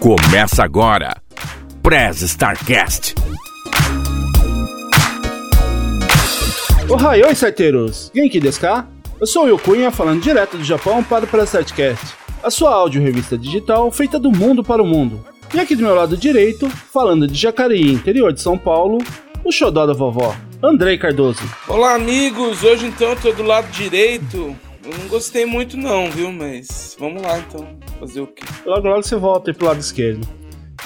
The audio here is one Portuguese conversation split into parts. Começa agora. Prez Starcast. Ohayoi, certeiros! Genki desu ka? Eu sou o Yokunha, falando direto do Japão para o Prestartcast, a sua áudio revista digital feita do mundo para o mundo. E aqui do meu lado direito, falando de Jacareí, interior de São Paulo, o xodó da vovó, Andrei Cardoso. Olá, amigos! Hoje então eu tô do lado direito. Eu não gostei muito, não, viu? Mas vamos lá então. Fazer o quê? Logo, logo você volta aí pro lado esquerdo.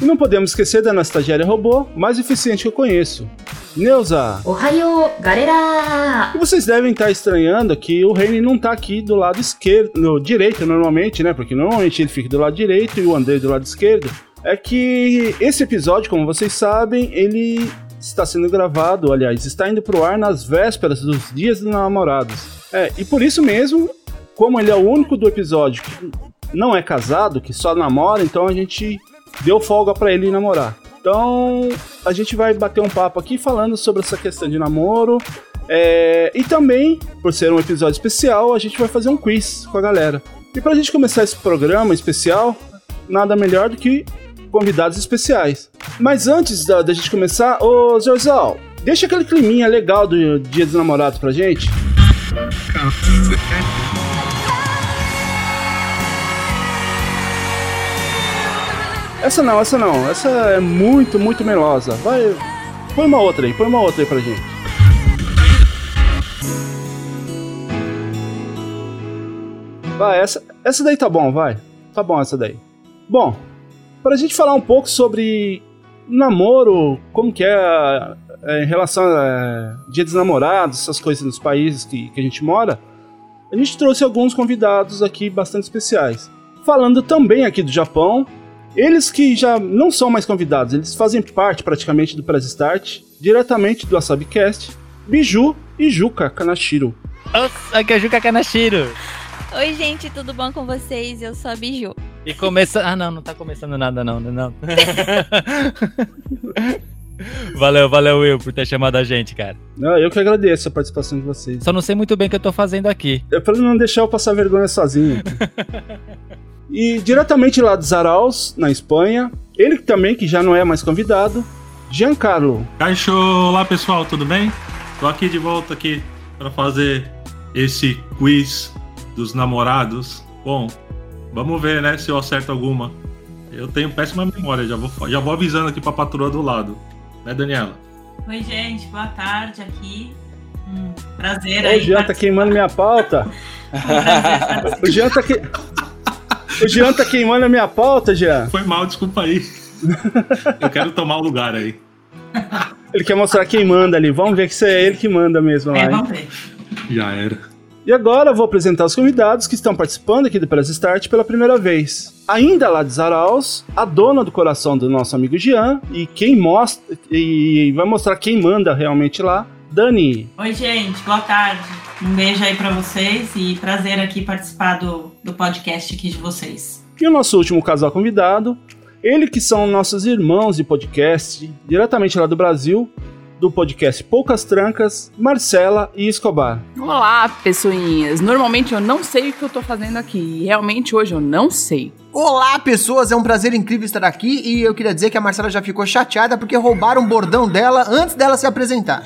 E não podemos esquecer da nossa estagiária robô mais eficiente que eu conheço, Neuza. おはようガレラー E vocês devem estar estranhando que o Reni não tá aqui do lado esquerdo, no direito normalmente, né? Porque normalmente ele fica do lado direito e o Andrei do lado esquerdo. É que esse episódio, como vocês sabem, ele está sendo gravado, aliás, está indo pro ar nas vésperas dos dias dos namorados. É, e por isso mesmo, como ele é o único do episódio que não é casado, que só namora, então a gente deu folga pra ele namorar. Então, a gente vai bater um papo aqui falando sobre essa questão de namoro. É, e também, por ser um episódio especial, a gente vai fazer um quiz com a galera. E pra gente começar esse programa especial, nada melhor do que convidados especiais. Mas antes da, da gente começar, ô Zorzal, deixa aquele climinha legal do Dia dos Namorados pra gente. Essa não, essa não. Essa é muito, muito melosa. Vai. Põe uma outra aí, põe uma outra aí pra gente. Vai, essa, essa daí tá bom, vai. Tá bom essa daí. Bom, pra gente falar um pouco sobre namoro, como que é, a- é, em relação a é, dia dos namorados, essas coisas nos países que, que a gente mora, a gente trouxe alguns convidados aqui bastante especiais. Falando também aqui do Japão, eles que já não são mais convidados, eles fazem parte praticamente do Press Start, diretamente do Asabcast, Biju e Juca Kanashiro. Nossa, Aqui é o Juca Kanashiro. Oi, gente, tudo bom com vocês? Eu sou a Biju. E começa. Ah, não, não tá começando nada, não, não. não. valeu, valeu, Will, por ter chamado a gente, cara. Ah, Eu que agradeço a participação de vocês. Só não sei muito bem o que eu tô fazendo aqui. É pra não deixar eu passar vergonha sozinho. e diretamente lá dos Araus, na Espanha, ele também, que já não é mais convidado, Giancarlo. Caixo, olá pessoal, tudo bem? Tô aqui de volta aqui para fazer esse quiz dos namorados. Bom, vamos ver, né, se eu acerto alguma. Eu tenho péssima memória, já vou, fa- já vou avisando aqui pra patroa do lado, né, Daniela? Oi, gente, boa tarde aqui. Hum, prazer Ô, aí. O Jean tá queimando minha pauta. participar. O Jean tá, que... o Jean tá queimando a minha pauta, Jean. Foi mal, desculpa aí. eu quero tomar o lugar aí. Ele quer mostrar quem manda ali. Vamos ver que isso é ele que manda mesmo lá. É, hein? vamos ver. Já era. E agora eu vou apresentar os convidados que estão participando aqui do Press Start pela primeira vez. Ainda lá de Zaraus, a dona do coração do nosso amigo Jean, e quem mostra e vai mostrar quem manda realmente lá, Dani. Oi, gente, boa tarde. Um beijo aí pra vocês e prazer aqui participar do, do podcast aqui de vocês. E o nosso último casal convidado, ele que são nossos irmãos de podcast, diretamente lá do Brasil, do podcast Poucas Trancas, Marcela e Escobar. Olá, pessoinhas. Normalmente eu não sei o que eu tô fazendo aqui. E realmente hoje eu não sei. Olá, pessoas! É um prazer incrível estar aqui e eu queria dizer que a Marcela já ficou chateada porque roubaram o bordão dela antes dela se apresentar.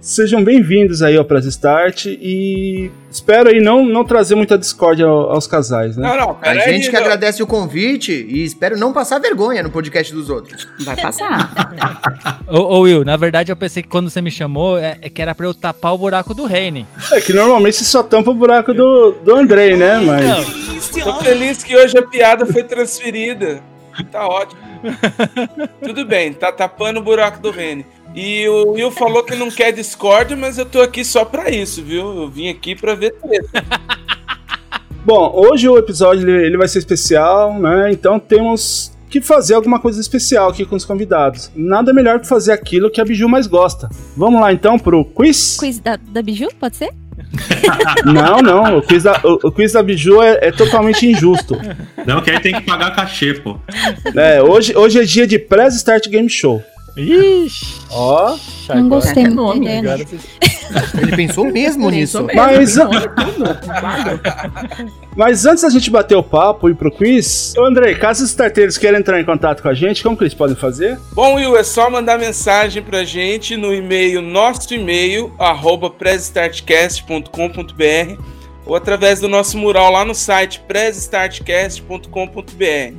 Sejam bem-vindos aí ao Press Start e espero aí não, não trazer muita discórdia ao- aos casais, né? Não, não, A peraí. gente que não. agradece o convite e espero não passar vergonha no podcast dos outros. Vai passar. Ô, ô, Will, na verdade eu pensei que quando você me chamou, é, é que era pra eu tapar o buraco do Reine. É que normalmente você só tampa o buraco do, do Andrei, né? Não, Mas. Tô feliz que hoje a piada foi transferida. Tá ótimo. Tudo bem, tá tapando o buraco do Rene. E o Will falou que não quer Discord, mas eu tô aqui só pra isso, viu? Eu vim aqui pra ver treta. Bom, hoje o episódio ele, ele vai ser especial, né? Então temos que fazer alguma coisa especial aqui com os convidados. Nada melhor que fazer aquilo que a Biju mais gosta. Vamos lá então pro quiz? Quiz da, da Biju, pode ser? Não, não. O quiz da, o, o quiz da Biju é, é totalmente injusto. Não, que aí tem que pagar cachê, pô. é né? hoje, hoje é dia de Press Start Game Show. Ixi. Ó. agora- Não gostei muito da Agora ideia, não. vocês- Ele pensou mesmo nisso. Pensou Mas- mesmo, pensou mesmo. Mas antes da gente bater o papo e ir pro quiz, ô, Andrei, caso os starteiros queiram entrar em contato com a gente, como que eles podem fazer? Bom, Will, é só mandar mensagem pra gente no e-mail, nosso e-mail, arroba prestartcast.com.br ou através do nosso mural lá no site prestartcast.com.br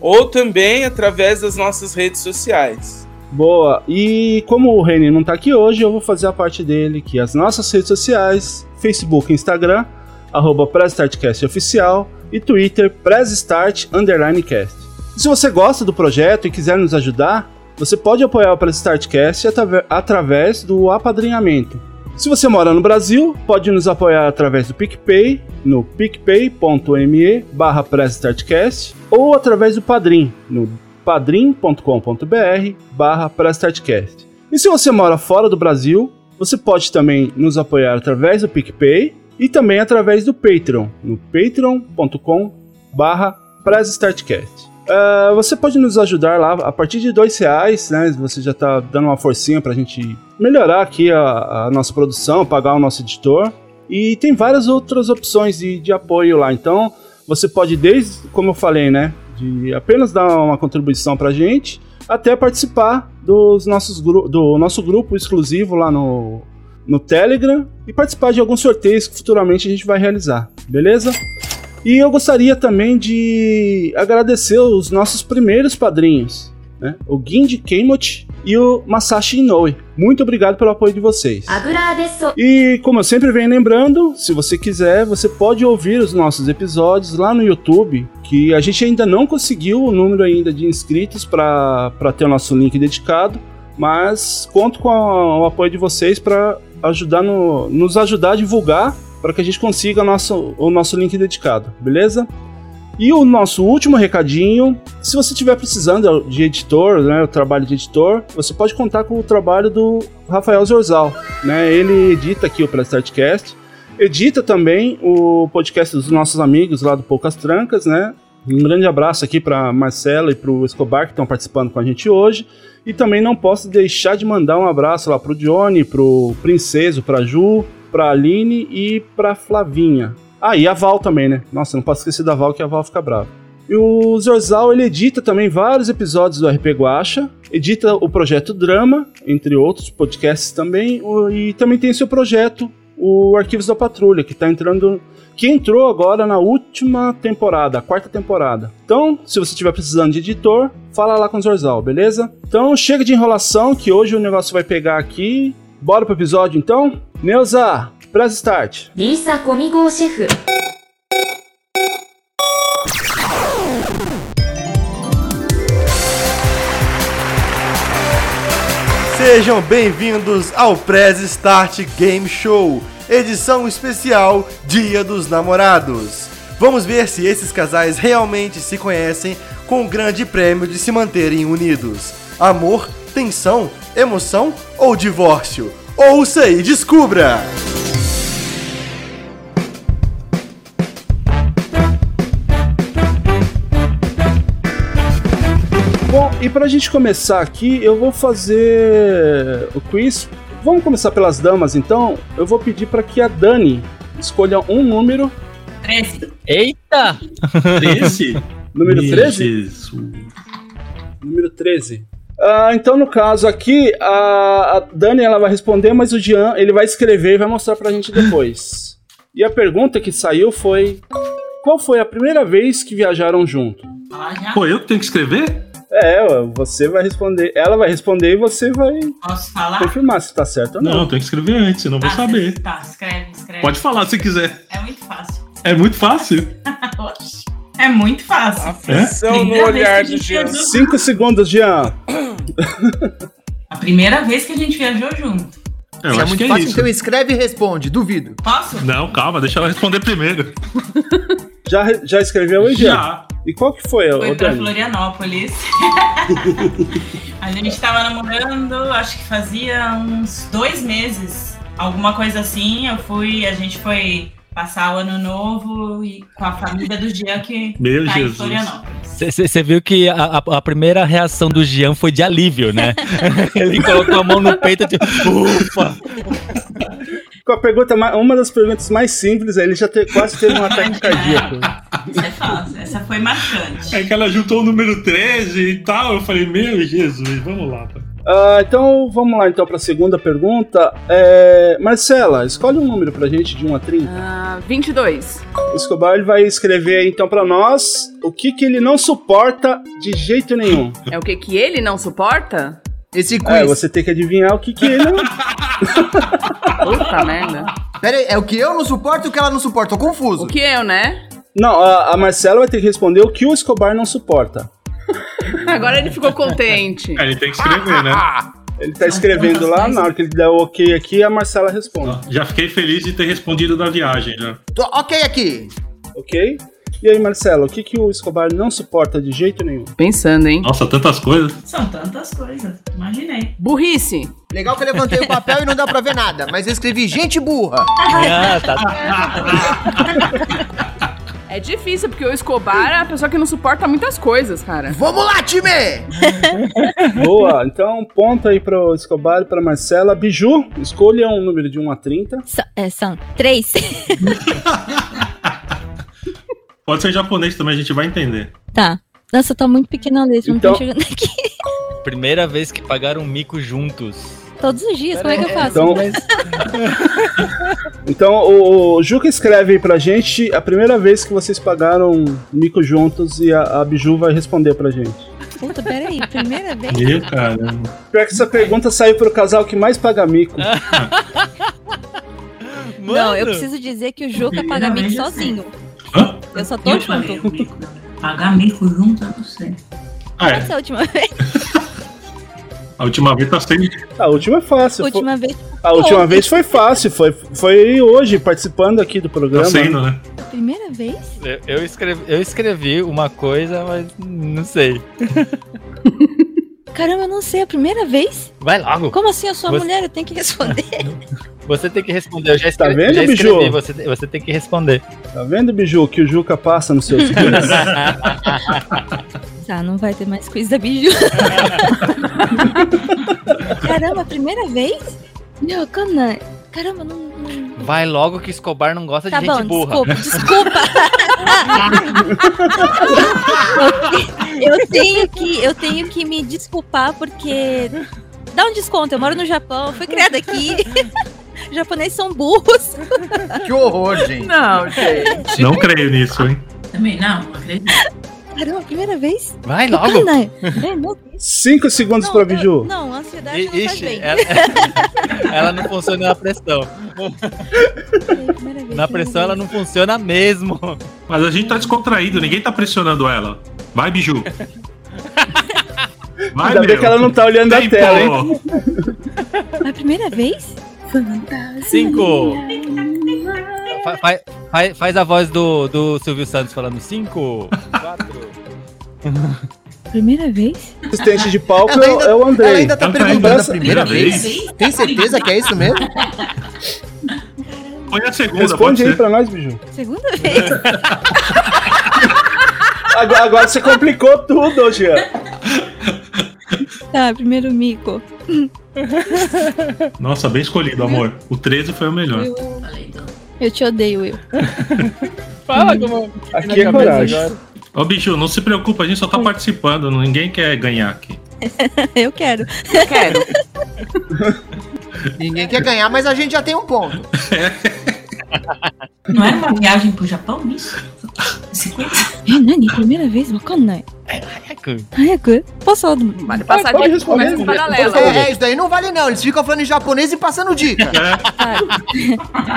ou também através das nossas redes sociais. Boa. E como o Reni não tá aqui hoje, eu vou fazer a parte dele, que é as nossas redes sociais, Facebook, Instagram, arroba PresStartCast Oficial e Twitter, PresStart Underline Cast. E se você gosta do projeto e quiser nos ajudar, você pode apoiar o PresStartCast atrave- através do apadrinhamento. Se você mora no Brasil, pode nos apoiar através do PicPay, no picpay.me barra PresStartCast ou através do Padrim, no padrim.com.br barra PrestaTcast. E se você mora fora do Brasil, você pode também nos apoiar através do PicPay e também através do Patreon, no patreon.com barra PrestaTcast. Ah, você pode nos ajudar lá a partir de dois reais, né? Você já está dando uma forcinha para a gente melhorar aqui a, a nossa produção, pagar o nosso editor. E tem várias outras opções de, de apoio lá. Então, você pode desde, como eu falei, né, de apenas dar uma contribuição pra gente, até participar dos nossos gru- do nosso grupo exclusivo lá no, no Telegram e participar de alguns sorteios que futuramente a gente vai realizar, beleza? E eu gostaria também de agradecer os nossos primeiros padrinhos, né? O Gindy Keimochi e o Masashi Inoue. Muito obrigado pelo apoio de vocês. 油です。 E como eu sempre venho lembrando, se você quiser, você pode ouvir os nossos episódios lá no YouTube, que a gente ainda não conseguiu o número ainda de inscritos para ter o nosso link dedicado, mas conto com a- o apoio de vocês para ajudar no, nos ajudar a divulgar para que a gente consiga o nosso, o nosso link dedicado, beleza? E o nosso último recadinho, se você estiver precisando de editor, né, o trabalho de editor, você pode contar com o trabalho do Rafael Zorzal, né? Ele edita aqui o Prestartcast, edita também o podcast dos nossos amigos lá do Poucas Trancas, né? Um grande abraço aqui para Marcela e para o Escobar que estão participando com a gente hoje. E também não posso deixar de mandar um abraço lá pro Johnny, pro Princeso, pra Ju, pra Aline e pra Flavinha. Ah, e a Val também, né? Nossa, não posso esquecer da Val que a Val fica brava. E o Zorzal, ele edita também vários episódios do RP Guacha, edita o projeto Drama, entre outros podcasts também, o- e também tem seu projeto, o Arquivos da Patrulha, que tá entrando que entrou agora na última temporada, a quarta temporada. Então, se você estiver precisando de editor, fala lá com o Zorzal, beleza? Então, chega de enrolação que hoje o negócio vai pegar aqui. Bora pro episódio então? Neuza, press start. リーサコミゴシェフ。 Sejam bem-vindos ao Press Start Game Show, edição especial Dia dos Namorados. Vamos ver se esses casais realmente se conhecem com o grande prêmio de se manterem unidos. Amor, tensão, emoção ou divórcio? Ouça e descubra! Bom, e pra gente começar aqui, eu vou fazer o quiz. Vamos começar pelas damas então? Eu vou pedir para que a Dani escolha um número. 13. Eita! 13? Número Meu 13? Jesus. Número 13. Ah, então, no caso aqui, a, a Dani ela vai responder, mas o Jean ele vai escrever e vai mostrar pra gente depois. e a pergunta que saiu foi: Qual foi a primeira vez que viajaram junto? Pô, eu que tenho que escrever? É, ué, você vai responder. Ela vai responder e você vai Posso falar? confirmar se tá certo ou não. Não, tem que escrever antes, senão eu vou Ah, saber. Tá, escreve, escreve. Pode falar se quiser. É muito fácil. É muito fácil. né? Oxi. é muito fácil. aflição Primeira no vez olhar que a do gente viajou- Cinco segundos, Jean. A primeira vez que a gente viajou junto. Eu Se é acho muito que é fácil, isso. então escreve e responde, duvido. Posso? Não, calma, deixa ela responder primeiro. Já, re- já escreveu aí, Jean? Já. E qual que foi, ô, Foi pra Dani? Florianópolis. a gente tava namorando, acho que fazia uns dois meses, alguma coisa assim. Eu fui, a gente foi passar o ano novo e com a família do Jean que Meu tá em Jesus. Florianópolis. Você viu que a, a- a primeira reação do Jean foi de alívio, né? Ele colocou a mão no peito tipo, ufa! Com a pergunta, ma- uma das perguntas mais simples, ele já te- quase teve um ataque cardíaco. Isso é fácil. Essa foi marcante. É que ela juntou o número 13 e tal. Eu falei, meu Jesus, vamos lá. pô. Ah, então vamos lá então para a segunda pergunta. É, Marcela, escolhe um número pra gente de 1 a 30. Ah, 22. O Escobar ele vai escrever aí, então pra nós o que que ele não suporta de jeito nenhum. É o que que ele não suporta? Esse É, você tem que adivinhar o que que ele não... Puta merda. Pera aí, é o que eu não suporto e o que ela não suporta. Tô confuso. O que eu, né? Não, a, a Marcela vai ter que responder o que o Escobar não suporta. Agora ele ficou contente. Ele tem que escrever, né? Ele tá escrevendo lá, na hora que ele der o ok aqui, a Marcela responde. Já fiquei feliz de ter respondido da viagem, né? Tô ok aqui. Ok? E aí, Marcela, o que que o Escobar não suporta de jeito nenhum? Pensando, hein? Nossa, tantas coisas. São tantas coisas. Imaginei. Burrice. Legal que eu levantei o papel e não dá pra ver nada, mas eu escrevi gente burra. Ah, tá. É difícil, porque o Escobar é a pessoa que não suporta muitas coisas, cara. Vamos lá, time! Boa, então ponto aí pro Escobar e pra Marcela. Biju, escolha um número de 1 a 30. São, é, são três. Pode ser japonês também, a gente vai entender. tá. Nossa, tá muito pequenão desse, não tô Então- enxergando aqui. Primeira vez que pagaram um mico juntos. Todos os dias, como é que eu faço? Então, então o, o Juca escreve aí pra gente a primeira vez que vocês pagaram mico juntos e a, a Biju vai responder pra gente. Puta, peraí, primeira vez? Meu caramba. Pior que essa pergunta saiu pro casal que mais paga mico. Ah. Não, eu preciso dizer que o Juca paga Primeira mico vez, sozinho. Hã? Eu só tô Eu falei, junto. o mico, não. pagar mico junto, eu não sei. Ah, é. Essa é a última vez. A última vez tá sem. A última é fácil. foi- última vez. a última vez foi fácil, foi, foi hoje, participando aqui do Tá programa. sendo, né? Primeira vez? Eu- Eu escrevi, eu escrevi uma coisa, mas não sei. Caramba, eu não sei, é a primeira vez? Vai logo. Como assim? Eu sou Você- mulher, eu tenho que responder. Você tem que responder. Eu já Tá escrevi. vendo, já escrevi, Biju? Você, você tem que responder. Tá vendo, Biju, que o Juca passa nos seus filhos? Tá, não vai ter mais quiz da Biju. Caramba, primeira vez? Meu, Canan. Caramba, não. não- Vai logo que Escobar não gosta Tá de bom, gente burra. desculpa, desculpa. eu, tenho que, eu tenho que me desculpar porque. Dá um desconto, eu moro no Japão, fui criada aqui. Japoneses são burros. Que horror, gente. Não, gente. Não creio nisso, hein? Também não, não acredito. Caramba, primeira vez? Vai logo. Canan. É, meu Deus. Cinco segundos Não, pra eu- Biju. Não, a ansiedade não faz Ixi, é, bem. ela, ela não funciona na pressão. Primeira vez, Na primeira pressão ela vez. não funciona mesmo. Mas a gente tá descontraído, ninguém tá pressionando ela. Vai, Biju. Vai, Ainda bem que ela não tá olhando a tela, hein? A primeira vez? Cinco. Fa- fa- fa- faz a voz do, do Silvio Santos falando cinco. Primeira vez? Assistente de palco Ela é, o- ainda- é o Andrei. Ela ainda tá Então tá perguntando a essa- primeira primeira vez. Tem certeza que é isso mesmo? Põe a segunda, Responde pode aí ser. pra nós, Biju. Segunda vez? Agora, agora você complicou tudo, ô Jean. Tá, primeiro mico. Nossa, bem escolhido, amor. O 13 foi o melhor. Falei, então. Eu te odeio, Will. Fala como. Aqui é coragem. Ô, Biju, não se preocupa, a gente só tá participando, ninguém quer ganhar aqui. Eu quero. Eu quero. Ninguém quer ganhar, mas a gente já tem um ponto. Não era uma viagem pro Japão isso? 50? É, Nani, primeira vez? Wakanai. Hayaku. Posso falar do... Vale passar Pode de responder. conversas É, paralelas. é, isso daí não vale não. Eles ficam falando em japonês e passando dica. Tá.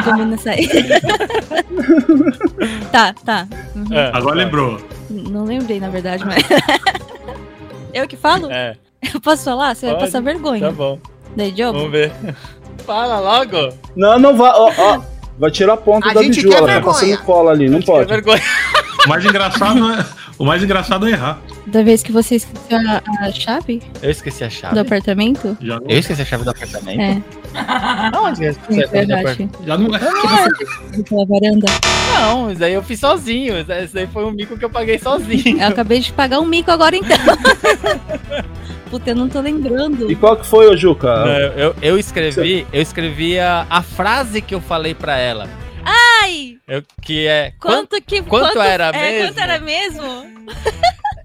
É. Como nessa... tá, tá. Uhum. É, Agora lembrou. Não lembrei, na verdade, mas... Eu que falo? É, Eu posso falar? Você vai Pode, passar vergonha. tá bom. Daí, Diogo? Vamos ver. Fala logo. Não, não vai. Ó, ó. Vai tirar a ponta A da gente Biju, quer ela tá vergonha. passando cola ali, não Que pode. Tá vergonha. O mais engraçado é, o mais engraçado é errar. Da vez que você esqueceu a, a chave Eu esqueci a chave. do apartamento? Já não- Eu esqueci a chave do apartamento. É. Aonde é Sim, verdade. Já não Subiu Pela varanda. Ah, Não, isso daí eu fiz sozinho. Isso daí foi um mico que eu paguei sozinho. É Eu acabei de pagar um mico agora então. Puta, eu não tô lembrando. E qual que foi, ô Juca? Não, É, eu, eu escrevi, eu escrevi a, a frase que eu falei pra ela. Ai! Eu- que é. Quanto que. Quanto, era é, mesmo? Quanto era mesmo?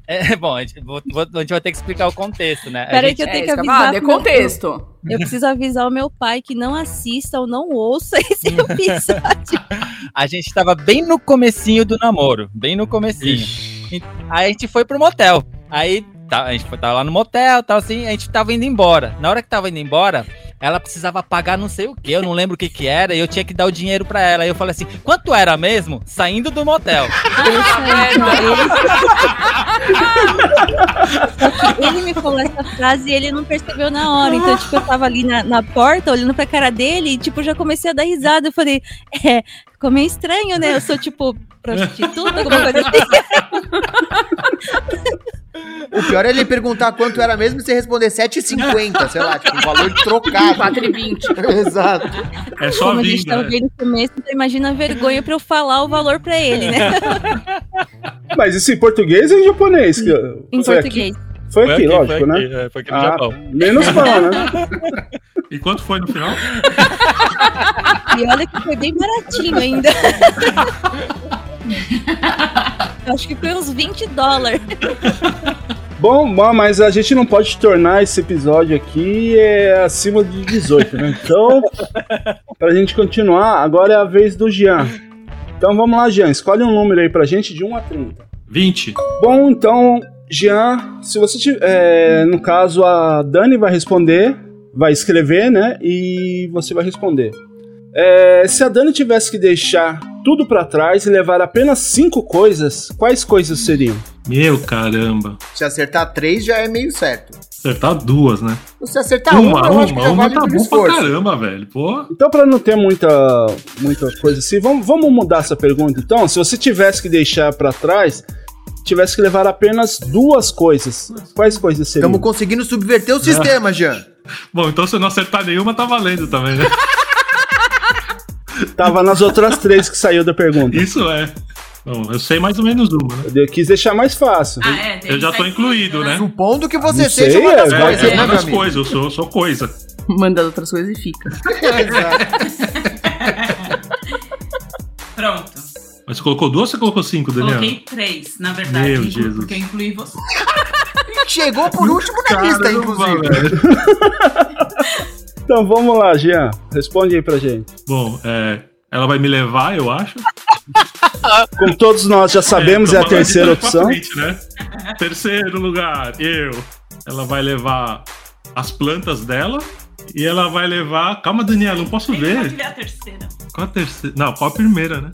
É, bom, a gente, vou- vou- a gente vai ter que explicar o contexto, né? A Peraí gente- que eu tenho É, que isso que eu ia avisar. falar, dê pro meu- contexto. Eu preciso avisar o meu pai que não assista ou não ouça esse episódio. A gente tava bem no comecinho do namoro, bem no comecinho. E- Aí a gente foi pro motel. Aí tá- a gente foi, tava lá no motel, tal assim, a gente tava indo embora. Na hora que tava indo embora, ela precisava pagar não sei o que, eu não lembro o que que era, e eu tinha que dar o dinheiro pra ela. Aí eu falei assim, quanto era mesmo? Saindo do motel. Só que ele me falou essa frase e ele não percebeu na hora. Então, tipo, eu tava ali na, na porta, olhando pra cara dele, e, tipo, já comecei a dar risada. Eu falei, é, ficou meio estranho, né? Eu sou, tipo, É, prostituta, alguma coisa assim. O pior é ele perguntar quanto era mesmo e você responder 7,50, sei lá, tipo, um valor trocado. 4,20. Exato. É só Como a gente vindo. tava né? vendo no começo, então imagina a vergonha pra eu falar o valor pra ele, né? Mas isso em português ou em japonês? é, Que Em foi português. Aqui? Foi, Foi aqui, aqui, foi lógico, aqui, né? é, foi aqui no Japão. Menos mal, né? E quanto foi no final? E olha que foi bem baratinho ainda. Eu Acho que foi uns 20 dólares. Bom, bom, mas a gente não pode tornar esse episódio aqui é, acima de 18, né? Então, pra gente continuar, agora é a vez do Jean. Então vamos lá, Jean, escolhe um número aí pra gente de 1 a 30. 20. Bom, então, Jean, se você tiver. é, no caso, a Dani vai responder, vai escrever, né? E você vai responder. É, se a Dani tivesse que deixar tudo pra trás e levar apenas cinco coisas, quais coisas seriam? Meu caramba. Se acertar três já é meio certo. Acertar duas, né? Se acertar uma, uma, eu uma, acho que já uma vale tá pelo bom pra esforço. caramba, velho. Pô. Então, pra não ter muita, muita coisa assim, vamos, vamos mudar essa pergunta. Então, se você tivesse que deixar pra trás, tivesse que levar apenas duas coisas, quais coisas seriam? Estamos conseguindo subverter o sistema, Jean. Bom, então se eu não acertar nenhuma, tá valendo também, né? Tava nas outras três que saiu da pergunta. Isso é. Bom, eu sei mais ou menos uma, né? Eu quis deixar mais fácil. Ah, é, tem Eu já que tô sair incluído, né? Supondo que você Não seja sei, uma das é, coisas, É, né, é meu das amigo? coisas, eu sou, eu sou coisa. Manda as outras coisas e fica. Exato. Pronto. Mas você colocou duas ou você colocou cinco, Daniel? Coloquei três, na verdade. Meu inclu- Jesus. Porque eu incluí você. Chegou por último na lista, inclusive. velho. Então vamos lá, Jean. Responde aí pra gente. Bom, é, ela vai me levar, eu acho. Como todos nós já sabemos, é, a então ela vai terceira de trás pra opção. frente, né? Terceiro lugar, eu. Ela vai levar as plantas dela. E ela vai levar. Calma, Daniela, não posso Pode ver. ver a terceira. Qual a terceira? Não, qual a primeira, né?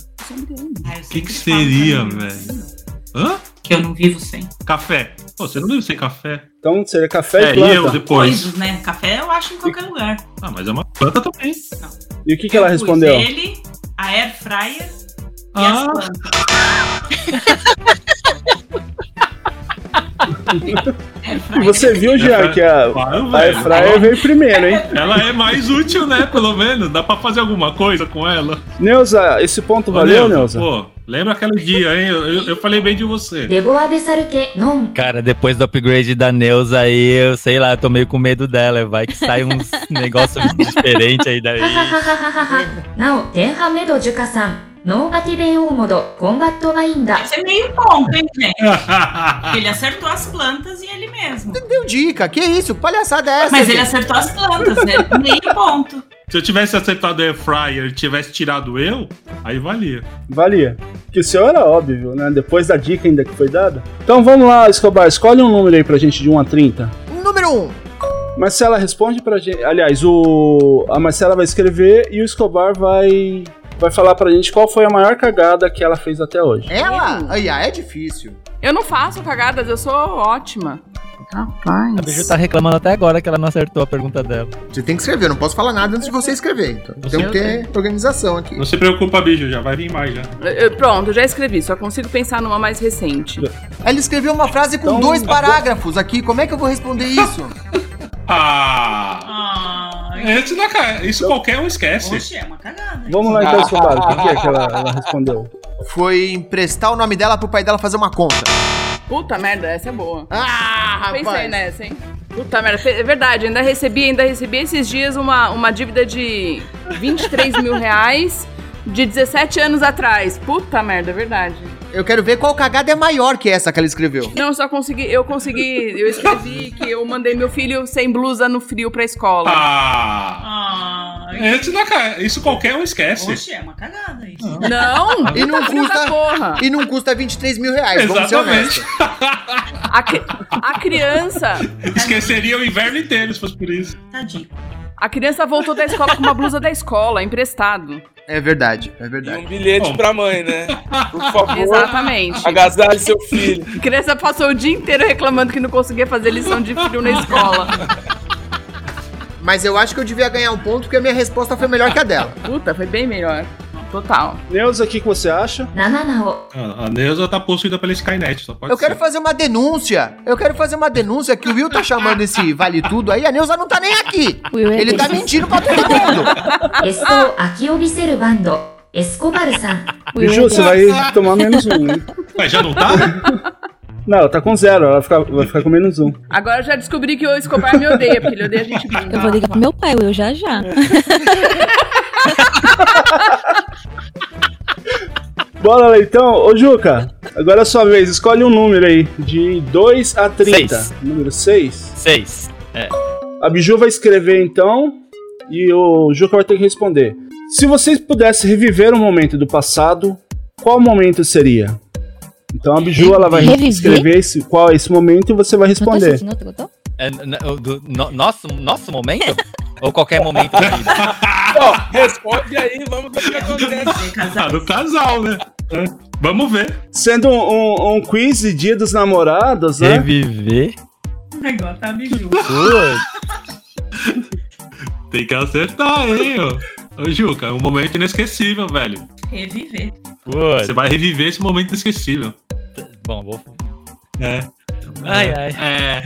Ah, eu O que, que sempre falo seria, pra mim, velho? Hã? Que eu não vivo sem. Café. Pô, você não vive sem café. Então seria café É, e e eu planta. depois. Coisas, né? Café eu acho em qualquer lugar. Ah, mas é uma planta também. E o que, que ela Eu pus respondeu? Ele, a air fryer e as Ah. plantas. Air fryer. Você viu, Jean, que a, Claro, a velho. Efraia veio primeiro, hein? Ela é mais útil, né? Pelo menos. Dá pra fazer alguma coisa com ela. Neuza, esse ponto Ô, valeu, Neuza, Neuza? Pô, lembra aquele dia, hein? Eu, eu- eu falei bem de você. É. デボアデサルケノン。 Cara, depois do upgrade da Neuza aí, eu sei lá, eu tô meio com medo dela. Vai que sai uns negócio diferente aí は daí. ははははは。なお、前半目ドジュカさん。ノーアティベンオーモド、コンバットバインダ。 Esse é meio ponto, hein, gente? Ele acertou as plantas e ele mesmo. Deu dica, que isso? Que palhaçada é essa? Mas ele gente? acertou as plantas, né? Meio ponto. Se eu tivesse acertado a air fryer e tivesse tirado eu, aí valia. Valia. Que o seu era óbvio, né? Depois da dica ainda que foi dada. Então vamos lá, Escobar, escolhe um número aí pra gente de 1 a 30. Número 1. Um. Marcela responde pra gente. Aliás, o a Marcela vai escrever e o Escobar vai vai falar pra gente qual foi a maior cagada que ela fez até hoje. Ela? Aí, ah, é difícil. Eu não faço cagadas, eu sou ótima. A Biju tá reclamando até agora que ela não acertou a pergunta dela. Você tem que escrever, eu não posso falar nada antes de você escrever. Então, tem que ter organização aqui. Não se preocupa, bicho, já vai vir mais já. Eu- eu- Eh, pronto, eu já escrevi, só consigo pensar numa mais recente. Ela escreveu uma frase com Então, dois acabou. parágrafos aqui. Como é que eu vou responder isso? Ah! Ah, Antes da ca- Isso qualquer um esquece. Oxe, é uma cagada. Vamos lá então, Subaru. O que é que ela, ela respondeu? Foi emprestar o nome dela pro pai dela fazer uma conta. Puta merda, essa é boa. Ah, Pensei nessa, hein? Puta merda, é verdade, ainda recebi, ainda recebi esses dias uma, uma dívida de 23 mil reais de 17 anos atrás. Puta merda, é verdade. Eu quero ver qual cagada é maior que essa que ela escreveu. Não, eu só consegui, eu consegui, eu escrevi que eu mandei meu filho sem blusa no frio pra escola. Ah! Ah, Antes da ca- Isso qualquer um esquece. oxe, é uma cagada isso. Não! E não Frio da custa- porra! E não custa 23 mil reais, vamos ser Exatamente. honestos. A, cri- a criança, Esqueceria o inverno inteiro se fosse por isso. Tadinho. a criança voltou da escola com uma blusa da escola, emprestado. É verdade, é E verdade. um bilhete Bom. pra mãe, né? Por favor, Exatamente. agasalhe seu filho. A criança passou o dia inteiro reclamando que não conseguia fazer lição de frio na escola. Mas eu acho que eu devia ganhar um ponto porque a minha resposta foi melhor que a dela. Puta, foi bem melhor. Total. Neuza, o que, que você acha? 77を A a Neuza tá possuída pela Skynet, só pode Eu quero ser. fazer uma denúncia. Eu quero fazer uma denúncia que o Will tá chamando esse vale tudo aí. A Neuza não tá nem aqui. O Will é Ele tá desse. mentindo pra todo mundo. ゲストを空きを見せるバンド、エスコバルさん。 Will Biju, você vai tomar menos um, hein? Mas já não tá? Não, ela tá com zero, ela vai ficar, vai ficar com menos um. Agora eu já descobri que o Escobar me odeia, porque ele odeia a gente muito. Eu vou ligar pro meu pai, Will, já já. Bora lá então, ô Juca, agora é a sua vez, escolhe um número aí, de 2 a 30. Seis. Número 6. Seis. É. A Biju vai escrever então e o Juca vai ter que responder. Se vocês pudessem reviver um momento do passado, qual momento seria? Então a Biju ela vai Reviver? escrever esse, qual é esse momento e você vai 私た responder. ちのってこと É, n- o do- no- nosso, nosso momento? Ou qualquer momento da vida? Ó, responde aí, vamos ver o que acontece. Tem Ah, casal. do casal, né? É. Vamos ver. Sendo um, um- um quiz de Dia dos Namorados, né? Reviver? Agora tá biju. Putz. Tem que acertar, hein, ô. Ô, Juca, é um momento inesquecível, velho. Reviver. Você vai reviver esse momento inesquecível. Bom, vou... É. Ai, ai. É.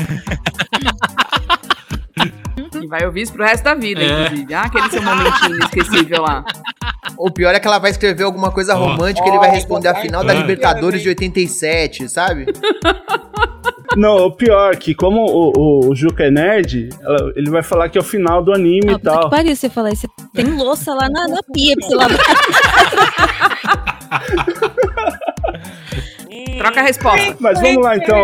E vai ouvir isso pro resto da vida, É. inclusive. Ah, aquele seu momentinho inesquecível lá. O pior é que ela vai escrever alguma coisa Ó. romântica e ele vai responder a Ó, final da vai. Libertadores de 87, sabe? Não, o pior é que como o, o- o Juca é nerd, ela- ele vai falar que é o final do anime Ah, e puta que tal. pariu você falar isso. Tem louça lá na, na pia pra você lavar. Troca a resposta. Mas vamos lá então.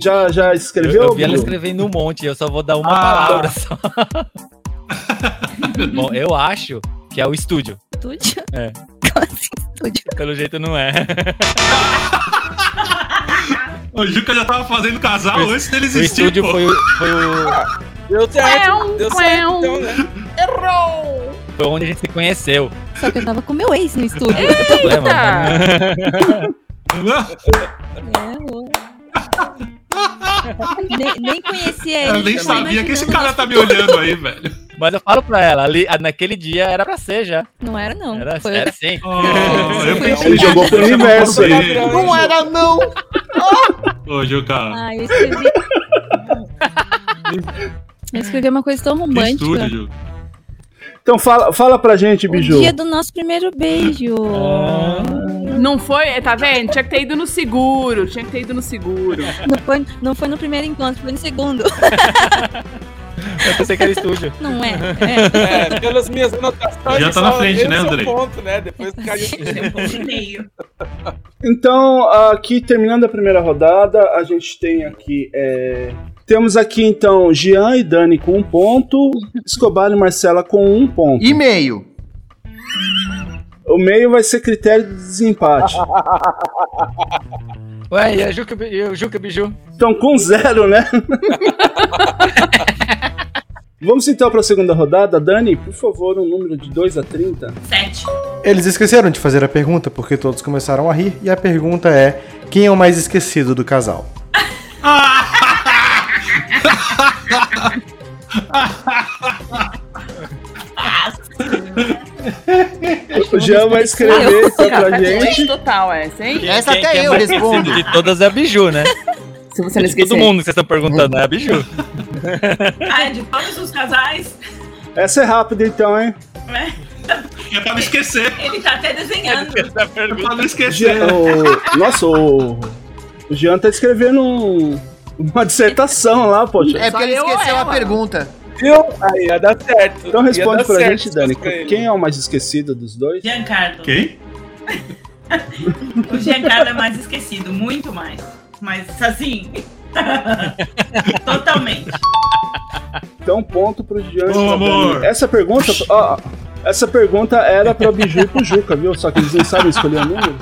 Já, já Eu, escreveu? eu vi ela Bruno? escrevendo um monte, eu só vou dar uma Ah. palavra só. Bom, eu acho que é o estúdio. Estúdio? É. Como assim, estúdio? Pelo jeito não é. O Juca já tava fazendo casal O- antes dele O existir, estúdio pô. foi o, foi, o, Deu É um, certo, deu certo então, né? foi onde a gente se conheceu. Né, Só que eu tava com meu ex no estúdio. Problema. Eita! É, ô. nem, nem conhecia ele. Eu nem tô sabia que esse imaginando, cara tá me olhando aí, velho. Mas eu falo pra ela, ali, naquele dia era pra ser já. Não era, não. Era, Foi era sim. Oh, eu pensei Ele jogou pro Você não universo aí. consegue. Não era, não! Ô, Juca. Ah, eu escrevi. eu escrevi uma coisa tão Que romântica. estúdio, Juca. Então fala, fala pra gente, O Biju. dia do nosso primeiro beijo. Não foi, é, tá vendo? Tinha que ter ido no seguro, tinha que ter ido no seguro. Não, foi, não foi no primeiro encontro, foi no segundo. Eu pensei que era estúdio. Não é. é. É, pelas minhas anotações. Já tá na só frente, esse né, é o Andrei? ponto, né? Depois caiu. Tem um ponto e meio. Então, aqui terminando a primeira rodada, a gente tem aqui. é, Temos aqui então Jean e Dani com um ponto, Escobar e Marcela com um ponto. E meio. O meio vai ser critério de desempate. Ué, e a Juca, e o Juca Biju? Então, com zero, né? Vamos então para a segunda rodada. Dani, por favor, um número de 2 a 30. Sete. Eles esqueceram de fazer a pergunta porque todos começaram a rir e a pergunta é: quem é o mais esquecido do casal? Ah, O Jean vai escrever então pra gente. total essa, hein? Essa até eu é mais respondo. conhecido De todas é a Biju, né? Se você não De todo esquecer. mundo que vocês estão perguntando é a Biju. Ah, é de todos os casais. né? Essa é rápida então, hein? É pra não esquecer. Ele tá até desenhando. É pra não esquecer. Jean- o- nossa, o, o Jean tá escrevendo um- uma dissertação lá, poxa. É porque ele eu esqueceu ou a ela? pergunta. Viu? Aí ia dar certo. Então Ia responde dar pra certo gente, essas Dani. coisas. Quem é o mais esquecido dos dois? Giancarlo. Quem? O Giancarlo é mais esquecido, muito mais. Mas assim. Totalmente. Então, ponto pro Jean. então, Ô, amor. Essa pergunta. ó, essa pergunta era pra Biju e pro Juca, viu? Só que eles não sabem escolher o número.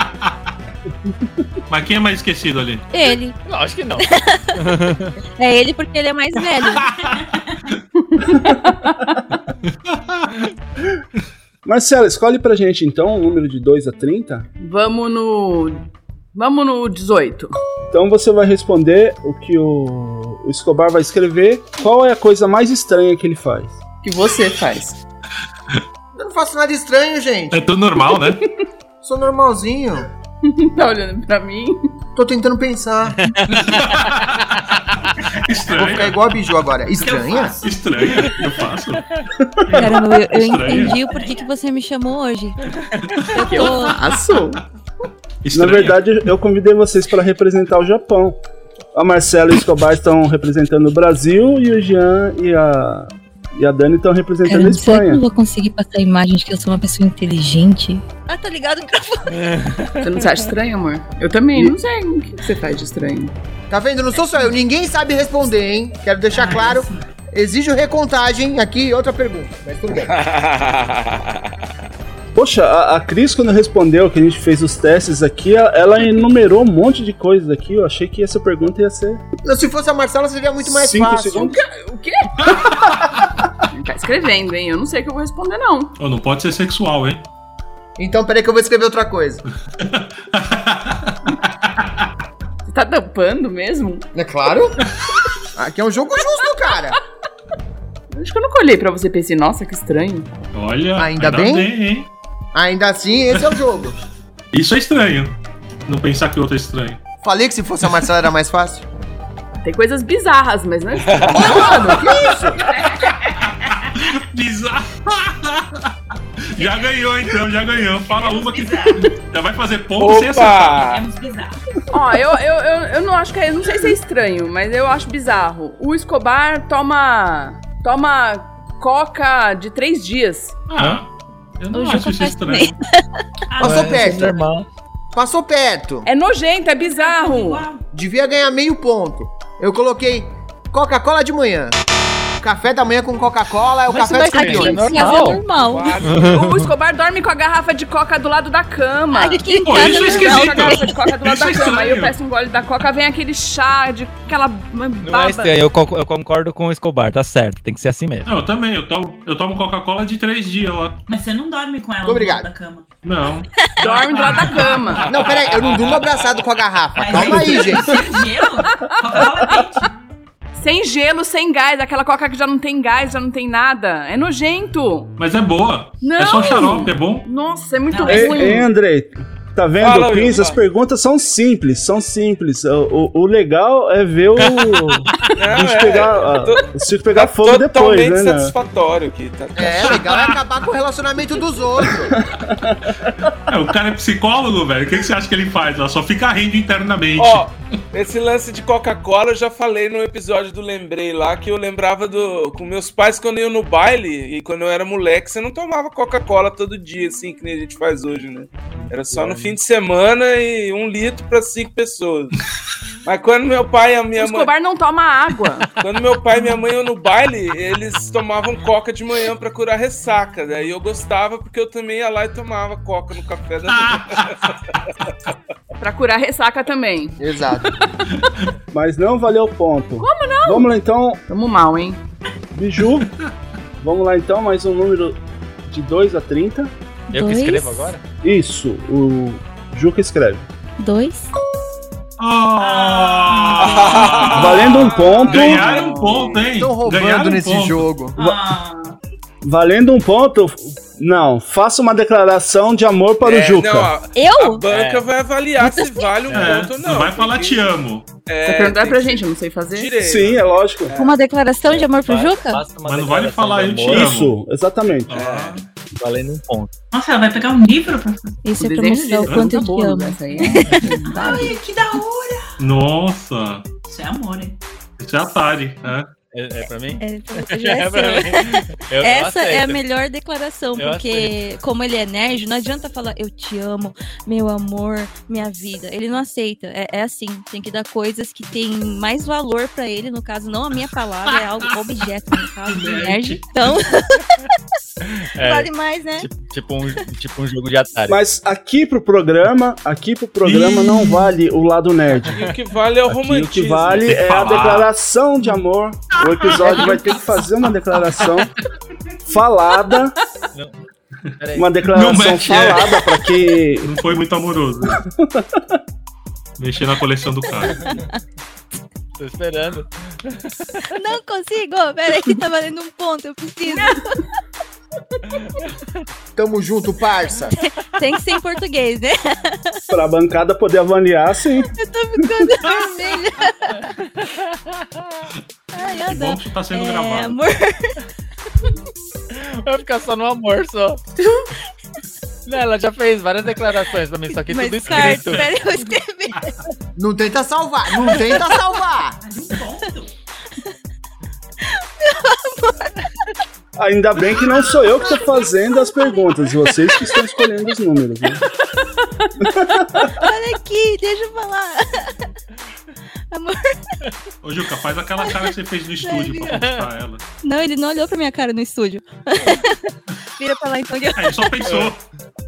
Mas quem é mais esquecido ali? Ele. Lógico que não. É ele porque ele é mais velho. Marcela, escolhe pra gente então o número de 2 a 30. Vamos no. Vamos no 18. Então você vai responder o que o, o Escobar vai escrever. Qual é a coisa mais estranha que ele faz? Que você faz. Eu não faço nada estranho, gente. É tudo normal, né? Sou normalzinho. Tá olhando pra mim? Tô tentando pensar. Vou Estranho. ficar igual a Biju agora. Eu Estranha? faço. Estranho, eu faço. Caramba, eu, eu Estranho. entendi o porquê que você me chamou hoje. Eu tô. Faço. Estranho. Na verdade, eu convidei vocês pra representar o Japão. A Marcela e o Escobar estão representando o Brasil e o Jean e a, e a Dani estão representando a Caramba, será que eu Espanha. É, não vou conseguir passar a imagem de que eu sou uma pessoa inteligente? Ah, tá ligado? Você não se acha estranho, amor? Eu também não sei o que você faz de estranho. Tá vendo? Não sou só eu. Ninguém sabe responder, hein? Quero Ah, deixar claro. Exijo recontagem aqui e outra pergunta. Mas tudo bem. Poxa, a, a Cris, quando respondeu que a gente fez os testes aqui, ela, ela enumerou um monte de coisas aqui. Eu achei que essa pergunta ia ser Não, Se fosse a Marcela, seria muito mais cinco fácil. segundos. O quê? tá escrevendo, hein? Eu não sei o que eu vou responder, não. Ô, não pode ser sexual, hein? Então, peraí que eu vou escrever outra coisa. Você tá tampando mesmo? É claro. Aqui é um jogo justo, cara. Acho que eu nunca olhei pra você e pensei, nossa, que estranho. Olha. Ah, Ainda bem? hein? Ainda assim, esse é o jogo. Isso é estranho. Não pensar que o outro é estranho. Falei que se fosse a Marcela era mais fácil. Tem coisas bizarras, mas não é Mano, que isso? Bizarro. já ganhou, então, já ganhou. Fala uma que. Já vai fazer ponto sem acertar. Opa! Temos é bizarro. Ó, eu, eu, eu, eu não acho que é. Eu não sei se é estranho, mas eu acho bizarro. O Escobar toma. toma coca de três dias. Ah, eu não O acho Juca isso faz estranho. Passou perto. Normal. Passou perto. É nojento, é bizarro. Igual. Devia ganhar meio ponto. Eu coloquei Coca-Cola de manhã. Café da manhã com Coca-Cola é o Mas café isso vai superior. ser Aqui normal. em casa é normal. O Escobar dorme com a garrafa de coca do lado da cama. Aqui em Pô, casa isso é é Ele esquisito. normal. dorme com a garrafa de coca do lado Isso é da cama. Aí eu estranho. peço um gole da coca, vem aquele chá de aquela uma Não baba. é estranho, eu, co- eu concordo com o Escobar, tá certo, tem que ser assim mesmo. Não, eu também. Eu tomo, eu tomo Coca-Cola de três dias lá. Mas você não dorme com ela Obrigado. no lado da cama. Não. Dorme do lado da cama. Não, peraí, eu não durmo abraçado com a garrafa. Calma aí, gente. Sem gelo? Coca-Cola quente. Sem gelo, sem gás. Aquela coca que já não tem gás, já não tem nada. É nojento. Mas é boa. É Não. só xarope, é bom. Nossa, é muito Não, Ei, ruim. ei, Andrei, tá vendo, Fala, Cris? Will, As fala. perguntas são simples, são simples. O, o- o legal é ver o. a gente é, pegar, eu ah, tô- o circo pegar fogo Totalmente depois, né? né? satisfatório aqui. Tá, tá É, legal é acabar com o relacionamento dos outros. É, o cara é psicólogo, velho. O que, que você acha que ele faz lá? Só fica rindo internamente. Ó, esse lance de Coca-Cola eu já falei no episódio do Lembrei lá, que eu lembrava do com meus pais quando eu ia no baile e quando eu era moleque, você não tomava Coca-Cola todo dia, assim, que nem a gente faz hoje, né? Era só no fim de semana e um litro pra cinco pessoas. Mas quando meu pai e a O minha mãe. Escobar não toma água. Quando meu pai e minha mãe iam no baile, eles tomavam coca de manhã pra curar ressaca. Daí eu gostava porque eu também ia lá e tomava coca no café da Ah! manhã. pra curar ressaca também. Exato. Mas não valeu o ponto. Como não? Vamos lá então, Tamo mal, hein? Biju. Vamos lá então, mais um número de 2 a 30. Eu que Dois. escrevo agora? Isso, o Juca escreve. Dois. Ah! Valendo um ponto. Ganharam um ponto, hein? Estão roubando Ganharam um nesse ponto. jogo. Ah, Valendo um ponto, Não, faça uma declaração de amor para É, o Juca. não, a- Eu? A banca É. vai avaliar se vale um ponto ou não. É, Não vai falar te amo. É, Você perguntar tem pra que- gente, eu não sei fazer. Sim, é lógico. Uma declaração de amor pro Faça- Juca? faça uma Mas não vale declaração falar, de eu te amor, Isso, exatamente. Valendo um ponto. Nossa, ela vai pegar um livro pra fazer. Isso é pra Desenho de mostrar o desenho quanto eu tá te bom, amo. né? Essa aí Ai, que da hora! Nossa, Isso é amor, hein? isso é Atari, né? É, é pra mim? É, então você já é pra seu. mim. Eu- eu Essa é a aceito. melhor declaração, Eu porque como ele é nerd, não adianta falar eu te amo, meu amor, minha vida. Ele não aceita. É, é assim, tem que dar coisas que tem mais valor pra ele, no caso, não a minha palavra, é algo objeto, no caso, do nerd. Então, É, vale mais, né? tipo, tipo um, tipo um jogo de Atari. Mas aqui pro programa, aqui pro programa não vale o lado nerd. E o que vale é o Aqui o romantismo. que vale Tem que é a falar. declaração de amor. O episódio vai ter que fazer uma declaração falada. Peraí. Uma Não declaração mete, é. falada pra que. Não foi muito amoroso. Mexer na coleção do cara. tá. Tô esperando. Não consigo! Peraí, que tá valendo um ponto, eu preciso. Tamo junto, parça. Tem que ser em português, né? pra bancada poder avaliar, sim. Eu tô ficando vermelha. Que Ai, eu bom adoro. que isso tá sendo É, gravado. amor. Vai ficar só no amor, só. Não, ela já fez várias declarações pra mim, só que tudo Mas, tá, cara, escrito. peraí, eu escrevi. Não tenta salvar, não tenta salvar. Mas um ponto. Ainda bem que não sou eu que tô fazendo as perguntas, vocês que estão escolhendo os números. né? Olha aqui, deixa eu falar. Amor. Ô, Juca, faz aquela cara que você fez no estúdio pra conquistar ela. Não, ele não olhou pra minha cara no estúdio. Vira pra lá então que eu. É, ele só pensou.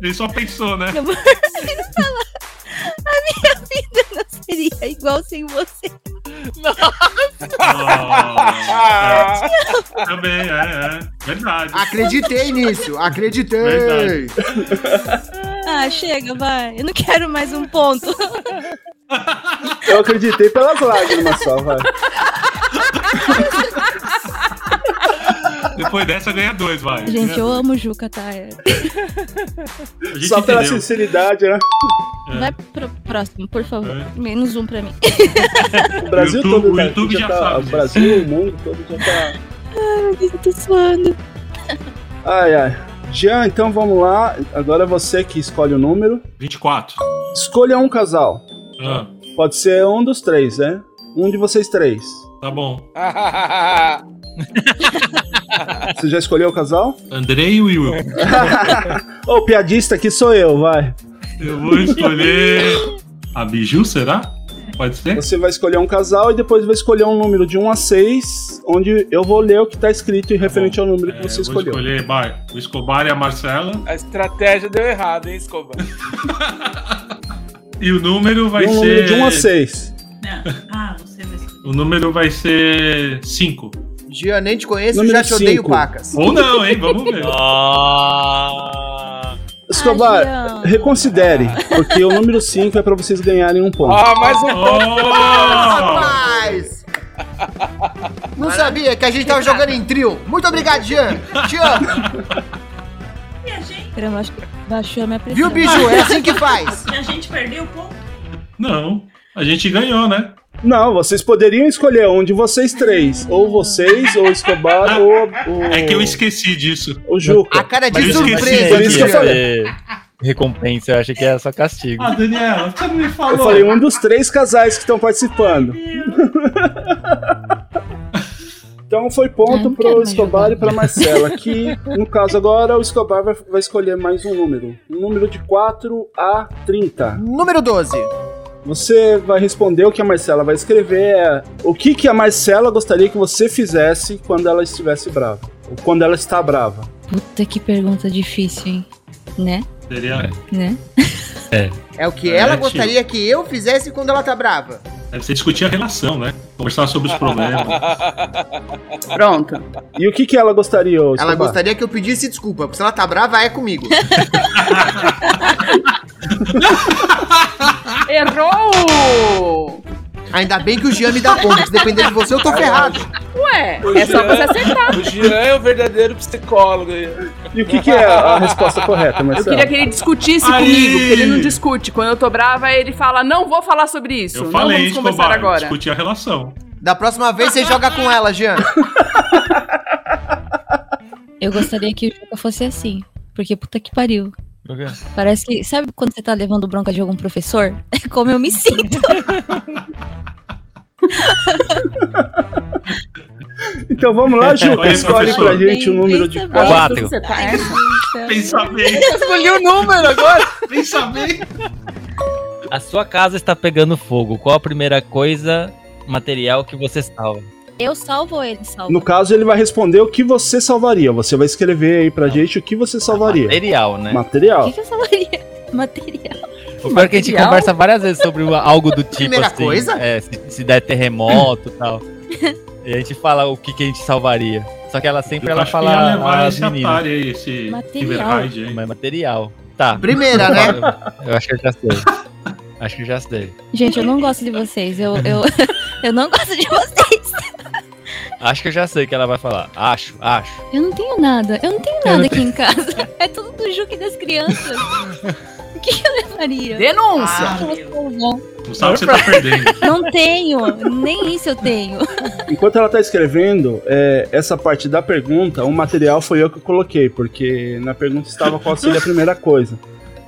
Ele só pensou, né? Amor, vira pra lá. A minha vida não seria igual sem você. Ah, Oh, é. Também, é, é. Verdade. Acreditei nisso, acreditei. Verdade. Ah, chega, vai. Eu não quero mais um ponto. Eu acreditei pelas lágrimas só, vai. Depois dessa ganha dois, vai. Gente, eu amo o Juca, tá? É- A gente Só pela entendeu. sinceridade, né? Vai pro próximo, por favor. É. Menos um pra mim. O Brasil YouTube- todo o tá- YouTube já tá- sabe O disso. Brasil, o mundo todo já tá. Meu Deus, eu tô suando. Ai, ai. Jean, então vamos lá. Agora é você que escolhe o número. 24. Escolha um casal. Ah, Pode ser um dos três, né? Um de vocês três. tá bom. Ah, Você já escolheu o casal? Andrei e Will. Ô, piadista aqui sou eu, vai. Eu vou escolher. A Biju, será? Pode ser? Você vai escolher um casal e depois vai escolher um número de 1 a 6, onde eu vou ler o que tá escrito em referente ao número que É, você eu vou escolheu. escolher vai, o Escobar e a Marcela. A estratégia deu errado, hein, Escobar? E o número vai um ser. número de 1 a 6. Não. Ah, você vai escolher. O número vai ser 5. Gia, nem te conheço, Número já te odeio, cinco. pacas. Ou não, hein? Vamos ver. Ah, Escobar, Jean. reconsidere, porque o número 5 é pra vocês ganharem um ponto. Ah, mais é é um ponto. Oh! Rapaz! Não sabia que a gente tava jogando em trio. Muito obrigado, Jean. Te amo. E a gente, Caramba, acho que baixou a minha pressão. Viu, Biju? É assim que faz. e a gente perdeu o ponto. Não, Então, a gente ganhou, né? Não, vocês poderiam escolher um de vocês três. Ou vocês, ou Escobar, ou, ou É que eu esqueci disso. o A Juca. cara de Mas eu esqueci, surpresa, por isso que eu Jean. falei. Recompensa, eu acho que é só castigo. Ah, Daniela, você não me falou. Eu falei um dos três casais que estão participando. Então foi ponto Não quero pro mais Escobar jogar. e pra Marcela, que no caso agora o Escobar vai, vai escolher mais um número. Um número de 4 a 30. Número 12. Você vai responder o que a Marcela vai escrever. É, o que, que a Marcela gostaria que você fizesse quando ela estivesse brava. Ou quando ela está brava. Puta que pergunta difícil, hein? Né? Seria... Né? É o que É, ela tio. gostaria que eu fizesse quando ela tá brava. Deve ser discutir a relação, né? Conversar sobre os problemas. Pronto. E o que, que ela gostaria, ô Ela Escobar? gostaria que eu pedisse desculpa, porque se ela tá brava, é comigo. Errou! Ainda bem que o Jean me dá ponto. Se depender de você, eu tô ferrado. Ué, O é só Jean- você acertar. O Jean é o verdadeiro psicólogo. aí. E o que, que é a resposta correta, Eu é. Marcelo? queria que ele discutisse Aí! comigo, porque ele não discute. Quando eu tô brava, ele fala, não vou falar sobre isso. Eu não falei, vamos conversar Escobar, agora. discutir a relação. Da próxima vez você joga com ela, Jean. Eu gostaria que o jogo fosse assim. Porque puta que pariu. Parece que. Sabe quando você tá levando bronca de algum professor? É como eu me sinto. Então vamos lá, Juca. Olha, Escolhe professor. pra gente o Bem, número de pensa bem. quatro. Você tá essa? Vem saber. Escolhi o número agora. Vem saber. A sua casa está pegando fogo. Qual a primeira coisa material que você salva? Eu salvo ou ele salva? No caso, ele vai responder o que você salvaria. Você vai escrever aí pra gente o que você salvaria. Material, né? O Material. que, que eu salvaria? Material. O pior é que a gente Material? conversa várias vezes sobre uma- algo do tipo Primeira assim. coisa? É, se, se der terremoto e tal. E a gente fala o que, que a gente salvaria. Só que ela sempre Eu ela acho que ia levar fala as esse meninas. Atari aí, esse Material. Riverride aí. Mas material. Tá. Primeira, né? Eu acho que é? eu já sei. Acho que eu já sei. Gente, eu não gosto de vocês. Eu, eu, eu não gosto de vocês. Acho que eu já sei o que ela vai falar. Acho, acho. Eu não tenho nada. Eu não tenho nada aqui em casa. É tudo do Juque das crianças. O que que eu levaria? Denúncia! O que que eu vou salvar? Não sabe o que você tá perdendo. Não tenho. Nem isso eu tenho. Enquanto ela tá escrevendo, é, essa parte da pergunta, o material foi eu que coloquei, porque na pergunta estava qual seria a primeira coisa.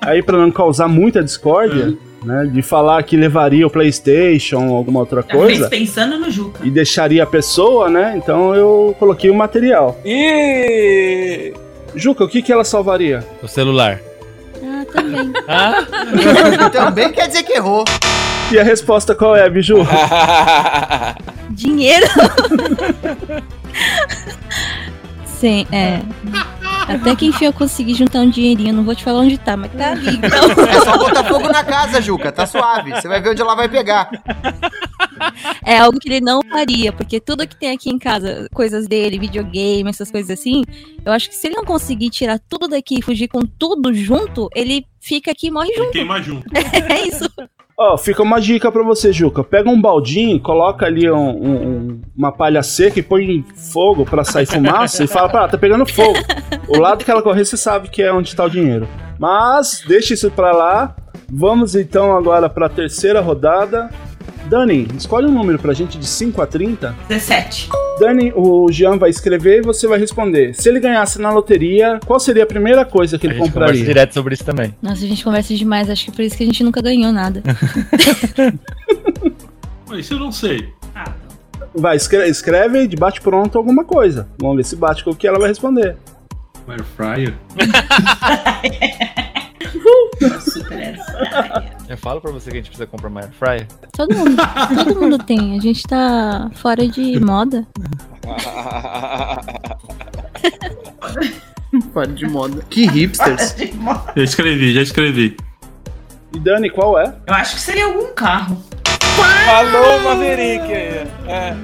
Aí, pra não causar muita discórdia, né, de falar que levaria o PlayStation ou alguma outra Já fez coisa, pensando no Juca. e deixaria a pessoa, né, então eu coloquei o material. E Juca, o que, que ela salvaria? O celular. Ah, também. Também quer dizer que errou. E a resposta qual é, Biju? Dinheiro. Sim, é. Até que enfim eu consegui juntar um dinheirinho. Não vou te falar onde tá, mas tá ali. É só botar fogo na casa, Juca. Tá suave. Você vai ver onde ela vai pegar. É algo que ele não faria, porque tudo que tem aqui em casa, coisas dele, videogame, essas coisas assim, eu acho que se ele não conseguir tirar tudo daqui e fugir com tudo junto, ele fica aqui e morre junto. Queima junto. É isso. Ó, fica uma dica pra você, Juca. Pega um baldinho, coloca ali um- um- um- uma palha seca e põe em fogo pra sair fumaça e fala, pá, tá pegando fogo. O lado que ela correr, você sabe que é onde tá o dinheiro. Mas, deixa isso pra lá. Vamos então agora pra terceira rodada. Dani, escolhe um número pra gente de 5 a 30. 17. Dani, o Jean vai escrever e você vai responder. Se ele ganhasse na loteria, qual seria a primeira coisa que A ele gente conversa compraria? direto sobre isso também. Nossa, a gente conversa demais, acho que por isso que a gente nunca ganhou nada. Mas isso eu não sei. Ah, tá. Vai, escre- escreve e bate pronto alguma coisa. Vamos ver se bate com o que ela vai responder. Um air fryer. Eu falo pra você que a gente precisa comprar uma air fryer. Todo mundo, todo mundo tem, a gente tá fora de moda. Fora de moda. Que hipsters. Eu escrevi, já escrevi. E Dani, qual é? Eu acho que seria algum carro. falou o Maverick aí. É.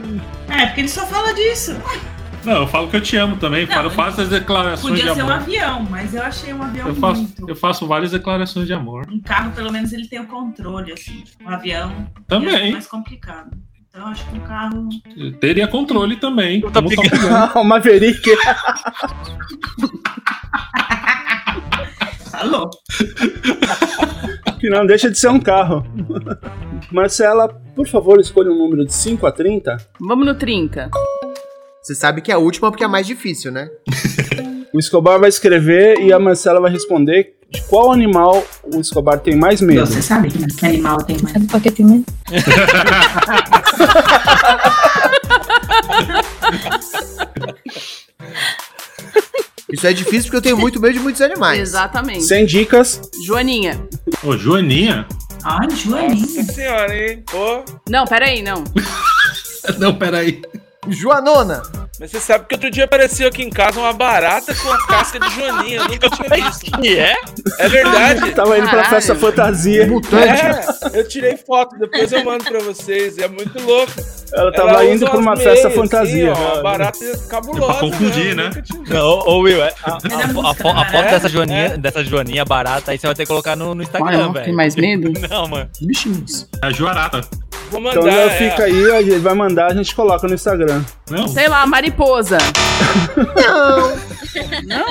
É, porque ele só fala disso. Não, eu falo que eu te amo também. falo, eu faço as declarações de Podia ser um amor. avião, mas eu achei um avião Eu faço, muito. eu faço várias declarações de amor. Um carro, pelo menos, ele tem o controle, assim. Um avião Também. ia ser mais complicado. Então, acho que um carro. Eu teria controle também. como Top Gun. Ah, o Maverick. Alô? que não deixa de ser um carro. Marcela, por favor, escolha um número de 5 a 30. Vamos no 30. Você sabe que é a última porque é a mais difícil, né? O Escobar vai escrever e a Marcela vai responder de qual animal o Escobar tem mais medo. Você sabe que esse animal tem mais. Sabe qual que eu tenho medo? Isso é difícil porque eu tenho muito medo de muitos animais. Exatamente. Sem dicas. Joaninha. Ô, Joaninha? Ai, Nossa Joaninha. senhora, hein? Pô. Não, peraí, não. Não, peraí. Joanona. Mas você sabe que outro dia apareceu aqui em casa uma barata com a casca de Joaninha. Eu nunca tinha visto. E é? É verdade? Tava indo pra Caralho. festa fantasia. Mutante. É, eu tirei foto, depois eu mando pra vocês. É muito louco. Ela tava indo usa pra uma umas festa meias, fantasia. Assim, ó, uma né? barata cabulosa. É pra confundir, né? Eu né? nunca tinha visto. Não, ô Will, é- a, a- Ela a- a fo- a foto dessa É. joaninha, dessa joaninha barata aí você vai ter que colocar no, no Olha, Instagram, tem velho. mais medo? Não, mano. É Bichinhos. A Joarata. vou mandar. Então o Léo é. fica aí, a gente vai mandar, a gente coloca no Instagram. Sei lá, mariposa. Não.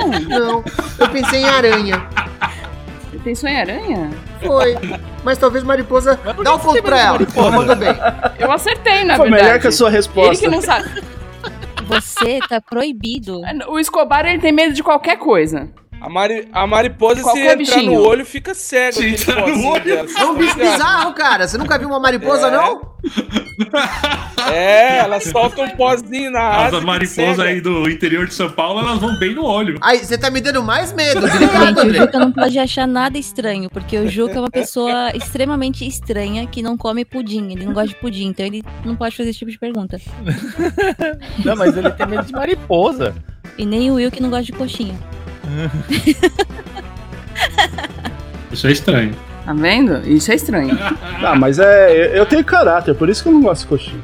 Não? Não. Eu pensei em aranha. Você pensou em aranha? Foi. Mas talvez mariposa. Dá o ponto pra ela. Mandou bem. Eu acertei, na Foi verdade. melhor que a sua Ele resposta. que não sabe. É, Você tá proibido. O Escobar, ele tem medo de qualquer coisa. A, mari- a mariposa, Qual se que é o entrar bichinho? no olho, fica cego. Se aquele entrar no pozinho olho, dela, É um bicho tá ligado? bizarro, cara. Você nunca viu uma mariposa, É. não? É, ela solta um pozinho na asa. As mariposas aí do interior de São Paulo, elas vão bem no olho. Aí, você tá me dando mais medo. Gente, o Obrigado, André. Juca não pode achar nada estranho, porque o Juca é uma pessoa extremamente estranha que não come pudim. Ele não gosta de pudim, então ele não pode fazer esse tipo de pergunta. Não, mas ele tem medo de mariposa. E nem o Will que não gosta de coxinha. Isso é estranho. Tá vendo? Isso é estranho. Ah, mas é. eu- Eu tenho caráter, por isso que eu não gosto de coxinha.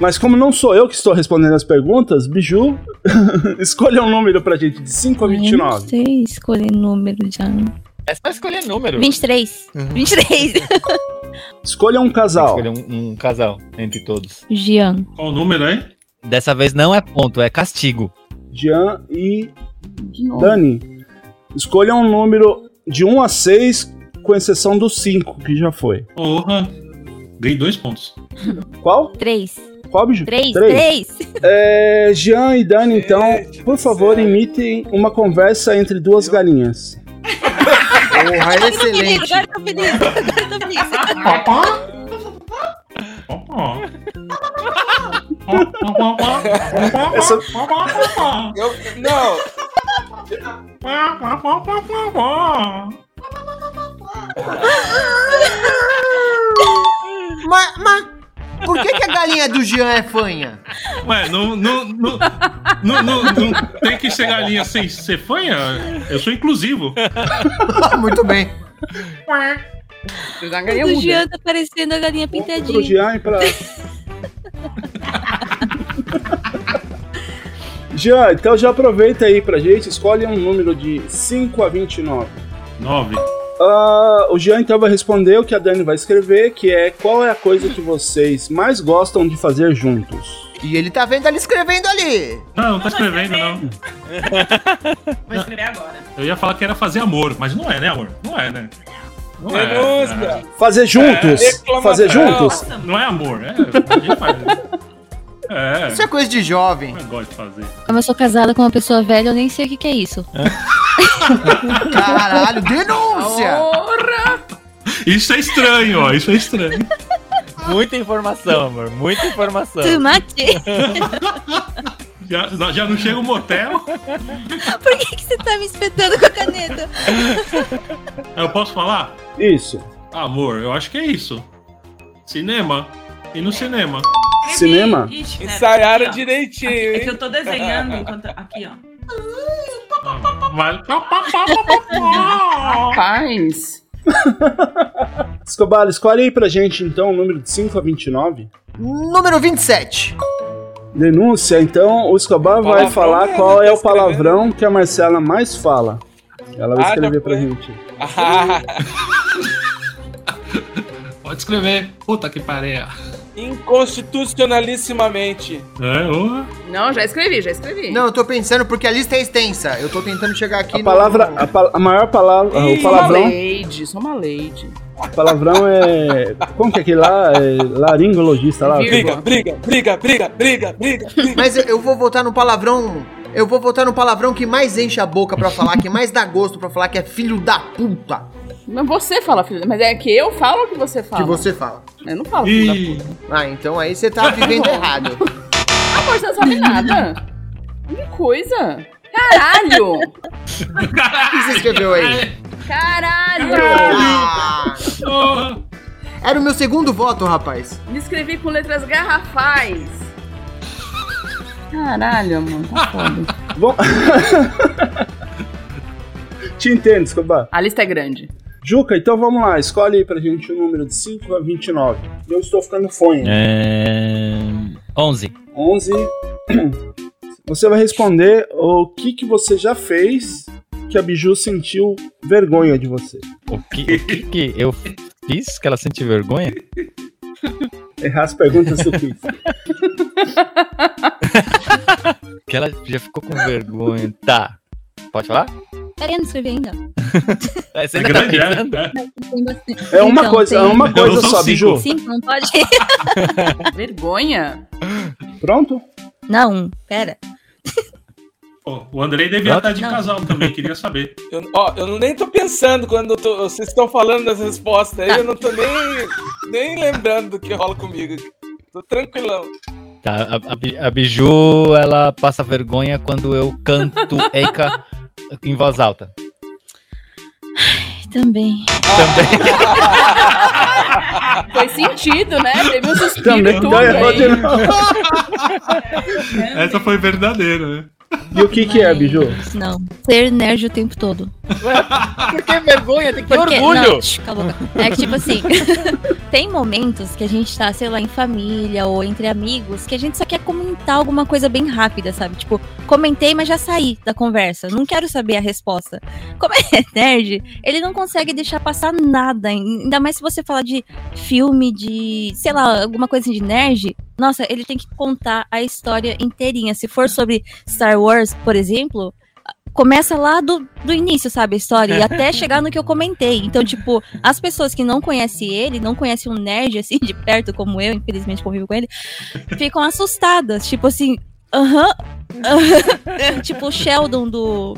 Mas como não sou eu que estou respondendo as perguntas, Biju, escolha um número pra gente de 5 a Eu não 29. sei escolher número já. É só escolher número. Uhum. 23. 23. Escolha um casal. Escolher um, um casal entre todos. Gian. Qual o número, hein? Dessa vez não é ponto, é castigo. Jean e Dani. Escolha um número de 1 a 6, com exceção do 5, que já foi. Porra. Ganhei dois pontos. Qual? 3. Qual, Biju? 3. Três. 3. É, Jean e Dani, então, por favor, imitem uma conversa entre duas galinhas. Porra, é excelente. Agora eu tô feliz. Agora eu tô feliz. Essa- Eu, não, Mas, mas por que, que a galinha do Jean é fanha? Ué, não, não, não, não, não, não tem que assim. ser galinha sem ser fanha? Ah, Eu sou inclusivo. Muito bem. Já ganhei O um. Gian tá parecendo a galinha Pro pintadinha. Jean então. e pra. Jean, então já aproveita aí pra gente, escolhe um número de 5 a 29. Nove. Tá Ah, o Jean então vai responder o que a Dani vai escrever, que é qual é a coisa que vocês mais gostam de fazer juntos. E ele tá vendo ela escrevendo ali. Não, não tá escrevendo, não. Vou escrever agora. Eu ia falar que era fazer amor, mas não é, né, amor? Não é, né? Não é. denúncia. Fazer juntos? É, reclamação. fazer juntos? Não é amor, é. ninguém faz isso. É. Isso é coisa de jovem. Eu gosto de fazer. Como eu sou casada com uma pessoa velha, eu nem sei o que, que é isso. Caralho, denúncia! Porra! Isso é estranho, ó. Isso é estranho. Muita informação, amor. Muita informação. Tomate. Já, já não chega o motel. Por que, que você tá me espetando com a caneta? Eu posso falar? Isso. Amor, eu acho que é isso. Cinema. E no cinema. Cinema? Ixi, pera, ensaiaram aqui, ó. direitinho, É que hein? eu tô desenhando enquanto. Aqui, ó. Mas... Rapaz. Escobar, escolhe aí pra gente então o número de 5 a 29. Número 27. Denúncia, então o Escobar vai Palavrão falar mesmo, qual é tá o escrevendo. palavrão que a Marcela mais fala. Ela vai Ah, já escrever pra foi. gente. Ah, Pode escrever. Puta que pareia. inconstitucionalissimamente. É, ô. Não, já escrevi, já escrevi. Não, eu tô pensando porque a lista é extensa. Eu tô tentando chegar aqui. A no- palavra, a, pa- a maior palavra, Ih, o sou uma palavrão, lady, sou uma lady. palavrão é, como que é aquele lá, é laringologista lá? Vírgula. Briga, briga, briga, briga, briga, briga. briga. Mas eu, eu vou voltar no palavrão. Eu vou voltar no palavrão que mais enche a boca pra falar, que mais dá gosto pra falar, que é filho da puta. Mas você fala, filho. Mas é que eu falo ou que você fala? Que você fala. Eu não falo. filho da Ih, Ah, então aí você tá vivendo errado. puta. Amor, você não sabe nada. Que coisa. Caralho! O que você escreveu aí? Caralho! Ah, ô. era o meu segundo voto, rapaz. Me escrevi com letras garrafais. Caralho, amor. Tá foda. Bom- Te entendo, Escobar. A lista é grande. Juca, então vamos lá, escolhe aí pra gente o número de 5 a 29. Eu estou ficando fone. É... 11. 11. Você vai responder o que que você já fez que a Biju sentiu vergonha de você. O que, o que que eu fiz que ela sente vergonha? Errar as perguntas do quiz. Que ela já ficou com vergonha. Tá. Pode falar? Peraí, eu não escrevi ainda. É, você É ainda tá grande, é? pensando? Tem bastante. É uma coisa- é uma coisa Então, são só, cinco. Biju. Cinco, não pode. Vergonha. Pronto? Não, pera. Pô, o Andrei devia Não. estar de Não. casal também, queria saber. Eu, ó, eu nem tô pensando quando eu tô- vocês estão falando das respostas aí, eu não tô nem, nem lembrando do que rola comigo. Tô tranquilão. Tá, a, a Bi- a Biju, ela passa vergonha quando eu canto Eika em voz alta. Também. Foi sentido, né? Teve um suspiro Também e tudo. dá errado aí. de novo. Essa foi verdadeira, né? E o que que é, Biju? Não. Ser nerd o tempo todo. Por que vergonha? Tem que ter Porque- orgulho. não, tch, cala a boca. É que, tipo assim, tem momentos que a gente tá, sei lá, em família ou entre amigos que a gente só quer comentar alguma coisa bem rápida, sabe? Tipo, comentei, mas já saí da conversa. Não quero saber a resposta. Como é nerd, ele não consegue deixar passar nada. Ainda mais se você falar de filme, de, sei lá, alguma coisa assim de nerd. Nossa, ele tem que contar a história inteirinha. Se for sobre Star Wars, por exemplo, começa lá do, do início, sabe, a história, e até chegar no que eu comentei. Então, tipo, as pessoas que não conhecem ele, não conhecem um nerd assim de perto, como eu, infelizmente convivo com ele, ficam assustadas. Tipo assim, aham. aham. tipo o Sheldon do.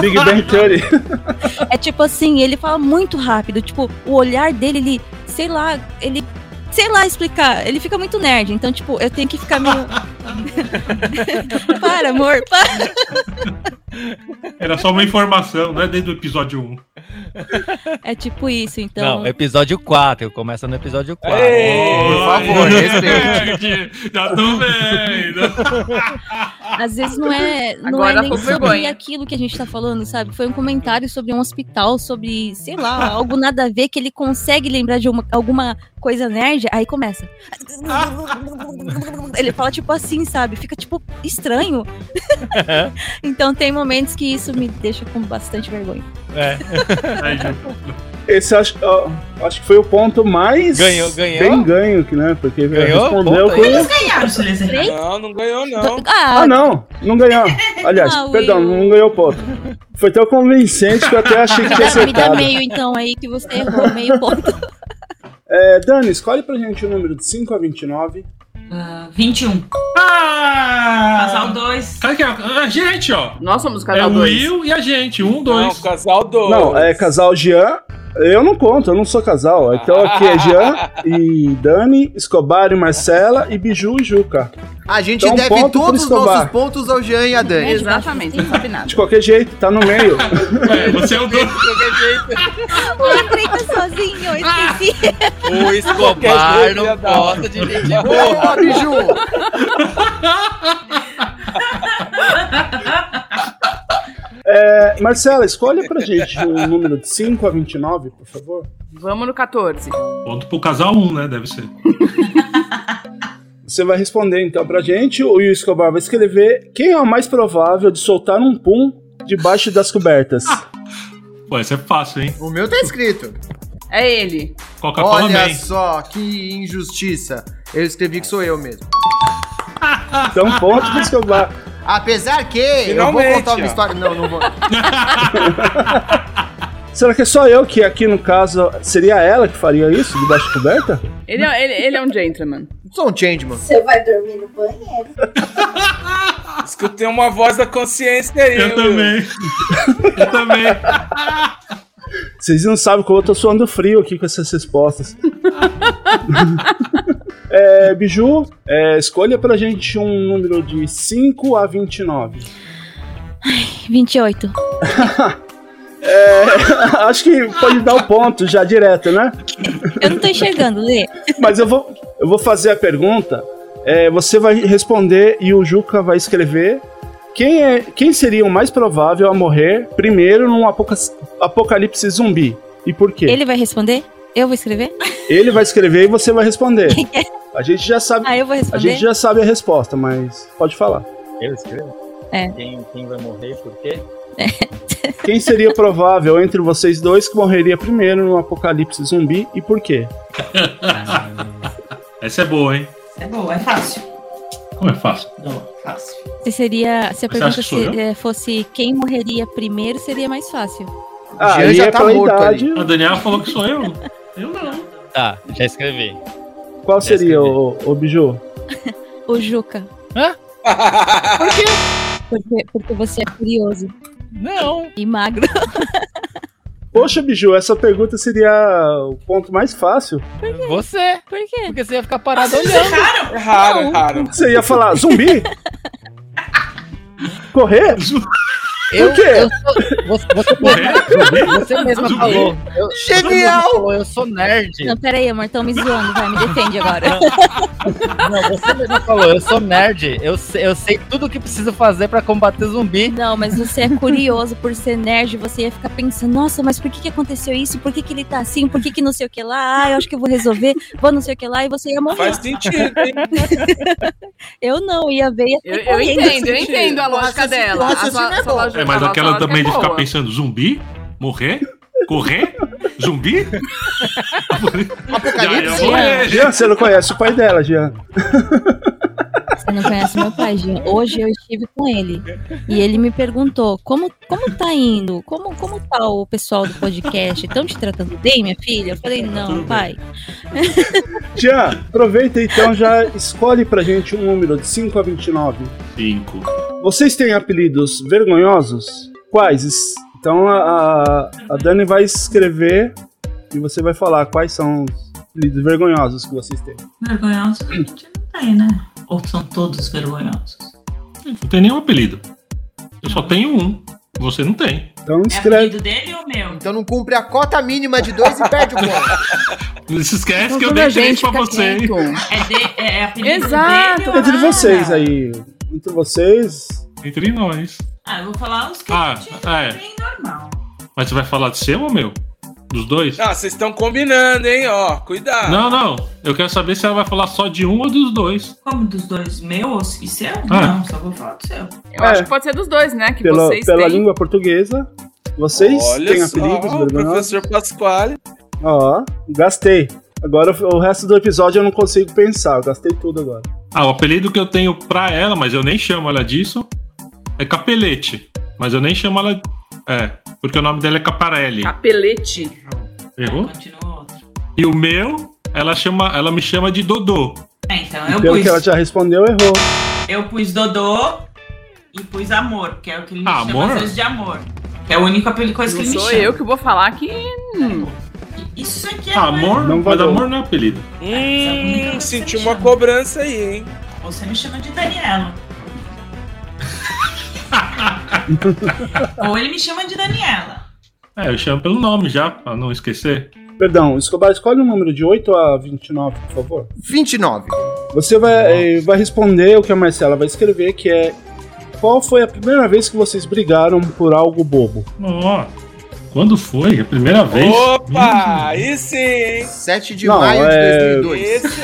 Big Bang Theory. É tipo assim, ele fala muito rápido. Tipo, o olhar dele, ele, sei lá, ele. Sei lá explicar, ele fica muito nerd, então, tipo, eu tenho que ficar meio. para, amor, para. Era só uma informação, não é desde o episódio 1. É tipo isso, então. Não, é episódio 4. Começa no episódio 4. por favor, respeite. Já tô vendo. Às vezes não é, não Agora é nem com sobre vergonha. aquilo que a gente tá falando, sabe? Foi um comentário sobre um hospital, sobre, sei lá, algo nada a ver que ele consegue lembrar de uma- alguma coisa nerd, aí começa. Ele fala tipo assim, sabe? Fica tipo estranho. É. Então tem momentos que isso me deixa com bastante vergonha. Esse acho, ó, acho que foi o ponto mais Ganhou, ganhou? bem ganho, que, né? Porque Ganhou? respondeu Ponto com. um- aí. Eles ganharam, se eles erraram. Não, não ganhou, não. Ah, Ah, não, não ganhou. Aliás, Ah, perdão, Will. não ganhou ponto. Foi tão convincente que eu até achei Me que tinha dá, Ah, me dá acertado. meio então aí que você errou, meio ponto. É, Dani, escolhe pra gente o número de 5 a 29. 21. Ah! Casal 2. Sabe que é a a gente, ó. Nós somos É o casal o 2. Will e a gente, um, Não, dois. casal dois. Não, é casal Jean. Eu não conto, eu não sou casal. Então aqui é Jean e Dani, Escobar e Marcela e Biju e Juca. A gente Então, deve ponto pro todos os Escobar. nossos pontos ao Jean e à Dani. Exatamente, não sabe nada. De qualquer jeito, tá no meio. É, você é o dois. O Andrei tá sozinho, eu esqueci. Ah! O Escobar não gosta de dividir porra. Boa, Biju! É, Marcela, escolha pra gente o número de 5 a 29, por favor. Vamos no 14. Ponto pro casal 1, um, né? Deve ser. Você vai responder então pra gente, o Will Escobar vai escrever quem é o mais provável de soltar um pum debaixo das cobertas. Ah! Pô, isso é fácil, hein? O meu tá escrito. É ele. Coca-Cola Olha Man. só, que injustiça. Eu escrevi que sou eu mesmo. Então, ponto pro Escobar. Apesar que eu Finalmente, vou contar uma ó. história. Não, não vou. Será que é só eu que aqui no caso seria ela que faria isso debaixo da coberta? Ele é, ele, ele é um gentleman. Sou um changeman. Você vai dormir no banheiro? Escutei uma voz da consciência aí. Eu viu? também. Eu também. Vocês não sabem como eu tô suando frio aqui com essas respostas. é, Biju, é, escolha pra gente um número de 5 a 29. 28. Acho que pode dar o ponto já direto, né? Eu não tô enxergando, Lê. Mas eu vou, eu vou fazer a pergunta. é, você vai responder e o Juca vai escrever. Quem, é, quem seria o mais provável a morrer primeiro num apoca- apocalipse zumbi? E por quê? Ele vai responder? Eu vou escrever? Ele vai escrever e você vai responder. A gente já sabe, é? Ah, eu vou a responder? gente já sabe a resposta, mas pode falar. Eu escrevo? É. Quem, quem vai morrer por quê? Quem seria provável entre vocês dois que morreria primeiro no apocalipse zumbi e por quê? É Essa é boa, hein? É boa, é fácil. Como é fácil? Fácil. Se seria. Se Você a pergunta acha que sou se- eu? eh, fosse quem morreria primeiro, seria mais fácil. Ah, Jean aí já é tá pela morto idade. A Daniela falou que sou eu. Tá, já escrevi. Qual seria o, o Biju? O Juca. Hã? Por quê? Porque, porque você é curioso. Não. E magro. Poxa, Biju, essa pergunta seria o ponto mais fácil. Você. Por quê? Porque você ia ficar parado Nossa, isso é olhando. raro. É raro, é raro. Você ia falar zumbi? Correr? Eu, Por quê? eu sou, você, você, mesma, você mesma Zumbi? falou. Eu, Genial! você mesma falou, eu sou nerd. Não, peraí, amor, estão me zoando, vai, me defende agora. Não, você mesma falou, eu sou nerd. Eu, sei- eu sei tudo o que preciso fazer pra combater zumbi. Não, mas você é curioso por ser nerd, você ia ficar pensando, nossa, mas por que, que aconteceu isso? Por que, que ele tá assim? Por que, que não sei o que lá? Ah, eu acho que eu vou resolver, vou não sei o que lá, e você ia morrer. Faz sentido, hein? eu não, ia ver. Ia Eu, eu entendo, eu entendo a lógica dela. A sua, sua lógica- É, mas a aquela lógica também é de ficar boa. pensando zumbi, morrer, correr, zumbi. Já, já morrer. Jean, você não conhece o pai dela, Jean. Você não conhece meu pai, Jean. Hoje eu estive com ele. E ele me perguntou: como, como tá indo? Como, como tá o pessoal do podcast? Estão te tratando bem, minha filha? Eu falei, não, pai. Jean, aproveita então já escolhe pra gente um número de 5 a 29. 5. Vocês têm apelidos vergonhosos? Quais? Es- Então a, a- a Dani vai escrever e você vai falar quais são os apelidos vergonhosos que vocês têm. Vergonhoso a gente não tem, né? Ou são todos vergonhosos? Não tem nenhum apelido. Eu só tenho um. Você não tem. Então apelido dele ou meu? Então não cumpre a cota mínima de dois e perde o ponto. Não se esquece Então que eu toda dei a três gente pra fica você. hein? É, de, é, é apelido Exato. dele? ou- Entre É vocês aí. Entre vocês. Entre nós. Ah, eu vou falar os que Ah, a gente é. tem normal. Mas você vai falar de seu ou meu? Dos dois? Ah, vocês estão combinando, hein? Ó, cuidado. Não, não. Eu quero saber se ela vai falar só de um ou dos dois. Como dos dois, meu e seu? Ah. Não, um só vou falar do seu. Eu acho que pode ser dos dois, né? Que É. pela vocês pela têm. língua portuguesa. Vocês Olha têm só, apelidos o vergonhosos? professor Pasquale. Ó, gastei. Agora o o resto do episódio eu não consigo pensar. Eu gastei tudo agora. Ah, o apelido que eu tenho pra ela, mas eu nem chamo ela disso, é Capelete. Mas eu nem chamo ela. É, porque o nome dela é Caparelli. Capelete. Errou? E o meu, ela, chama, ela me chama de Dodô. É, então eu Pelo pus. que ela já respondeu, errou. Eu pus Dodô e pus amor, que é o que ele me chama amor? às vezes de amor. Que é a única apeli- coisa Não que ele me sou chama. eu que vou falar que. hum, Isso aqui é Amor? Não mas valeu. amor não é apelido. Hum, senti uma cobrança aí, hein? Você me chama de Daniela. Ou ele me chama de Daniela. É, eu chamo pelo nome já, pra não esquecer. Perdão, Escobar, escolhe um número de 8 a 29, por favor. 29. Você vai, eh, vai responder o que a Marcela vai escrever, que é qual foi a primeira vez que vocês brigaram por algo bobo? Ó, quando foi? A primeira vez? Opa, aí sim, hein? 7 de maio de é 2002. Esse...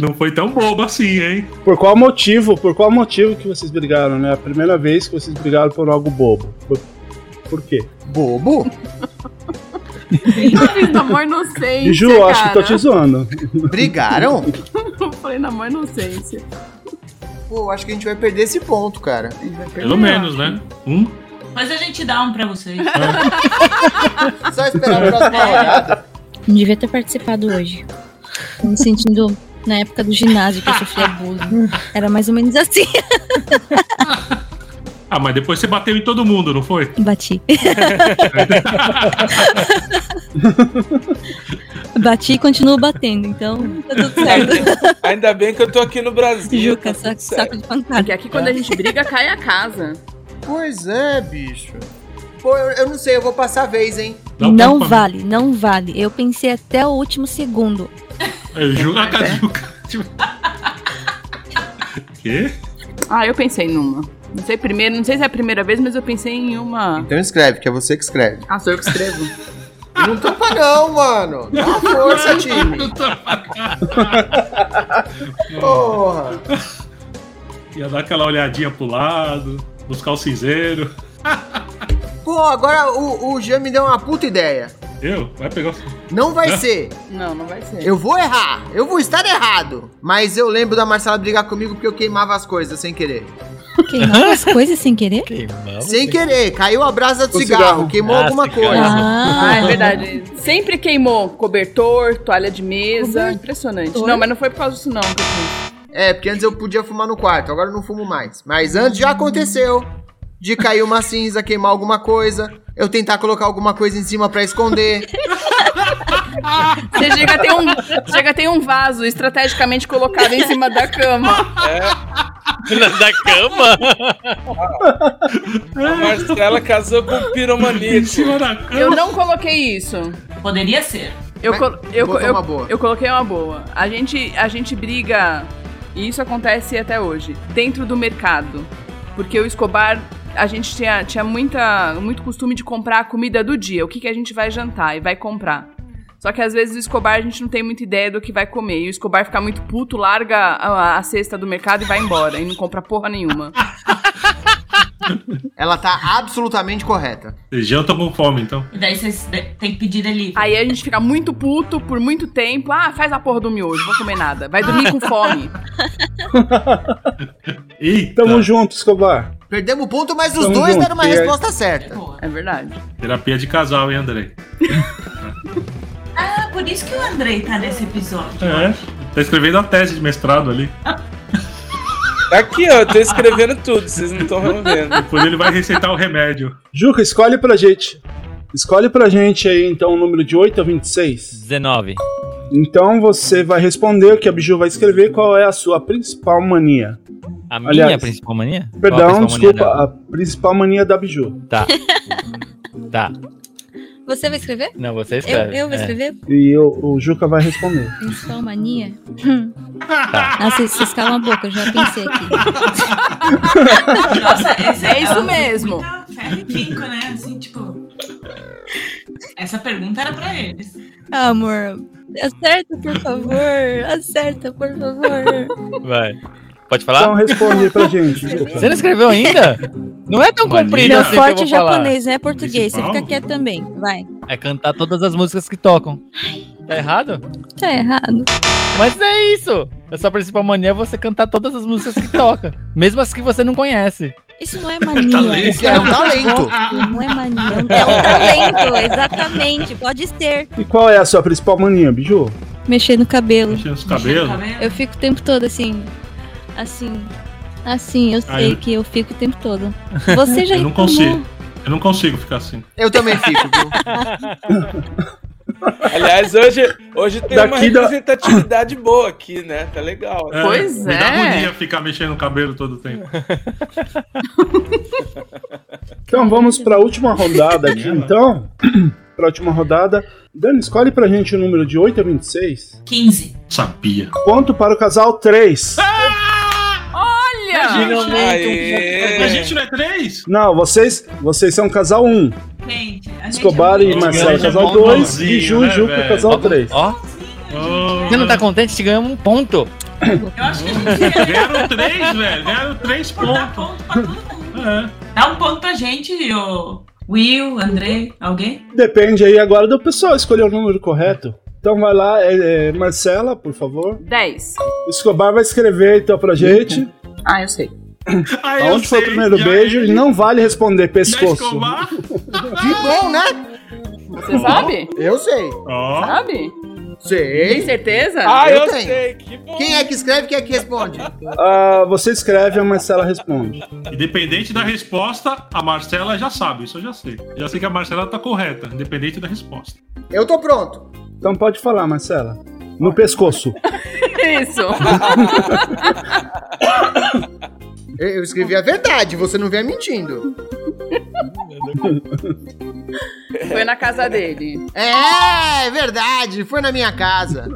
Não foi tão bobo assim, hein? Por qual motivo? Por qual motivo que vocês brigaram, né? A primeira vez que vocês brigaram por algo bobo. Por, por quê? Bobo? Eu fiz na maior inocência. Biju, eu acho que tô te né, cara. zoando. Brigaram? Eu falei na maior inocência. Pô, acho que a gente vai perder esse ponto, cara. Pelo menos, né? Um. Mas a gente dá um pra vocês. Só esperar a próxima É. rodada. Não devia ter participado hoje. Tô me sentindo na época do ginásio que eu sofria bullying. Era mais ou menos assim. Ah, mas depois você bateu em todo mundo, não foi? Bati. Bati e continuo batendo, então tá tudo certo. Ainda bem que eu tô aqui no Brasil. tá Juca, saco, saco de pancada. Porque aqui quando a gente briga, cai a casa. Pois é, bicho. Pô, eu, eu não sei, eu vou passar a vez, hein? Não, vale, não vale. Eu pensei até o último segundo. Eu juro a Kazuka. Quê? Ah, eu pensei numa. Não sei primeiro, não sei se é a primeira vez, mas eu pensei em uma. Então escreve, que é você que escreve. Ah, sou eu que escrevo. Ah, Não tampa não, mano. Dá uma força, time. Porra. Ia dar aquela olhadinha pro lado, buscar o cinzeiro. Pô, agora o, o Jean me deu uma puta ideia. Eu? Vai pegar o. Não vai ser. Não, não vai ser. Eu vou errar. Eu vou estar errado. Mas eu lembro da Marcela brigar comigo porque eu queimava as coisas sem querer. Queimava as coisas sem querer? sem querer. Caiu a brasa do cigarro. Queimou Ah, alguma cigarro. coisa. Ah, é verdade. Sempre queimou cobertor, toalha de mesa. Impressionante. Não, mas não foi por causa disso, não. que eu fiz. É, porque antes eu podia fumar no quarto, agora eu não fumo mais. Mas antes já aconteceu de cair uma cinza, queimar alguma coisa, eu tentar colocar alguma coisa em cima pra esconder. Você chega a, ter um, chega a ter um vaso estrategicamente colocado em cima da cama. Na, da cama? A Marcela casou com um piromaníaco. Eu não coloquei isso. Poderia ser. Eu, é Mas col- eu, botou eu, uma boa. eu coloquei uma boa. A gente, a gente briga, e isso acontece até hoje, dentro do mercado. Porque o Escobar, a gente tinha, tinha muita, muito costume de comprar a comida do dia. O que, que a gente vai jantar e vai comprar. Só que às vezes o Escobar a gente não tem muita ideia do que vai comer. E o Escobar fica muito puto, larga a, a cesta do mercado e vai embora. e não compra porra nenhuma. Ela tá absolutamente correta. Vocês Jantam com fome, então. E daí vocês tem que pedir delivery. Aí a gente fica muito puto por muito tempo. Ah, faz a porra do miojo, vou comer nada. Vai dormir com fome. Tamo junto, Escobar. Perdemos o ponto, mas os Tamo dois junto, deram uma e aí? resposta certa. É verdade. Terapia de casal, hein, Andrei? Ah, por isso que o Andrei tá nesse episódio. É. Tá escrevendo a tese de mestrado ali. Tá aqui, ó, eu tô escrevendo tudo, vocês não estão vendo. Depois ele vai receitar o remédio. Juca, escolhe pra gente. Escolhe pra gente aí, então, o número de 8 a 26. 19. Então você vai responder, que a Biju vai escrever, qual é a sua principal mania. A minha Aliás, principal mania? Qual a Perdão, principal mania desculpa, a principal mania da Biju. Tá. Tá. Você vai escrever? Não, você Eu, escreve. eu vou é. escrever? E eu- o Juca vai responder. Principal mania? Hum. Ah, vocês vocês calam a boca, eu já pensei aqui. Nossa, esse É isso mesmo. Muita ferro e Pinco, né? Assim, tipo. Essa pergunta era pra eles. Ah, amor, acerta, por favor. Acerta, por favor. Vai. Pode falar? Então responde pra gente. Você não escreveu ainda? Não é tão comprido Não, assim que eu forte vou falar. japonês, não é português. Você Principal? fica quieto também. Vai. É cantar todas as músicas que tocam. Tá errado? Tá errado. Mas é isso. A sua principal mania é você cantar todas as músicas que toca. Mesmo as que você não conhece. Isso não é mania. Talento. isso É um talento. Não é mania. É um talento, exatamente. Pode ser. E qual é a sua principal mania, Biju? Mexer no cabelo. Mexer nos cabelos. Tá Eu fico o tempo todo assim. Assim. Assim, eu Ah, sei eu- que eu fico o tempo todo. Você já Eu não reclamou. consigo. Eu não consigo ficar assim. Eu também fico, viu? Aliás, hoje, hoje tem uma Daqui da- representatividade boa aqui, né? Tá legal. É, Me é. dá é. agonia ficar mexendo o cabelo todo o tempo. Então vamos pra última rodada aqui, então. pra última rodada. Dani, escolhe pra gente o número de 8 a 26. 15. Sabia. Ponto para o casal 3. Ah! Olha! A gente não é três? Não, vocês, vocês são casal 1. Gente, a gente Escobar é e muito Marcelo, grande, é casal bom 2. bonzinho, E Ju e né, Juca, velho? casal 3. Ó. Você não tá contente? Te ganhamos um ponto. Eu acho que a gente É, Ganharam três, velho. Ganharam três pontos. É. Dá um ponto pra gente, ô. Will, Andrei, alguém? Depende aí agora do pessoal escolher o número correto. Então vai lá, é, é, Marcela, por favor. 10. Escobar vai escrever então pra gente. Ah, eu sei. Aonde foi o primeiro beijo? E não vale responder pescoço. Que bom, né? Você sabe? Eu sei. Sabe? Sei. Tem certeza? tenho. Quem é que escreve, quem é que responde? Ah, você escreve, a Marcela responde. Independente da resposta, a Marcela já sabe. Isso eu já sei. Já sei que a Marcela tá correta, independente da resposta. Eu tô pronto. Então pode falar, Marcela. No pescoço. Isso. Eu, eu escrevi a verdade, você não vem mentindo. Foi na casa dele. É, é verdade, foi na minha casa.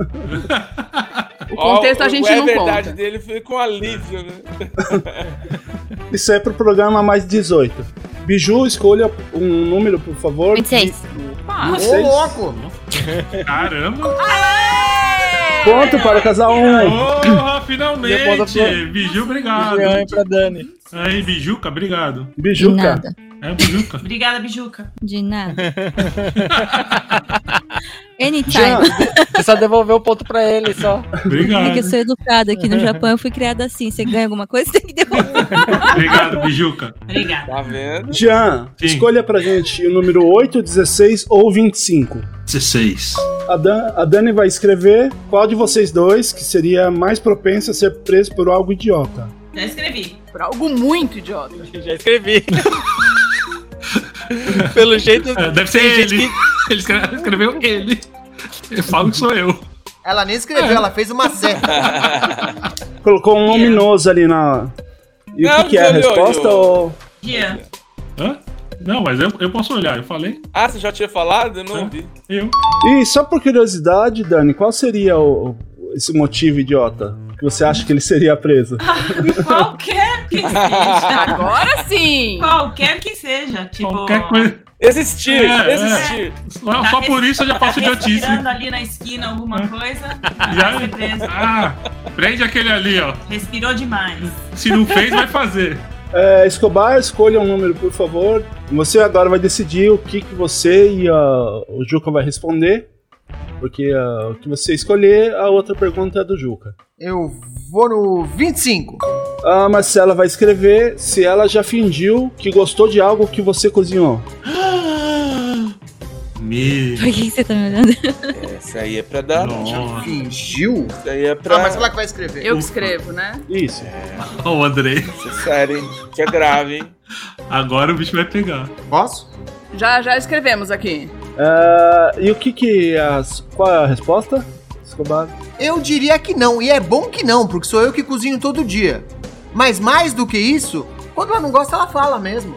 O contexto a gente é não A verdade conta. dele foi com alívio, né? Isso é pro programa mais 18. Biju, escolha um número, por favor. 26. Ah, Ô, louco! Caramba! Ponto para o casal 1. Ô, finalmente! Biju, obrigado. Biju é pra Dani. Aí, Bijuca, obrigado. Bijuca. De nada. É, Bijuca. Obrigada, Bijuca. De nada. Anytime. Já, você só devolveu o ponto pra ele só. Obrigado. É. É que eu sou educada aqui no Japão, eu fui criada assim. Você ganha alguma coisa, tem que devolver. Obrigado, Bijuca. Obrigada. Tá vendo? Jean, Sim. escolha pra gente o número 8, 16 ou 25. 16. A, Dan- a Dani vai escrever qual de vocês dois que seria mais propensa a ser preso por algo idiota. Já escrevi. Por algo muito idiota. Já escrevi. Pelo jeito. É, deve ser ele. Ele escre- escreveu ele. Eu falo que sou eu. Ela nem É. escreveu, ela fez uma seta. Colocou um luminoso ali na. E o Não, que, que é a olhou, resposta? olhou. Ou... Dia. Hã? Não, mas eu, eu posso olhar, eu falei. Ah, você já tinha falado? Eu não ouvi. Eu. E só por curiosidade, Dani, qual seria o- o- esse motivo idiota que você acha que ele seria preso? Qualquer que seja. Agora sim! Qualquer que seja. Tipo, Qualquer coisa. Existir, É, é. existir. Só, só por isso eu já tá faço idiotice. É. respirando ali na esquina alguma coisa, vai ser preso. Já. Ah, prende aquele ali, ó. Respirou demais. Se não fez, vai fazer. É, Escobar, escolha um número, por favor. Você agora vai decidir o que, que você e ah, o Juca vai responder. Porque ah, o que você escolher, a outra pergunta é do Juca. Eu vou no 25. A Marcela vai escrever se ela já fingiu que gostou de algo que você cozinhou. Ah! Me. Por que que você tá me olhando? Essa aí é pra dar. Nossa. Fingiu? Essa aí é pra. Ah, mas ela que vai escrever. Eu que escrevo, né? Isso. Ó, o É. Andrei. Essa série, hein? que é grave, hein? Agora o bicho vai pegar. Posso? Já, já escrevemos aqui. Ah, e o que que. As, qual é a resposta? Escobar. Eu diria que não, e é bom que não, porque sou eu que cozinho todo dia. Mas mais do que isso, quando ela não gosta, ela fala mesmo.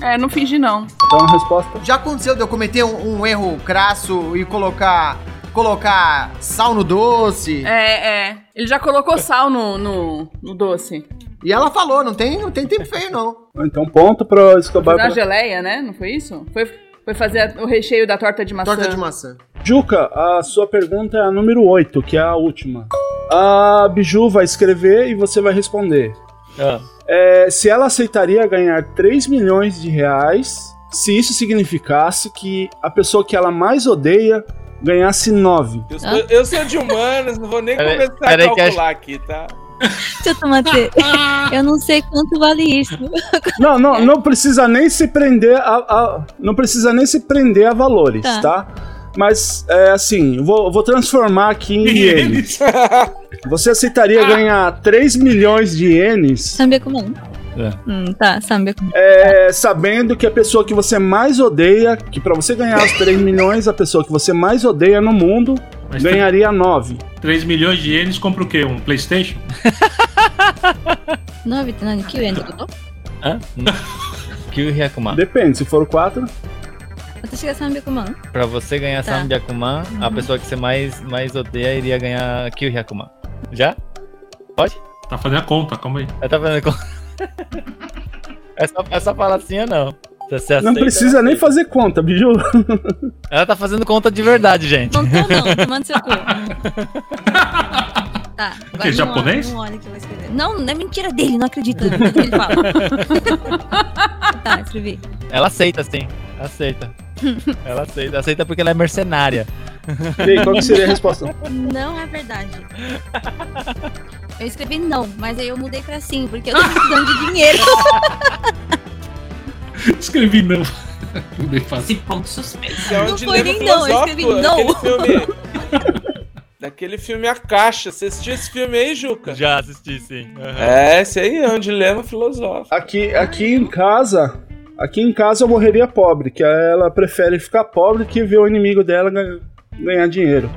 É, não fingi não. Então a resposta. Já aconteceu de eu cometer um, um erro crasso e colocar colocar sal no doce. É, é. Ele já colocou sal no, no, no doce. E ela falou, não tem, não tem tempo feio não. Então, ponto pro Escobar. Na geleia, né? Não foi isso? Foi, foi fazer o recheio da torta de maçã. Torta de maçã. Juca, a sua pergunta é a número 8, que é a última. A Biju vai escrever e você vai responder. Ah. É, se ela aceitaria ganhar 3 milhões de reais se isso significasse que a pessoa que ela mais odeia ganhasse 9. Eu sou, eu sou de humanas, não vou nem Peraí, começar peraí a que calcular aqui, tá? Deixa eu tomar te- Eu não sei quanto vale isso. Não, não, não precisa nem se prender a, a- não precisa nem se prender a valores, tá? Tá. Mas é assim, eu vou, eu vou transformar aqui em ienes. Eles. Você aceitaria ganhar 3 milhões de ienes Sambia comum. É. Hum, tá, sambia comum. É, sabendo que a pessoa que você mais odeia, que pra você ganhar os 3 milhões, a pessoa que você mais odeia no mundo Mas ganharia 9. 3 milhões de ienes compra o quê? Um Playstation? 9って何 ?9 円ってことあ900万。 Depende, se for o 4. 私が300万 Pra você ganhar Tá. 300 man, a pessoa que você mais, mais odeia iria ganhar 900 man. Já? Tá fazendo a conta, calma aí. Eu tá fazendo É conta. essa, essa falacinha não. Se você Não aceita, precisa nem aceita. fazer conta, biju. Ela tá fazendo conta de verdade, gente. Não tô, não. Tomando seu cu. Tá. O quê, não japonês? olha- Não olha que eu vou escrever. Não, não é mentira dele. Não acredito em tudo que ele fala. tá, escrevi. Ela aceita, sim. Aceita. Ela aceita. Aceita porque ela é mercenária. E aí, qual que seria a resposta? Não é verdade. Eu escrevi não, mas aí eu mudei pra sim, porque eu tô precisando de dinheiro. Escrevi não. Mudei fácil. Esse ponto suspeito. Isso é um Não dilema foi nem não, eu escrevi filosófico, Daquele filme, daquele filme A Caixa. Você assistiu esse filme aí, Juca? Já assisti, sim. É, esse aí é um dilema filosófico. Aqui, aqui em casa, aqui em casa eu morreria pobre, que ela prefere ficar pobre que ver o inimigo dela gan- ganhar dinheiro.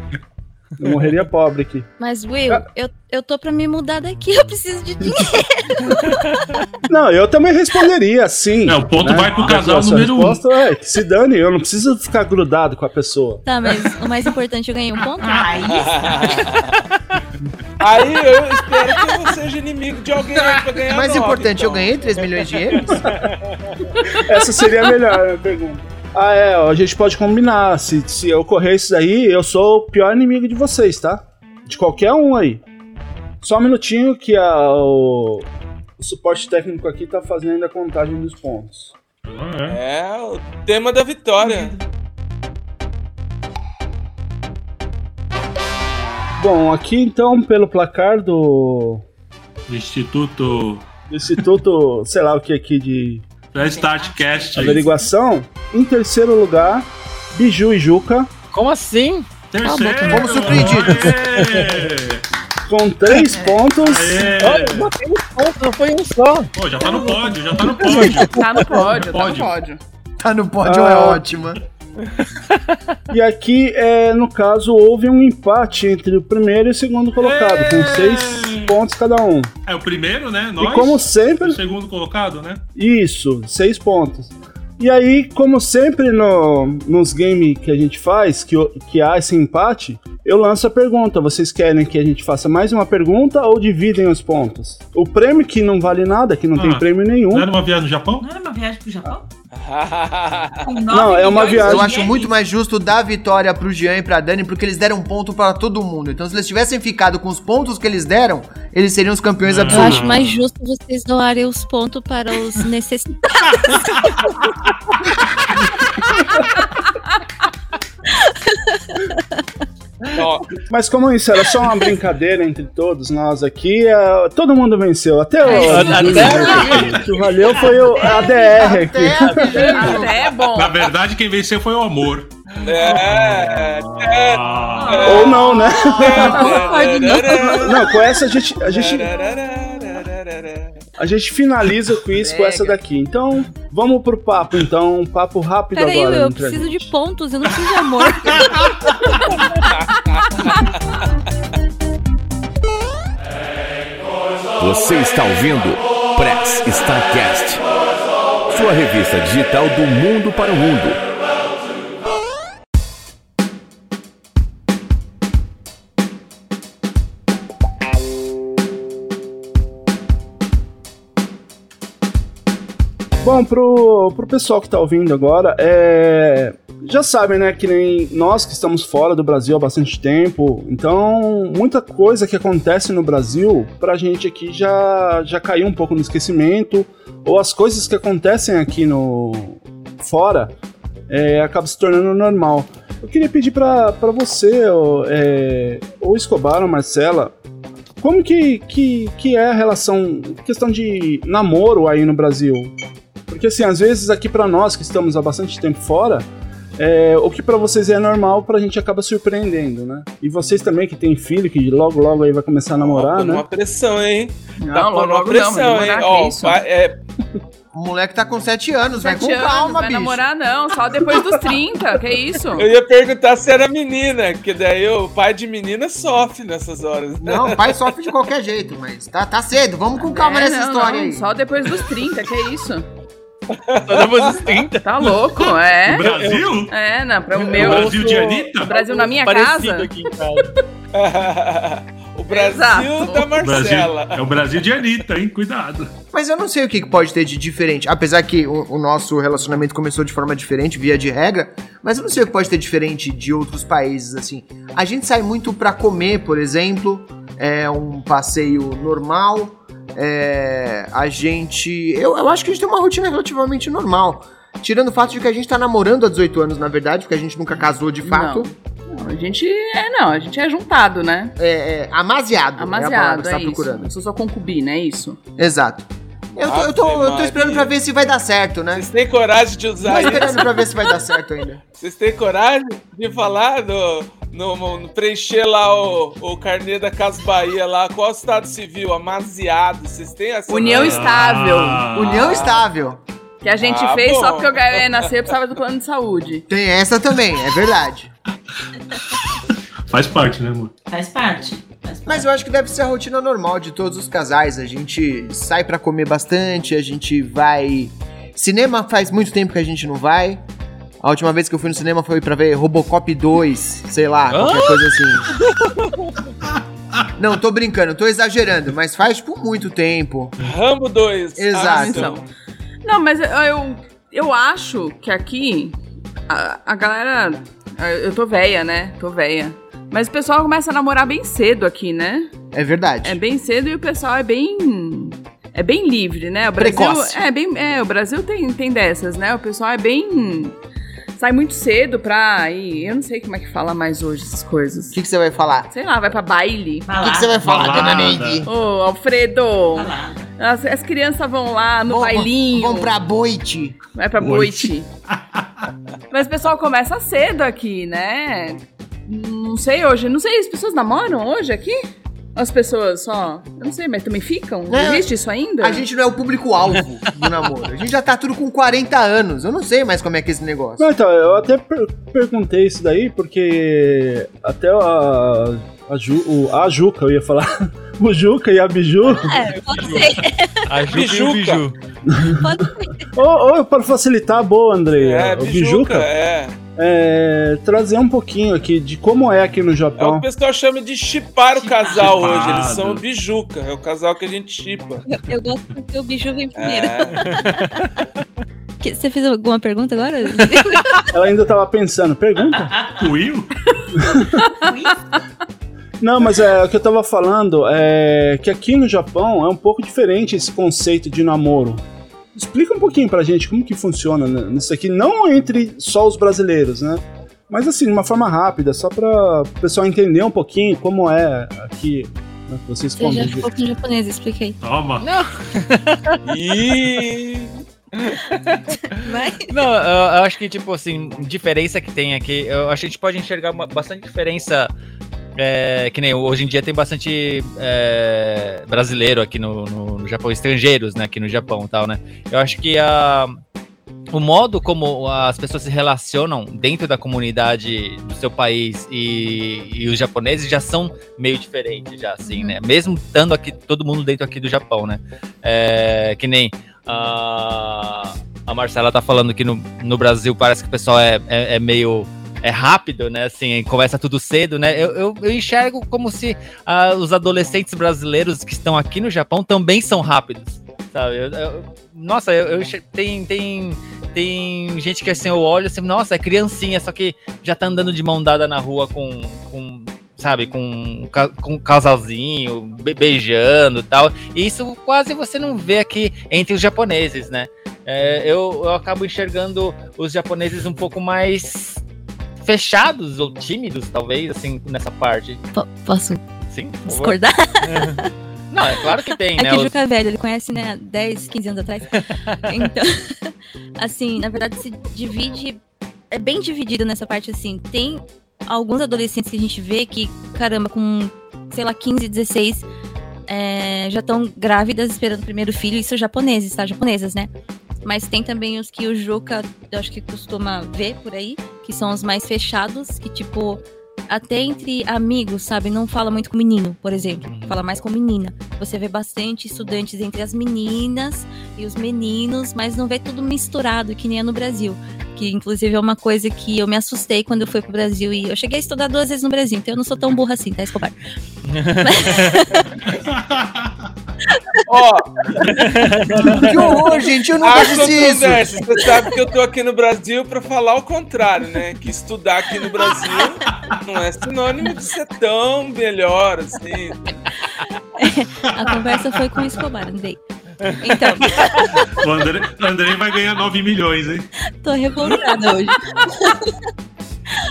Eu morreria pobre aqui. Mas, Will, eu, eu tô pra me mudar daqui, eu preciso de dinheiro. Não, eu também responderia sim. né? Não, o ponto vai pro casal A sua número um. resposta é que se dane, eu não preciso ficar grudado com a pessoa. Tá, mas o mais importante, eu ganhei um ponto? Ai, Aí eu espero que eu não seja inimigo de alguém aí pra É. ganhar Mais nove, importante, então. eu ganhei 3 milhões de euros? Essa seria a melhor pergunta. Ah, é, ó, a gente pode combinar. Se, se ocorrer isso daí, eu sou o pior inimigo de vocês, tá? De qualquer um aí. Só um minutinho que a- o, o suporte técnico aqui tá fazendo a contagem dos pontos. É o tema da vitória. Bom, aqui então, pelo placar do Instituto do Instituto, sei lá o que aqui de da Startcast. averiguação, em terceiro lugar, Biju e Juca. Como assim? Terceiro! Fomos surpreendidos. É. Com três É. pontos. Olha, botei uns pontos, não foi um só. Pô, já tá no pódio, já tá no pódio. Tá no pódio, tá no Pódio. pódio. Tá no pódio, é Ah. ótima. E aqui, é, no caso, houve um empate entre o primeiro e o segundo colocado, com seis pontos cada um. É o primeiro, né? Nós. como sempre- O segundo colocado, né? Isso, seis pontos. E aí, como sempre no, nos games que a gente faz, que, o- que há esse empate, eu lanço a pergunta. Vocês querem que a gente faça mais uma pergunta ou dividem os pontos? O prêmio que não vale nada, que não tem Ah, prêmio nenhum. Não era uma viagem no Japão? Não era uma viagem pro Japão? Não, é uma viagem. Eu acho muito mais justo dar vitória pro Jean e pra Dani, porque eles deram um ponto pra todo mundo. Então, se eles tivessem ficado com os pontos que eles deram, eles seriam os campeões Eu absolutos. Eu acho mais justo vocês doarem os pontos para os necessitados. Ó, Mas como isso era só uma brincadeira entre todos nós aqui, ah, todo mundo venceu. Até o. Até- o que valeu foi o ADR aqui. Até é bom. Na verdade, quem venceu foi o amor. é, é, Ou não, né? concordo, Não, com essa a gente, a gente, a gente finaliza o quiz com essa daqui. Então, vamos pro papo, então. Um papo rápido Peraí, agora. eu entre a preciso gente. de pontos, eu não preciso de amor. Você está ouvindo Press Starcast, sua revista digital do mundo para o mundo. Bom, pro, pro pessoal que tá ouvindo agora, é. Já sabem, né, que nem nós que estamos fora do Brasil há bastante tempo, então muita coisa que acontece no Brasil pra gente aqui já, já caiu um pouco no esquecimento, ou as coisas que acontecem aqui no fora é, acaba se tornando normal. Eu queria pedir pra, pra você, ô, é, ou Escobar ou Marcela, como que, que, que é a relação, questão de namoro aí no Brasil? Porque assim, às vezes aqui pra nós que estamos há bastante tempo fora, é, o que pra vocês é normal, pra gente acaba surpreendendo, né? E vocês também que tem filho, que logo logo aí vai começar a Ah, namorar, Tá pondo uma né? pressão, hein? Não, Tá logo, pondo uma logo não, mas pressão, hein? namorar, que Ó, isso? vai- é, O moleque tá com 7 anos, vai com Sete anos, calma, vai bicho. namorar não, só depois dos 30, que é isso? eu ia perguntar se era menina, que daí o pai de menina sofre nessas horas. Não, o pai sofre de qualquer jeito, mas tá, tá cedo. Vamos com calma É, nessa não, história não, aí. Só depois dos 30, que é isso? Só depois dos 30. Tá louco, é? O Brasil? É, não, para o O meu. Brasil de Anitta? O Brasil na minha Parecido casa? aqui em casa. o Brasil tá Exato. da O Brasil, Marcela. é o Brasil de Anitta, hein? Cuidado. Mas eu não sei o que que pode ter de diferente. Apesar que o, o nosso relacionamento começou de forma diferente, via de regra. Mas eu não sei o que pode ter diferente de outros países, assim. A gente sai muito pra comer, por exemplo. É um passeio normal. É, a gente. Eu, eu acho que a gente tem uma rotina relativamente normal. Tirando o fato de que a gente tá namorando há 18 anos, na verdade, porque a gente nunca casou de fato. Não, a gente é não, a gente é juntado, né? É, é amaziado. é a palavra Amaziado, que é, você tá isso. procurando. Eu sou só concubina, é isso. Exato. Eu tô, eu tô- eu tô Ave esperando pra Maria. ver se vai dar certo, né? Vocês têm coragem de Tô usar esperando isso? pra ver se vai dar certo ainda. Vocês têm coragem de falar no, no- no- preencher lá o, o carnê da Casa Bahia lá? Qual é o estado civil? Amaziado. Vocês têm essa. União estável. Ah. União estável. Que a gente Ah, fez só bom. porque o Gael ia nascer eu precisava do plano de saúde. Tem essa também, é verdade. Faz parte, né, amor? Faz parte. Faz parte. Mas eu acho que deve ser a rotina normal de todos os casais. A gente sai pra comer bastante, a gente vai. Cinema faz muito tempo que a gente não vai. A última vez que eu fui no cinema foi pra ver Robocop 2, sei lá, Ah! qualquer coisa assim. Não, tô brincando, tô exagerando, mas faz tipo muito tempo. Rambo 2. Exato. Ação. Não, mas eu, eu, eu acho que aqui a, a galera. Eu tô velha, né? Tô velha. Mas o pessoal começa a namorar bem cedo aqui, né? É verdade. É bem cedo e o pessoal é bem. É bem livre, né? O Brasil Precoce. é bem, é, o Brasil tem tem dessas, né? O pessoal é bem sai muito cedo pra ir, eu não sei como é que fala mais hoje essas coisas. O que, que você vai falar? Sei lá, vai pra baile. O que que você vai falar, dona Neide? Ô, Alfredo. As, as crianças vão lá no bailinho. Vão pra boite. Vai pra Boite. boite. Mas o pessoal começa cedo aqui, né? Não sei hoje. Não sei, as pessoas namoram hoje aqui? As pessoas só. Eu não sei, mas também ficam? É. Existe isso ainda? A gente não é o público-alvo do namoro. A gente já tá tudo com 40 anos. Eu não sei mais como é que é esse negócio. Não, então, eu até per- perguntei isso daí, porque até a, a, Ju- o- a Juca, eu ia falar. O Juca e a Biju. É, pode ser. A Juca e o Bijuca. Biju. ou, ou para facilitar, boa, Andrei. É, o Bijuca, Bijuca. é. é, trazer um pouquinho aqui de como é aqui no É o Japão. que o pessoal chama de chipar o casal Chipado. hoje. Eles são o bijuca. É o casal que a gente chipa. Eu, eu gosto porque o biju vem primeiro. É. Que- Você fez alguma pergunta agora? Ela ainda tava pensando. Pergunta? Will? Não, mas é, o que eu tava falando é que aqui no Japão é um pouco diferente esse conceito de namoro. Explica um pouquinho pra gente como que funciona né, nisso aqui, não entre só os brasileiros, né? Mas assim, de uma forma rápida, só pra o pessoal entender um pouquinho como é aqui, né, que vocês Você já convivem. ficou com japonês, explica aí. Toma. Não. Ih! Não, eu, eu acho que, tipo assim, diferença que tem aqui, eu acho que a gente pode enxergar uma, bastante diferença. é, que nem hoje em dia tem bastante é, brasileiro aqui no, no- no Japão, estrangeiros, né? Aqui no Japão e tal, né? Eu acho que a, o modo como as pessoas se relacionam dentro da comunidade do seu país e, e os japoneses já são meio diferentes, já assim, né? Mesmo estando aqui, todo mundo dentro aqui do Japão, né? É, que nem a, a Marcela tá falando que no, no Brasil parece que o pessoal é, é, é meio... É rápido, né? Assim, começa tudo cedo, né? Eu, eu, eu enxergo como se ah, os adolescentes brasileiros que estão aqui no Japão também são rápidos. Sabe? Eu- eu- nossa, eu, eu che- tem, tem, tem gente que assim, eu olho assim, nossa, é criancinha, só que já tá andando de mão dada na rua com, com sabe, com, um ca- com um casalzinho, be- beijando e tal. E isso quase você não vê aqui entre os japoneses, né? É, eu, eu acabo enxergando os japoneses um pouco mais fechados ou tímidos, talvez, assim, nessa parte. Po- posso Sim, por favor. discordar? Não, é claro que tem, É né? que o os- Juca é velho, ele conhece, né, 10, 15 anos atrás. Então, assim, na verdade se divide, é bem dividido nessa parte, assim. Tem alguns adolescentes que a gente vê que, caramba, com, sei lá, 15, 16, é, já estão grávidas esperando o primeiro filho. Isso japoneses, tá? Japonesas, né? Mas tem também os que o Juca, eu acho que costuma ver por aí, que são os mais fechados, que tipo, até entre amigos, sabe? Não fala muito com menino, por exemplo. Fala mais com menina. Você vê bastante estudantes entre as meninas e os meninos, mas não vê tudo misturado, que nem é no Brasil. Que inclusive é uma coisa que eu me assustei quando eu fui pro Brasil e eu cheguei a estudar duas vezes no Brasil, então eu não sou tão burra assim, tá, Escobar? Ó. Que horror, gente, eu nunca Há disse isso. controvérsias. Você sabe que eu tô aqui no Brasil pra falar o contrário, né? Que estudar aqui no Brasil não é sinônimo de ser tão melhor, assim. A conversa foi com o Escobar, andei. Então, O André, o André vai ganhar 9 milhões, hein? tô revoltada hoje.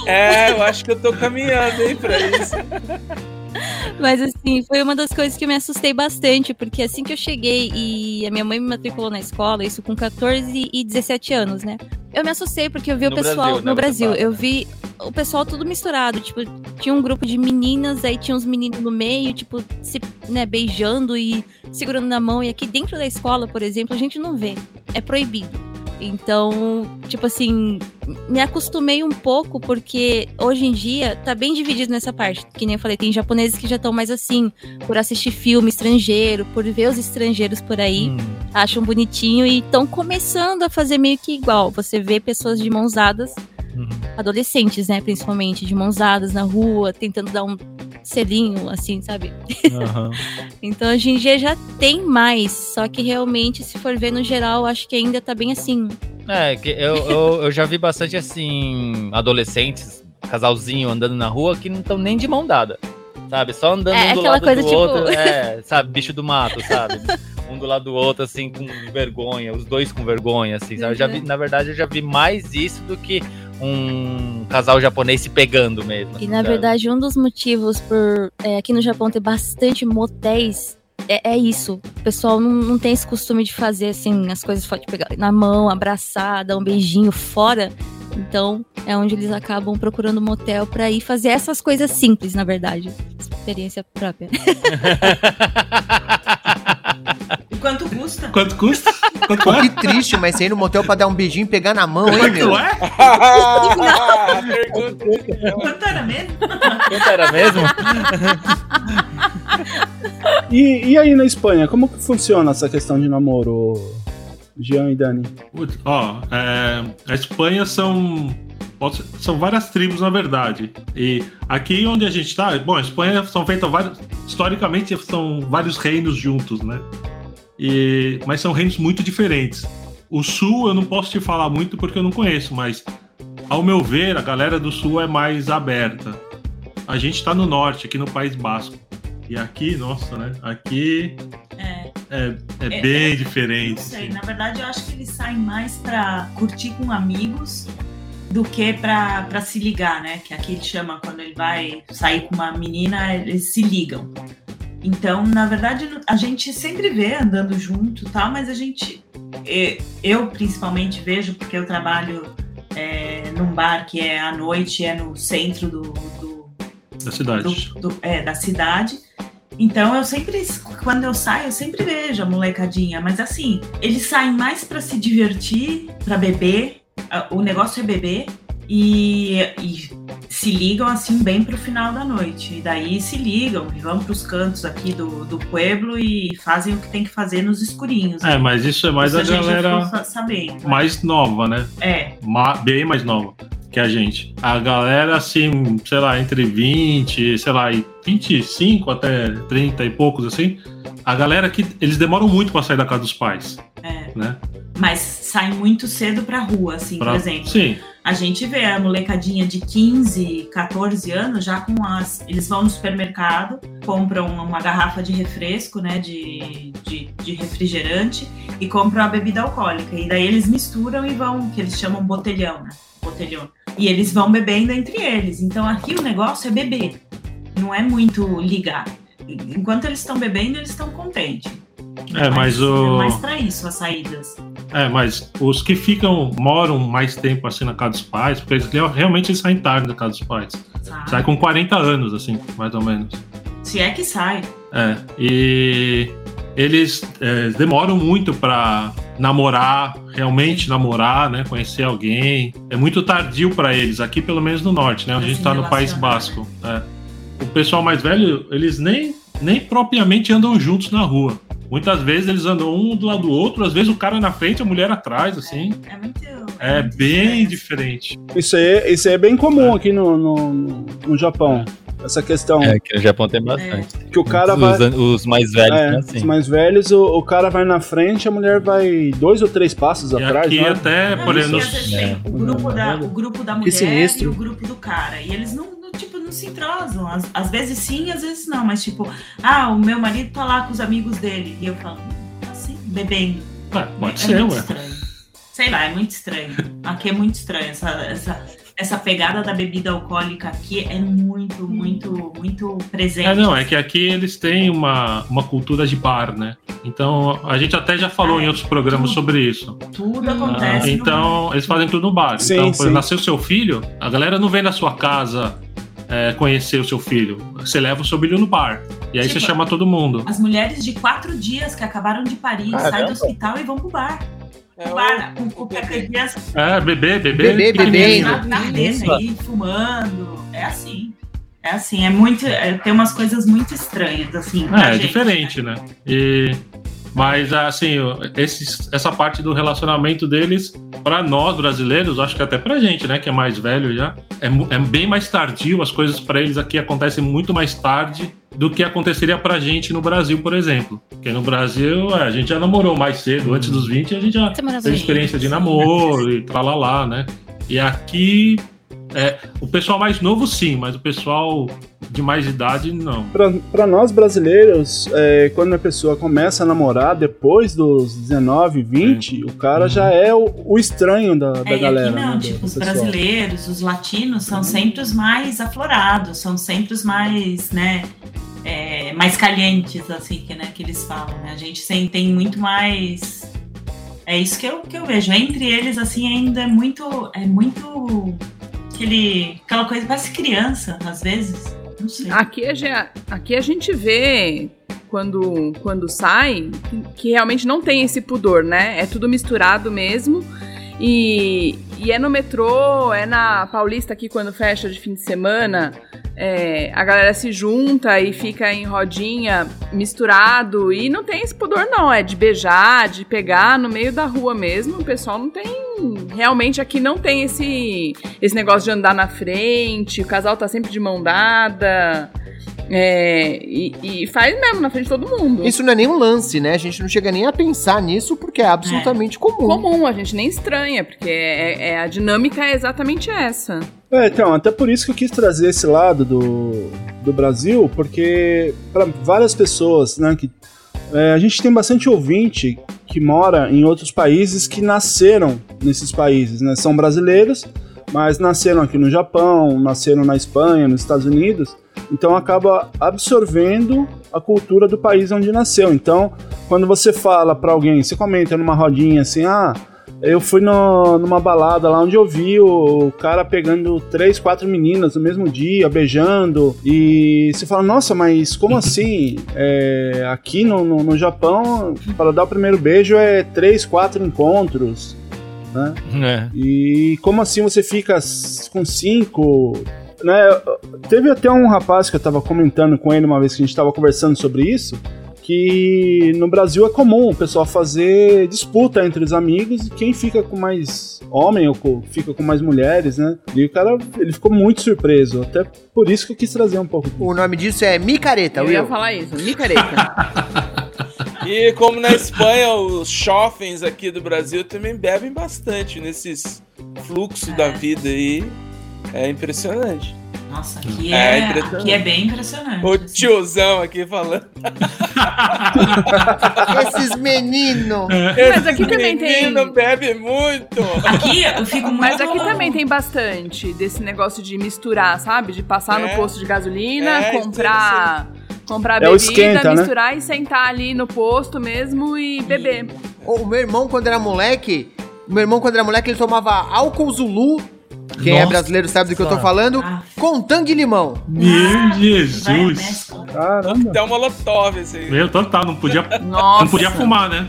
É, eu acho que eu tô caminhando, hein, pra isso. Mas assim, foi uma das coisas que eu me assustei bastante, porque assim que eu cheguei e a minha mãe me matriculou na escola, isso com 14 e 17 anos, né? Eu me assustei porque eu vi No o pessoal Brasil, né, no Brasil, você eu vi o pessoal tudo misturado, tipo, tinha um grupo de meninas, aí tinha uns meninos no meio, tipo, se, né, beijando e segurando na mão, e aqui dentro da escola, por exemplo, a gente não vê, é proibido. Então, tipo assim, me acostumei um pouco, porque hoje em dia tá bem dividido nessa parte. Que nem eu falei, tem japoneses que já estão mais assim, por assistir filme estrangeiro, por ver os estrangeiros por aí, acham bonitinho e estão começando a fazer meio que igual. Você vê pessoas de mãos dadas, adolescentes, né, principalmente, de mãos dadas na rua, tentando dar um selinho, assim, sabe? Então hoje em dia já tem mais, só que realmente, se for ver no geral, acho que ainda tá bem assim. É, que eu, eu, eu já vi bastante assim, adolescentes, casalzinho andando na rua que não estão nem de mão dada. sabe? Só andando É, um do aquela lado coisa do tipo- outro, é, sabe? Bicho do mato, sabe? Um do lado do outro, assim, com vergonha, os dois com vergonha, assim, sabe? Eu já vi, Uhum. na verdade, eu já vi mais isso do que um casal japonês se pegando mesmo. E assim, na sabe? verdade, um dos motivos por é, aqui no Japão ter bastante motéis é, é isso. O pessoal não, não tem esse costume de fazer assim, as coisas pode pegar na mão, abraçar, dar um beijinho fora. Então é onde eles acabam procurando um motel pra ir fazer essas coisas simples, na verdade. Experiência própria. E quanto custa? Quanto é? custa? Pô, que triste, mas você ir no motel pra dar um beijinho e pegar na mão, hein, meu? é? Quanto era mesmo? Quanto era mesmo? E, e aí na Espanha, como que funciona essa questão de namoro, Jean e Dani? Putz, Ó, é, a Espanha são posso- são várias tribos na verdade. E aqui onde a gente tá, bom, a Espanha são feitas vários, historicamente são vários reinos juntos, né? E mas são reinos muito diferentes. O sul eu não posso te falar muito porque eu não conheço, mas ao meu ver a galera do sul é mais aberta. A gente tá no norte, aqui no País Basco. E aqui, nossa, né? Aqui É. é, é É, bem é, diferente. Não sei, assim. na verdade eu acho que eles saem mais pra curtir com amigos do que pra, pra se ligar, né? Que aqui ele chama quando ele vai sair com uma menina, eles se ligam. Então, na verdade, a gente sempre vê andando junto, e tal, mas a gente e- eu principalmente vejo porque eu trabalho é, num bar que é à noite, é no centro do- do Da cidade. do- é, da cidade. Então eu sempre, quando eu saio, eu sempre vejo a molecadinha, mas assim, eles saem mais pra se divertir, pra beber, ah, o negócio é beber e, e se ligam assim bem pro final da noite. E daí se ligam e vão pros cantos aqui do, do pueblo e fazem o que tem que fazer nos escurinhos. É, mas isso é mais a gente já galera ficou sa- sabendo. mais nova, né? É. Ma- bem mais nova que a gente. A galera, assim, sei lá, entre 20, sei lá, e 25 até 30 e poucos, assim. A galera que eles demoram muito pra sair da casa dos pais, É. né? mas saem muito cedo pra rua, assim, Pra- por exemplo. Sim. A gente vê a molecadinha de 15, 14 anos já com as. Eles vão no supermercado, compram uma garrafa de refresco, né? De, de, de refrigerante e compram a bebida alcoólica. E daí eles misturam e vão, que eles chamam botelhão, né? Botelhão. E eles vão bebendo entre eles. Então aqui o negócio é beber, não é muito ligar. Enquanto eles estão bebendo, eles estão contentes. É, mas o- É mais pra isso as saídas. É, mas os que ficam, moram mais tempo assim na casa dos pais, porque eles realmente eles saem tarde da casa dos pais. Sai. Sai com 40 anos, assim, mais ou menos. Se é que sai. É, e eles é, demoram muito pra namorar, realmente namorar, né? Conhecer alguém. É muito tardio pra eles, aqui pelo menos no norte, né? Onde a gente tá no País Basco. né? é. O pessoal mais velho, eles nem, nem propriamente andam juntos na rua. Muitas vezes eles andam um do lado do outro, às vezes o cara na frente, a mulher atrás, assim. É, muito. É bem diferente. Isso aí, isso aí é bem comum aqui no, no, no- no Japão. Essa questão. É, aqui no Japão tem bastante. Que o É. cara os, vai- an- os mais velhos, É, né, Os assim. mais velhos, o, o cara vai na frente, a mulher vai dois ou três passos atrás. aqui né? até, Não, isso que às vezes tem o grupo da, né? o grupo da mulher e sinistro. o grupo do cara. E eles não, não, tipo, não se entrosam. Às, às vezes sim, às vezes não. Mas tipo, ah, o meu marido tá lá com os amigos dele. E eu falo, tá assim, bebendo. Ué, Ah, pode É ser, muito ué. estranho. Sei lá, é muito estranho. Aqui é muito estranho. Essa, essa, essa pegada da bebida alcoólica aqui é muito, muito, muito presente. É, não, é que aqui eles têm uma, uma cultura de bar, né? Então, a gente até já falou em outros programas sobre isso. Tudo Ah, acontece. no então, eles fazem tudo no bar. Sim, então, quando sim. nasceu seu filho, a galera não vem na sua casa é, conhecer o seu filho. Você leva o seu filho no bar. E aí você chama todo mundo. Tipo, As mulheres de quatro dias que acabaram de parir Caramba. saem do hospital e vão pro bar. O bar, o, o criança É, bebê, bebê. Bebê, pequenininho. ardendo aí, fumando. É assim. É assim, é muito. é, tem umas coisas muito estranhas, assim. pra É, é gente. diferente, né? E, mas, assim, esses, essa parte do relacionamento deles, pra nós brasileiros, acho que até pra gente, né, que é mais velho já, é, mu- é bem mais tardio, as coisas pra eles aqui acontecem muito mais tarde do que aconteceria pra gente no Brasil, por exemplo. Porque no Brasil, é, a gente já namorou mais cedo, antes dos 20, a gente já Você morava teve em- experiência de namoro e tralalá, né? E aqui É, o pessoal mais novo sim, mas o pessoal de mais idade não. Pra, pra nós brasileiros, é, quando a pessoa começa a namorar depois dos 19, 20, o cara Uhum. já é o, o estranho da, da É, e galera. aqui não, né, do tipo, os pessoal. brasileiros, os latinos são sempre os mais aflorados, são sempre os mais, né, é, mais calientes, assim, que, né, que eles falam, né? A gente sem- tem muito mais... É isso que eu, que eu vejo. Entre eles, assim, ainda é muito, é muito aquele, aquela coisa, parece criança, às vezes. Não sei. Aqui a, ge- aqui a gente vê quando, quando sai que, que realmente não tem esse pudor, né? É tudo misturado mesmo. E, e é no metrô, é na Paulista aqui quando fecha de fim de semana. é, a galera se junta e fica em rodinha misturado. E não tem esse pudor, não. É de beijar, de pegar no meio da rua mesmo. O pessoal não tem. Realmente aqui não tem esse, esse negócio de andar na frente. O casal tá sempre de mão dada. é, e, e faz mesmo na frente de todo mundo. Isso não é nem um lance, né? A gente não chega nem a pensar nisso porque é absolutamente comum. comum, a gente nem estranha, porque é, é- a dinâmica é exatamente essa. É, então, até por isso que eu quis trazer esse lado do, do Brasil, porque para várias pessoas, né, que é, a gente tem bastante ouvinte que mora em outros países que nasceram nesses países, né, são brasileiros, mas nasceram aqui no Japão, nasceram na Espanha, nos Estados Unidos, então acaba absorvendo a cultura do país onde nasceu. Então, quando você fala para alguém, você comenta numa rodinha assim, ah, eu fui no- numa balada lá onde eu vi o, o cara pegando três, quatro meninas no mesmo dia, beijando. E você fala, nossa, mas como assim? É, aqui no, no, no Japão, para dar o primeiro beijo é três, quatro encontros. Né? É. E como assim você fica s- com cinco? Né? Teve até um rapaz que eu tava comentando com ele uma vez que a gente tava conversando sobre isso, que no Brasil é comum o pessoal fazer disputa entre os amigos e quem fica com mais homem ou co- fica com mais mulheres, né? E o cara, ele ficou muito surpreso, até por isso que eu quis trazer um pouco. O nome disso é Micareta, Eu ia falar isso, micareta. E como na Espanha, os shoppings aqui do Brasil também bebem bastante nesses fluxos da vida aí. É impressionante. Nossa, aqui é, aqui é assim. bem impressionante. O tiozão aqui falando. Esses meninos. Mas aqui também tem. É. menino bebe muito. Aqui eu fico muito. Mas aqui também tem bastante desse negócio de misturar, sabe? De passar É. no posto de gasolina, É, isso aí, comprar. Comprar É o bebida, esquenta, né? misturar e sentar ali no posto mesmo e beber. O meu irmão, quando era moleque, o meu irmão, quando era moleque, ele tomava álcool Zulu. Quem é Nossa. brasileiro sabe do que eu tô falando. Com tangue e limão. Meu Jesus! Caramba. Dá uma molotov esse aí. Meu, total, não podia, Nossa. não podia fumar, né?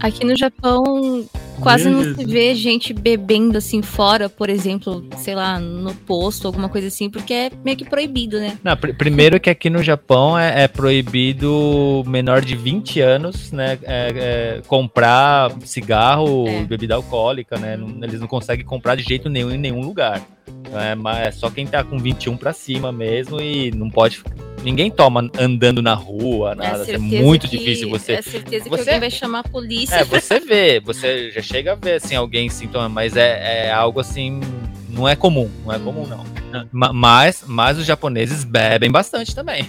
Aqui no Japão quase não se Beleza. vê gente bebendo assim fora, por exemplo, sei lá, no posto, alguma coisa assim, porque é meio que proibido, né? Não, pr- primeiro que aqui no Japão é, é proibido menor de 20 anos, né, é- é, comprar cigarro, É. bebida alcoólica, né? não- eles não conseguem comprar de jeito nenhum em nenhum lugar. Então, É, mas é só quem tá com 21 pra cima mesmo e não pode. Ninguém toma andando na rua, nada. É, certeza muito que- difícil você. É certeza que Você- alguém vai chamar a polícia. É, você vê, você já chega a ver assim, alguém sintoma, mas é, é algo assim. Não é comum, não é comum, não. Hum. Ma- Mas, mas os japoneses bebem bastante também.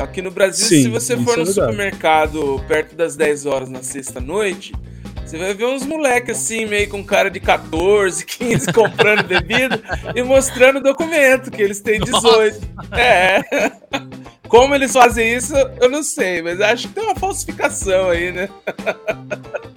Aqui no Brasil, Sim, se você isso for é no verdade. supermercado perto das 10 horas na sexta-noite, você vai ver uns moleques assim, meio com cara de 14, 15, comprando bebida e mostrando o documento, que eles têm 18. É. Como eles fazem isso, eu não sei, mas acho que tem uma falsificação aí, né?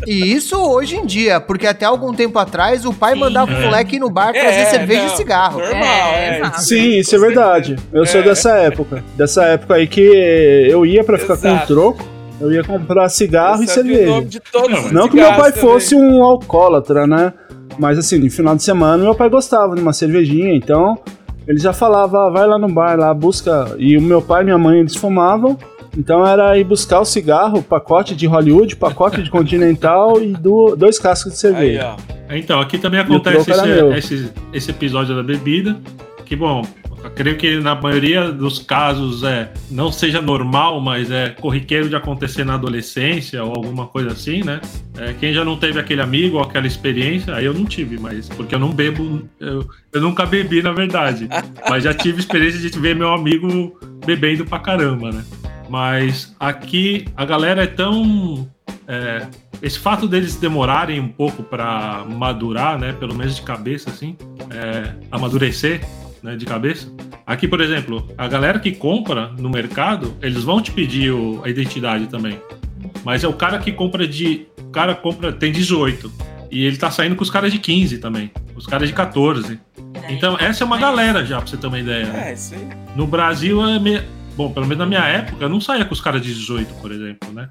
E isso hoje em dia, porque até algum tempo atrás o pai mandava o É. moleque ir no bar trazer É, cerveja não, e cigarro. normal, é. exato. Sim, isso é verdade. Eu sou dessa época. Dessa época aí que eu ia pra ficar com Exato. o troco, eu ia comprar cigarro e Sabe o cerveja. nome de todos os Não que meu pai cigarros fosse um alcoólatra, né? Mas assim, no final de semana meu pai gostava de uma cervejinha, então ele já falava, "Ah, vai lá no bar, lá busca. E o meu pai e minha mãe eles fumavam, então era ir buscar o cigarro, pacote de Hollywood, pacote de Continental e do- dois cascos de cerveja. Então, aqui também E o acontece troco era esse, meu. esse, esse episódio da bebida. Que bom, Eu creio que na maioria dos casos é não seja normal, mas é corriqueiro de acontecer na adolescência ou alguma coisa assim, né? É, quem já não teve aquele amigo ou aquela experiência, aí eu não tive, mas porque eu não bebo, eu, eu nunca bebi na verdade, mas já tive experiência de ver meu amigo bebendo pra caramba, né? Mas aqui a galera é tão é, esse fato deles demorarem um pouco para madurar, né, pelo menos de cabeça, assim, é, amadurecer, né, de cabeça. Aqui, por exemplo, a galera que compra no mercado, eles vão te pedir o- a identidade também. Mas é o cara que compra de, o cara compra tem 18 e ele tá saindo com os caras de 15 também, os caras de 14. Então essa é uma galera já, pra você ter uma ideia. né? É, isso aí. No Brasil é me- Bom, pelo menos na minha época, eu não saía com os caras de 18, por exemplo, né?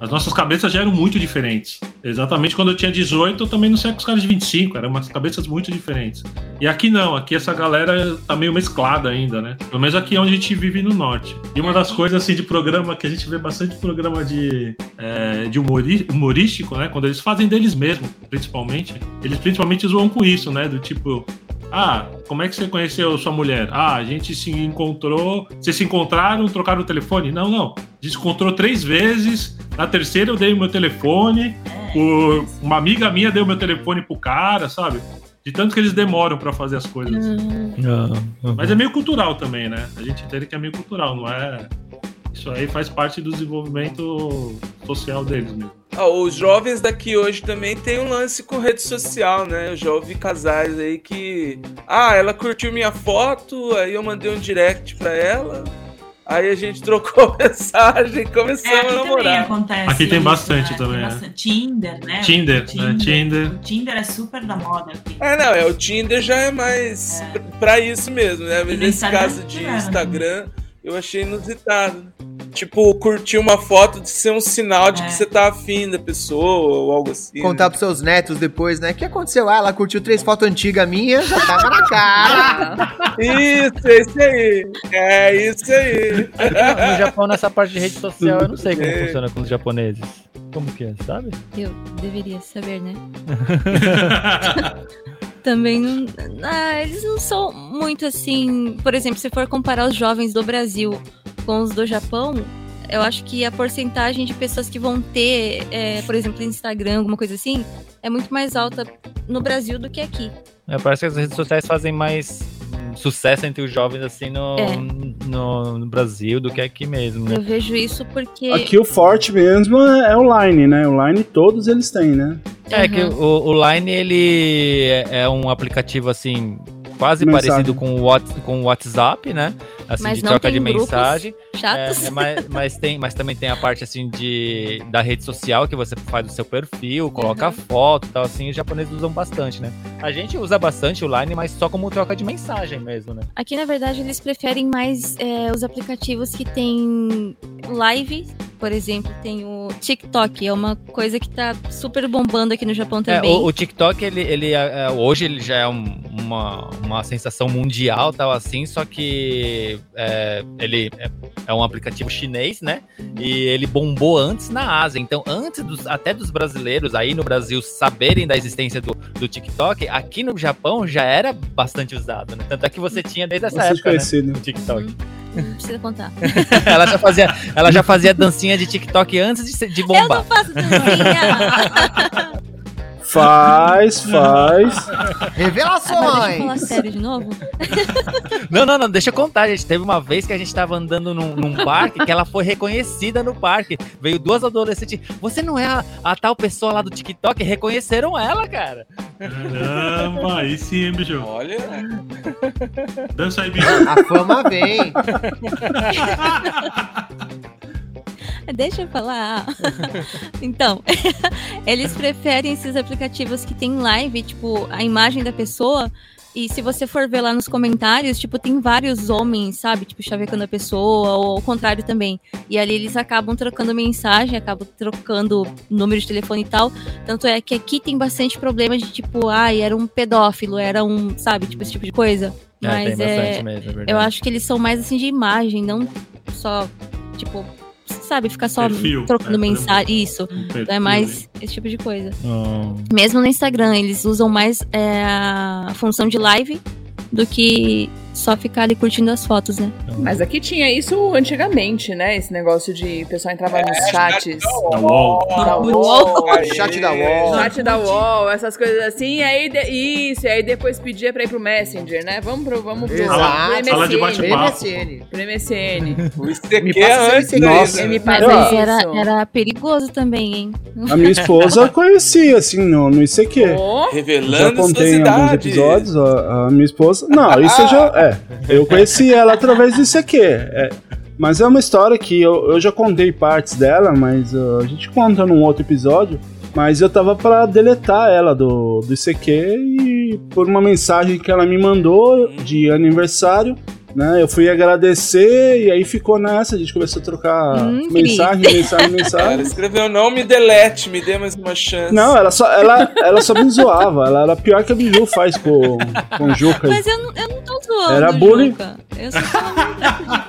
As nossas cabeças já eram muito diferentes. Exatamente quando eu tinha 18, eu também não saía com os caras de 25, eram umas cabeças muito diferentes. E aqui não, aqui essa galera tá meio mesclada ainda, né? Pelo menos aqui é onde a gente vive no norte. E uma das coisas, assim, de programa, que a gente vê bastante programa de, é, de humori- humorístico, né? Quando eles fazem deles mesmos, principalmente. Eles principalmente zoam com isso, né? Do tipo, ah, como é que você conheceu sua mulher? Ah, a gente se encontrou. Vocês se encontraram, trocaram o telefone? Não, não. A gente se encontrou três vezes. Na terceira eu dei o meu telefone. É, por- Uma amiga minha deu meu telefone pro cara, sabe? De tanto que eles demoram pra fazer as coisas. Hum. Mas é meio cultural também, né? A gente entende que é meio cultural, não é? Isso aí faz parte do desenvolvimento social deles mesmo. Ó, Ah, os jovens daqui hoje também tem um lance com rede social, né? Eu já ouvi casais aí que. Ah, ela curtiu minha foto, aí eu mandei um direct pra ela, aí a gente trocou mensagem e começamos É, aqui a também namorar. acontece. Aqui tem isso, bastante né? também, Tem né? bastante. Tinder, né? Tinder, Tinder. né? Tinder. O Tinder é super da moda aqui. É, não, é, o Tinder já é mais pra isso mesmo, né? Mas nesse caso de Instagram, eu achei inusitado. Tipo, curtir uma foto de ser um sinal de que você tá afim da pessoa ou algo assim. Contar pros seus netos depois, né? O que aconteceu? Ah, ela curtiu três fotos antigas minhas, já tava na cara. Isso, é isso aí. É isso aí. É. No Japão, nessa parte de rede social, eu não sei como funciona com os japoneses. Como que é, sabe? Eu deveria saber, né? Também não. Ah, eles não são muito assim. Por exemplo, se for comparar os jovens do Brasil com os do Japão, eu acho que a porcentagem de pessoas que vão ter, é, por exemplo, Instagram, alguma coisa assim, é muito mais alta no Brasil do que aqui. É, parece que as redes sociais fazem mais hum, sucesso entre os jovens assim no, É. no, no Brasil do que aqui mesmo, né? Eu vejo isso porque. Aqui o forte mesmo é é online, né? Online todos eles têm, né? É que Uhum. o, o Line ele é, é um aplicativo assim quase Mensagem. parecido com o Whats- com o WhatsApp, né? Assim Mas de não troca tem de grupos mensagem. chatos. É, é, mas, mas tem, mas também tem a parte assim de da rede social que você faz o seu perfil, coloca Uhum. foto, e tal assim. Os japoneses usam bastante, né? A gente usa bastante o Line, mas só como troca de mensagem mesmo, né? Aqui, na verdade, eles preferem mais é, os aplicativos que tem live. Por exemplo, tem o TikTok. É uma coisa que tá super bombando aqui no Japão É, também. o, o TikTok, ele, ele é, é, hoje ele já é um- uma, uma sensação mundial, tal assim, só que é, ele é, é um aplicativo chinês, né? E ele bombou antes na Ásia. Então, antes dos- até dos brasileiros aí no Brasil saberem da existência do, do TikTok, aqui no Japão já era bastante usado, né? Tanto é que você tinha desde essa Bastante época conhecido. né? o TikTok. Hum. Não precisa contar. ela, já fazia, ela já fazia dancinha de TikTok antes de, ser- de bombar. Eu não faço dancinha! Faz, faz. Agora, deixa eu falar sério de novo. Não, não, não, deixa eu contar, gente. Teve uma vez que a gente tava andando num, num parque que ela foi reconhecida no parque. Veio duas adolescentes. Você não é a, a tal pessoa lá do TikTok? Reconheceram ela, cara. Caramba, aí sim, hein, bicho. Olha. Dança aí, bicho. Tá A fama vem. Deixa eu falar. Então, eles preferem esses aplicativos que tem live, tipo, a imagem da pessoa. E se você for ver lá nos comentários, tipo, tem vários homens, sabe? Tipo, chavecando a pessoa, ou ao contrário também. E ali eles acabam trocando mensagem, acabam trocando número de telefone e tal. Tanto é que aqui tem bastante problema de, tipo, ai, era um pedófilo, era um, sabe? Tipo, esse tipo de coisa. É, Mas tem é, bastante mesmo, é verdade. eu acho que eles são mais assim de imagem, não só, tipo, sabe, ficar só Perfil, trocando né? mensagem, isso. perfil, Então é mais esse tipo de coisa. Ah. Hum. Mesmo no Instagram, eles usam mais é, a função de live do que só ficar ali curtindo as fotos, né? Então, Mas aqui tinha isso antigamente, né? Esse negócio de o pessoal entrava nos chats. É, Da UOL. Da UOL. Chat da UOL. Chat da UOL, essas coisas assim. E aí, de- isso, e aí depois pedia pra ir pro Messenger, né? Vamos pro, vamos pro, Exato. pro Sala de bate-papo. MSN. Pro MSN. O é Me passa seu antes, Instagram. Nossa. Me Mas passa aí isso. era, era perigoso também, hein? A minha esposa conhecia, assim, no, no ICQ. já Revelando suas contei em alguns idades. episódios a, a minha esposa. Não, isso eu já. É. Eu conheci ela através do ICQ. É. Mas é uma história que eu, eu já contei partes dela, mas uh, a gente conta num outro episódio. Mas eu tava pra deletar ela do, do ICQ e por uma mensagem que ela me mandou de aniversário. Né, eu fui agradecer e aí ficou nessa. A gente começou a trocar Hum, mensagem, mensagem, mensagem. Ela escreveu, não me delete, me dê mais uma chance. Não, ela só, ela, ela só me zoava. Ela era pior que a Biju faz com, com o Juca. Mas eu, não- eu não tô zoando. Era bullying. Juca.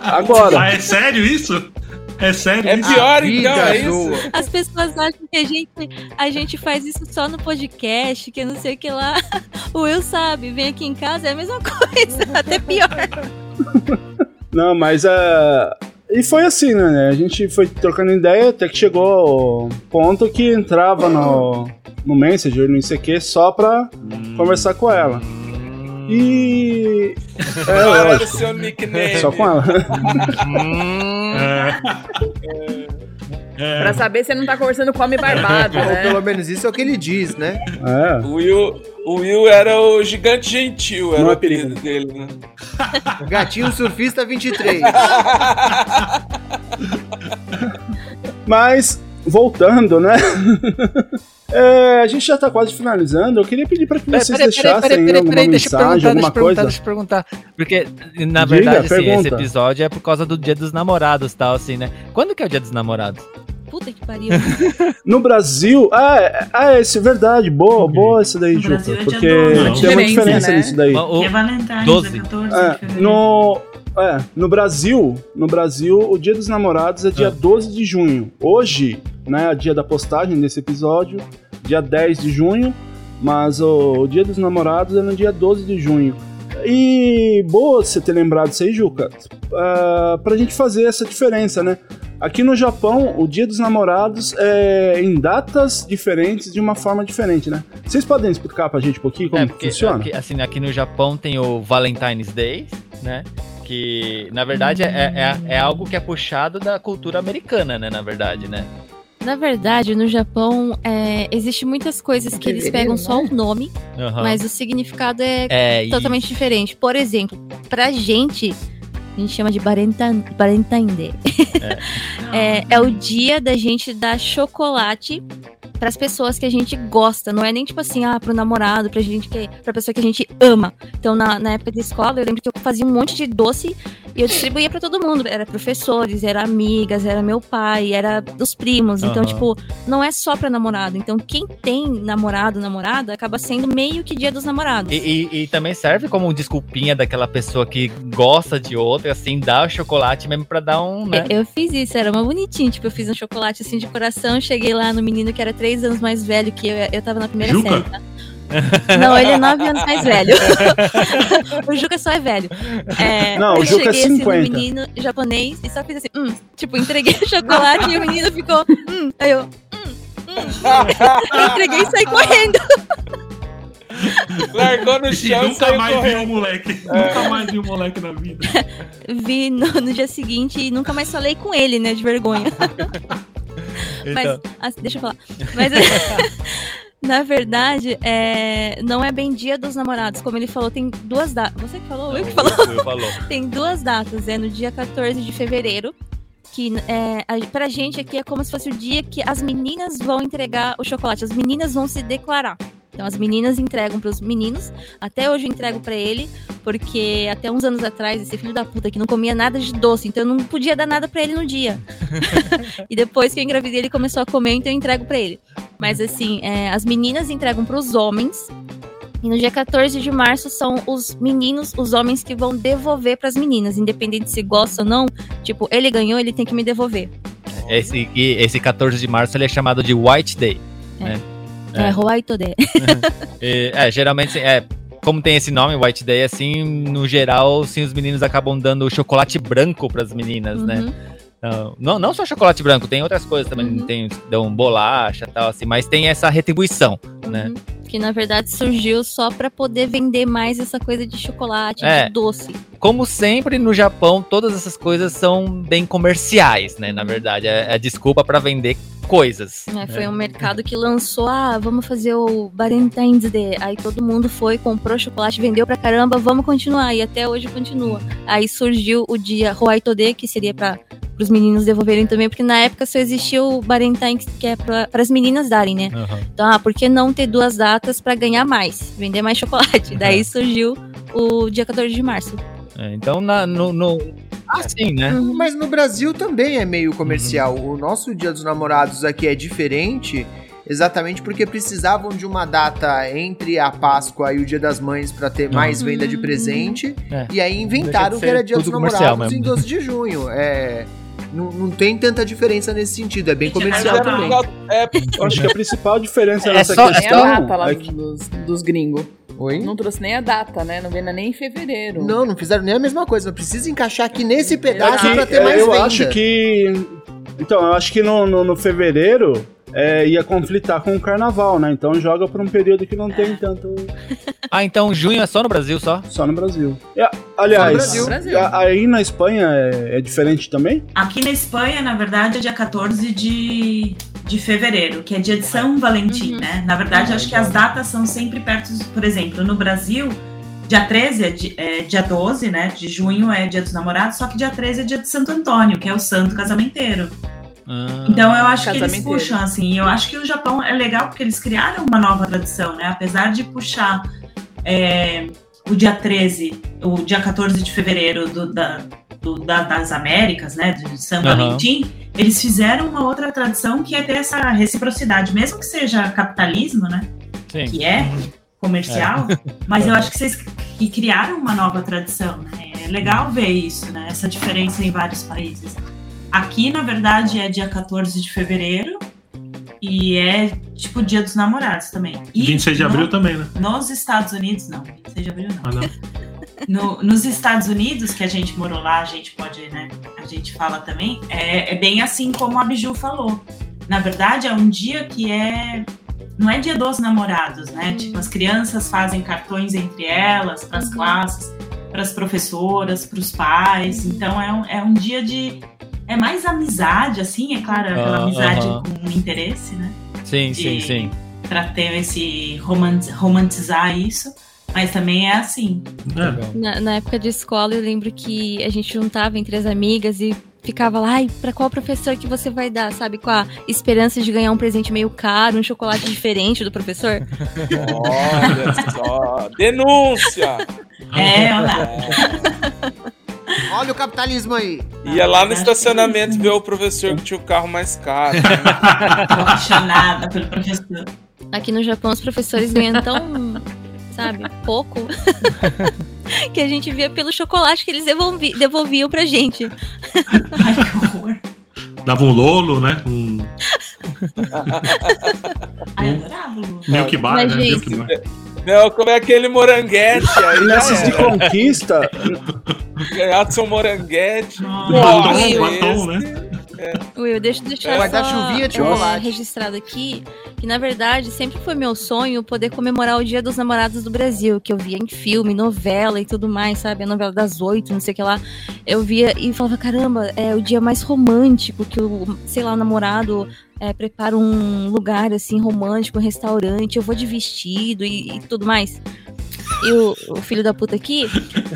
Agora. Ah, é sério isso? É sério É isso? pior, então, é isso? As pessoas acham que a gente, a gente faz isso só no podcast, que não sei o que lá. O Will sabe, vem aqui em casa, é a mesma coisa, até pior. Não, mas é. E foi assim, né, né? A gente foi trocando ideia até que chegou o ponto que entrava no, no Messenger, no ICQ, só pra conversar com ela. E. É, Qual era o lógico. seu nickname? Só com ela. É. Pra saber se ele não tá conversando com homem barbado, Ou né? pelo menos isso Uhum. é o que ele diz, né? É. O Will, o Will era o gigante gentil, era Não o é apelido dele, né? Gatinho Surfista 23. Mas, voltando, né? É, a gente já tá quase finalizando. Eu queria pedir pra que Peraí, vocês É, peraí, peraí, deixassem peraí, peraí, alguma peraí, deixa eu mensagem, perguntar, deixa alguma eu perguntar, coisa. deixa eu perguntar. Porque, Diga, na verdade, assim, esse pergunta. episódio é por causa do dia dos namorados, tal, assim, né? Quando que é o dia dos namorados? Puta que pariu. No Brasil. Ah, é, ah, isso é verdade. Boa, boa essa daí, Juca. Uhum. Brasil é dia Porque doze, né? tem uma Diferença, diferença né? nisso daí. Que é Valentine's, doze. dia 14 de É, fevereiro. no, é, no Brasil, no Brasil, o Dia dos Namorados é Ah. dia 12 de junho. Hoje, né, é dia da postagem desse episódio, dia 10 de junho, mas o, o Dia dos Namorados é no dia 12 de junho. E boa você ter lembrado isso aí, Juca, ah, pra gente fazer essa diferença, né? Aqui no Japão, o Dia dos Namorados é em datas diferentes de uma forma diferente, né? Vocês podem explicar pra gente um pouquinho como É, que porque funciona? aqui, assim, aqui no Japão tem o Valentine's Day, né? Que, na verdade, é, é, é algo que é puxado da cultura americana, né? Na verdade, né? Na verdade, no Japão, é, existe muitas coisas que eles Fevereiro, pegam só o nome, Aham. mas o significado é, É, e- totalmente diferente. Por exemplo, pra gente, a gente chama de Barentan- Barentainde. É, é o dia da gente dar chocolate pras pessoas que a gente gosta. Não é nem tipo assim, ah, pro namorado, pra gente que, pra pessoa que a gente ama. Então, na, na época da escola, eu lembro que eu fazia um monte de doce e eu distribuía pra todo mundo. Era professores, era amigas, era meu pai, era os primos. Então, Aham. tipo, não é só pra namorado. Então, quem tem namorado, namorada, acaba sendo meio que dia dos namorados. E, e- e também serve como desculpinha daquela pessoa que gosta de outra, assim, dá o chocolate mesmo pra dar um, né? Eu eu fiz isso, era uma bonitinha. Tipo, eu fiz um chocolate assim de coração, cheguei lá no menino que era três anos mais velho que eu, eu tava na primeira Juca? série, tá? Não, ele é nove anos mais velho. o Juca só é velho. É, Não, o eu Juca é cheguei, assim, no 50. menino japonês e só fiz assim, hum. Tipo, entreguei o chocolate e o menino ficou, hum. Aí eu, hum, hum. Eu entreguei e saí correndo. Largou no chão e E nunca saiu mais vi um correndo. É. moleque. Nunca mais vi um moleque na vida. Vi no, no dia seguinte e nunca mais falei com ele, né, de vergonha. Mas, Então. assim, deixa eu falar. Mas, na verdade, é, não é bem dia dos namorados. Como ele falou, tem duas datas. Você que falou? Eu que falou? Eu falou. Tem duas datas. É no dia 14 de fevereiro, que é, a, pra gente aqui é como se fosse o dia que as meninas vão entregar o chocolate. As meninas vão se declarar. Então as meninas entregam pros meninos. Até hoje eu entrego pra ele, porque até uns anos atrás esse filho da puta que não comia nada de doce, então eu não podia dar nada pra ele no dia. E depois que eu engravidei, ele começou a comer, então eu entrego pra ele. Mas assim, é, as meninas entregam pros homens. E no dia 14 de março são os meninos, os homens que vão devolver pras meninas, independente se gosta ou não. Tipo, ele ganhou, ele tem que me devolver. Esse, e esse 14 de março ele é chamado de White Day. né? É, Hawaii Todé. E, é, geralmente é como tem esse nome, White Day, assim, no geral, sim, os meninos acabam dando chocolate branco pras meninas, né? Então, Não, não só chocolate branco, tem outras coisas também, tem, dão bolacha e tal, assim, mas tem essa retribuição, né? Que na verdade surgiu só pra poder vender mais essa coisa de chocolate, É. de doce. Como sempre no Japão, todas essas coisas são bem comerciais, né? Na verdade, é, é desculpa pra vender coisas. né? né? Foi um mercado que lançou, ah, vamos fazer o Valentine's Day. Aí todo mundo foi, comprou chocolate, vendeu pra caramba, vamos continuar. E até hoje continua. Aí surgiu o dia Hoaitode, que seria para os meninos devolverem também, porque na época só existia o Valentine's, que é para as meninas darem, né? Então, ah, por que não ter duas datas pra ganhar mais, vender mais chocolate? Daí surgiu o dia 14 de março. É, então, na- no, no... assim, né? Uhum. Mas no Brasil também é meio comercial. O nosso Dia dos Namorados aqui é diferente, exatamente porque precisavam de uma data entre a Páscoa e o Dia das Mães pra ter mais venda de presente. É. E aí Deixa inventaram de que era ser Dia dos tudo comercial Namorados em mesmo. 12 de junho. É, não, não tem tanta diferença nesse sentido, é bem comercial Mas também. É, Eu acho que a principal diferença É nessa só- é Nem a questão data lá é dos, que dos, gringos. Oi? Não trouxe nem a data, né? Não veio nem em fevereiro. Não, não fizeram nem a mesma coisa. Não precisa encaixar aqui nesse pedaço Aqui, pra ter é, mais eu venda. acho que. Então, eu acho que no, no, no fevereiro é, ia conflitar com o carnaval, né? Então joga pra um período que não É. tem tanto. Ah, então junho é só no Brasil, só? Só no Brasil. É, aliás, Só no Brasil. a- aí na Espanha é, é diferente também? Aqui na Espanha, na verdade, é dia 14 de, de fevereiro, que é dia de São Valentim, né? Na Uhum. verdade, acho que as datas são sempre perto, por exemplo, no Brasil, dia 13 é, di- é dia 12, né? De junho é dia dos namorados, só que dia 13 é dia de Santo Antônio, que é o santo casamenteiro. Ah. é Então eu acho que eles Casamenteiro. puxam, assim, eu acho que o Japão é legal porque eles criaram uma nova tradição, né? Apesar de puxar é, o dia 13, o dia 14 de fevereiro do- da- do- da- das Américas, né? De São Aham. Valentim, eles fizeram uma outra tradição que é ter essa reciprocidade, mesmo que seja capitalismo, né? Sim. Que é comercial, É. mas eu acho que vocês que criaram uma nova tradição, né? É legal ver isso, né? Essa diferença em vários países. Aqui, na verdade, é dia 14 de fevereiro e é tipo dia dos namorados também. E 26 de no- abril também, né? Nos Estados Unidos, não. 26 de abril não. Ah, não. No- nos Estados Unidos, que a gente morou lá, a gente pode, né? A gente fala também, é, é bem assim como a Biju falou. Na verdade, é um dia que é. Não é dia dos namorados, né? Tipo, as crianças fazem cartões entre elas, para as classes, para as professoras, para os pais. Então, é um, é um dia de. É mais amizade, assim, é claro, aquela Ah, amizade aham. com interesse, né? Sim, sim, De- sim. Pra ter esse. roman- romantizar isso. Mas também é assim. É. Na, na época de escola, eu lembro que a gente juntava entre as amigas e ficava lá, ai, pra qual professor que você vai dar, sabe? Com a esperança de ganhar um presente meio caro, um chocolate diferente do professor. Olha só, denúncia! É, olha lá. Olha o capitalismo aí. Ia lá no estacionamento ver o professor que tinha o carro mais caro. né? apaixonada pelo professor. Aqui no Japão, os professores ganham tão, sabe, pouco. que a gente via pelo chocolate que eles devolvi- devolviam pra gente. Dava um lolo, né? Um Ai, adorava, Lu. milk bar, Mas, né? gente, Milk bar. Não, como é aquele moranguete aí? né? Nessas de conquista? Hudson um moranguete. Batom, batom, né? Will, deixa, deixa É. eu Guarda-chuvinha de chocolate. registrado aqui que, na verdade, sempre foi meu sonho poder comemorar o Dia dos Namorados do Brasil, que eu via em filme, novela e tudo mais, sabe? A novela das oito, não sei o que lá. Eu via e falava, caramba, é o dia mais romântico que o, sei lá, o namorado é, prepara um lugar, assim, romântico, um restaurante, eu vou de vestido e- e tudo mais e o, o filho da puta aqui,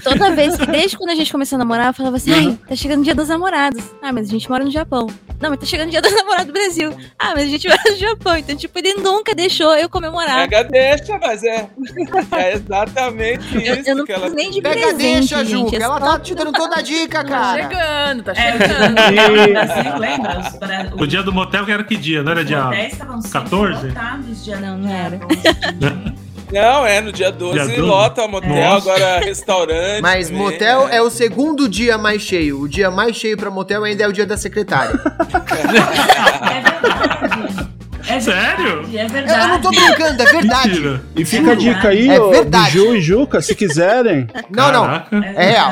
toda vez que, desde quando a gente começou a namorar, eu falava assim: ai, tá chegando o dia dos namorados. Ah, mas a gente mora no Japão. Não, mas tá chegando o dia dos namorados do Brasil. Ah, mas a gente mora no Japão. Então, tipo, ele nunca deixou eu comemorar. Pega deixa, mas é, é exatamente isso que ela nem de Pega presente, deixa, gente, Juca. é Ela só- tá te dando toda a dica, cara. chegando, tá chegando. Brasil, lembra? Os bra- O dia do motel era que dia? Não era os dia hotéis estavam sempre 14? lotados dia Não, não era. Não, é no dia 12 Dia 12? lota motel, Nossa. agora é restaurante. Mas também. motel é o segundo dia mais cheio. O dia mais cheio pra motel ainda é o dia da secretária. É É Sério? É verdade. Eu não tô brincando, é verdade. E fica a dica aí, É ô, verdade. Biju e Juca, se quiserem. Não, não. É real.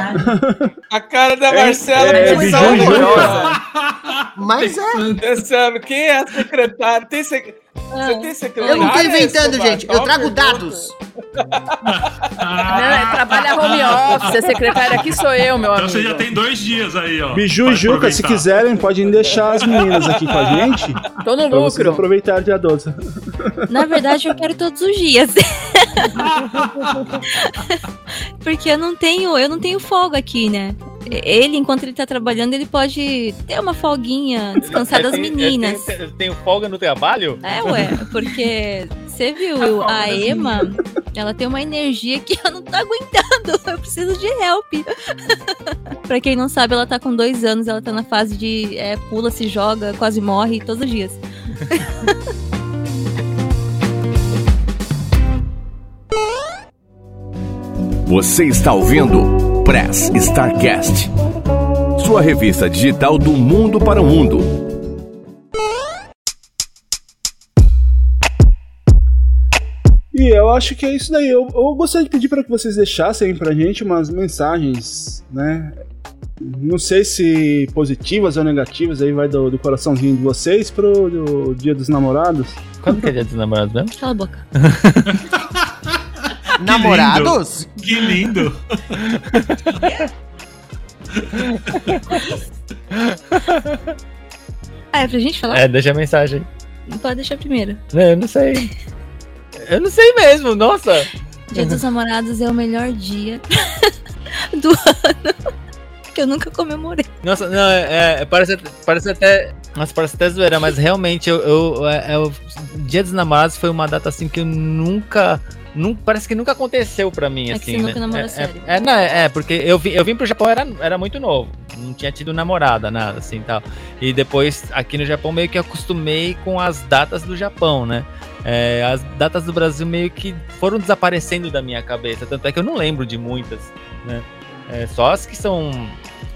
A cara da Marcela é, foi Biju horrorosa. e Juca. Mas é. Pensando, quem é a secretária? Tem sec... Você tem secretária? Eu não tô inventando, Escobar? gente. Eu trago Top, dados. Ah. Não, é, trabalha home office, a secretária aqui sou eu, meu Então amigo. você já tem dois dias aí, ó. Biju e Pode Juca, se aproveitar. quiserem, podem deixar as meninas aqui com a gente. Tô Tá no pra vocês lucro. aproveitarem dia 12. Na verdade, eu quero todos os dias. Porque eu não tenho, eu não tenho folga aqui, né? Ele, enquanto ele tá trabalhando, ele pode ter uma folguinha, descansar das meninas. É, Tem, tem folga no trabalho? É, ué, porque você viu a Ema, ela tem uma energia que eu não tô aguentando. Eu preciso de help. pra quem não sabe, ela tá com dois anos, ela tá na fase de é, pula, se joga, quase morre todos os dias. Você está ouvindo Press Starcast, sua revista Tá digital do mundo para o mundo. E eu acho que é isso daí. Eu, eu gostaria de pedir para que vocês deixassem pra gente umas mensagens, né? Não sei se positivas ou negativas, aí vai do, do coraçãozinho de vocês pro do Dia dos Namorados. Quando que é dia dos namorados mesmo? Cala a boca. Namorados? Que lindo. Ah, é pra gente falar? É, deixa a mensagem. Pode deixar primeiro. Eu não sei. Eu não sei mesmo, nossa. Dia dos Namorados é o melhor dia do ano que eu nunca comemorei. Nossa, não, é, é, parece, parece até. Nossa, parece até zoeira, mas realmente eu, eu- é- é o Dia dos Namorados foi uma data assim que eu nunca. nun- parece que nunca aconteceu pra mim, É que assim. você nunca né? namorou é, sério. É, é, não, é, é, porque eu, vi, eu vim pro Japão, era, era muito novo. Não tinha tido namorada, nada, assim tal. E depois, aqui no Japão, meio que acostumei com as datas do Japão, né? É, as datas do Brasil meio que foram desaparecendo da minha cabeça. Tanto é que eu não lembro de muitas, né? É, só as que são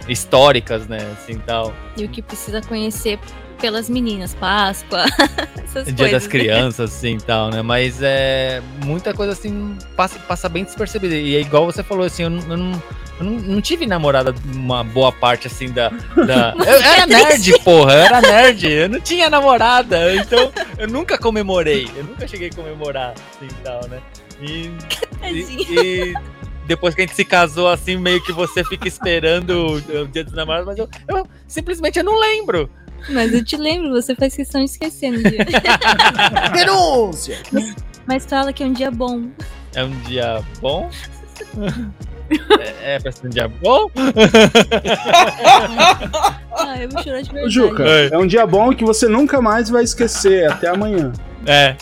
históricas, né? Assim tal. E o que precisa conhecer pelas meninas, Páscoa, essas Dia coisas. né? das crianças, assim e tal, né? Mas é. Muita coisa assim passa, passa bem despercebida. E é igual você falou, assim, eu não. eu não eu não, não tive namorada uma boa parte assim da. da- Eu, era nerd, porra, eu era nerd, eu não tinha namorada, então eu nunca comemorei, eu nunca cheguei a comemorar assim e tal, né? E, e, e depois que a gente se casou, assim, meio que você fica esperando o, o dia dos namorados, mas eu, eu simplesmente eu não lembro. Mas eu te lembro, você faz questão de esquecer no dia. Denúncia! Mas fala que é um dia bom. É um dia bom? é, é pra ser um dia bom? Ah, eu vou chorar de verdade. Juca, é. um dia bom que você nunca mais vai esquecer. Até amanhã. É.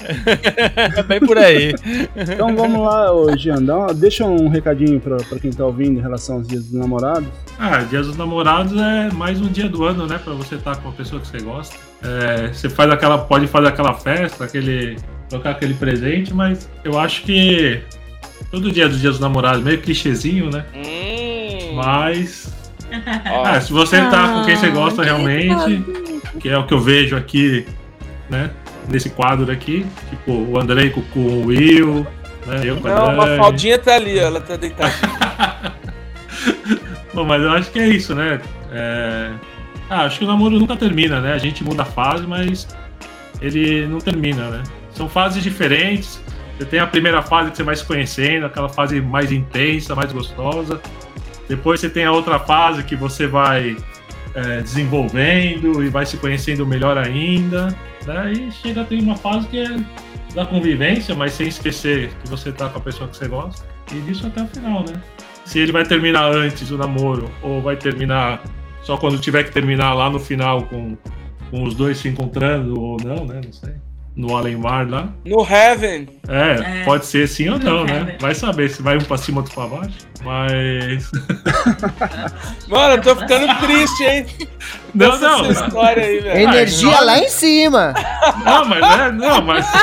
É bem por aí. Então vamos lá, ô, Jean, dá uma- deixa um recadinho pra, pra quem tá ouvindo em relação aos Dias dos Namorados. Ah, Dia dos Namorados é mais um dia do ano, né? Pra você estar com a pessoa que você gosta. É, você faz aquela, pode fazer aquela festa, aquele, trocar aquele presente, mas eu acho que todo dia é do Dia dos Namorados, meio clichêzinho, né? Hum. Mas ah, se você tá com Ah, quem você gosta realmente, que é o que eu vejo aqui, né? Nesse quadro aqui, tipo o Andrei com com o Will, né? Eu com a Não, Dani. uma faldinha tá ali, ó, ela tá deitada. Bom, mas eu acho que é isso, né? É, Ah, acho que o namoro nunca termina, né? A gente muda a fase, mas ele não termina, né? São fases diferentes. Você tem a primeira fase que você vai se conhecendo, aquela fase mais intensa, mais gostosa. Depois você tem a outra fase que você vai é, desenvolvendo e vai se conhecendo melhor ainda. Né? E chega a ter uma fase que é da convivência, mas sem esquecer que você tá com a pessoa que você gosta. E disso até o final, né? se ele vai terminar antes o namoro ou vai terminar só quando tiver que terminar lá no final com, com os dois se encontrando ou não, né? Não sei. No além-mar lá. No Heaven. É, É. pode ser sim ou não, né? É. Vai saber se vai um pra cima, outro pra baixo. Mas. Mano, eu tô ficando triste, hein? Não, Essa não. sua história aí, velho. Energia lá em cima. Não, mas é, não, mas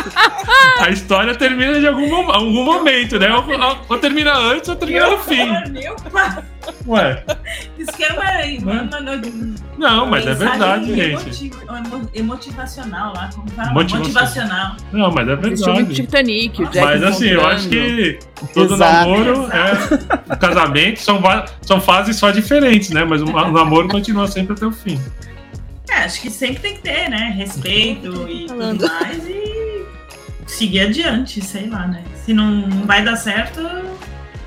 a história termina de algum, mom- algum momento, né? Ou, ou- ou termina antes ou termina no fim. Meu pai. Ué, Isso que é uma, uma- uma- Hum? Não, mas é mensagem verdade, gente. emo- emotivacional lá. Como fala? Motivação. Ah, Motivacional. não, mas é Estilo verdade. Titanic, o Jack Mas assim, eu afundando. acho que todo Exato. namoro é. Casamento são, va- são fases só diferentes, né? Mas o ma- o namoro continua sempre até o fim. É, acho que sempre tem que ter, né? Respeito e tudo mais e seguir adiante, sei lá, né? Se não vai dar certo,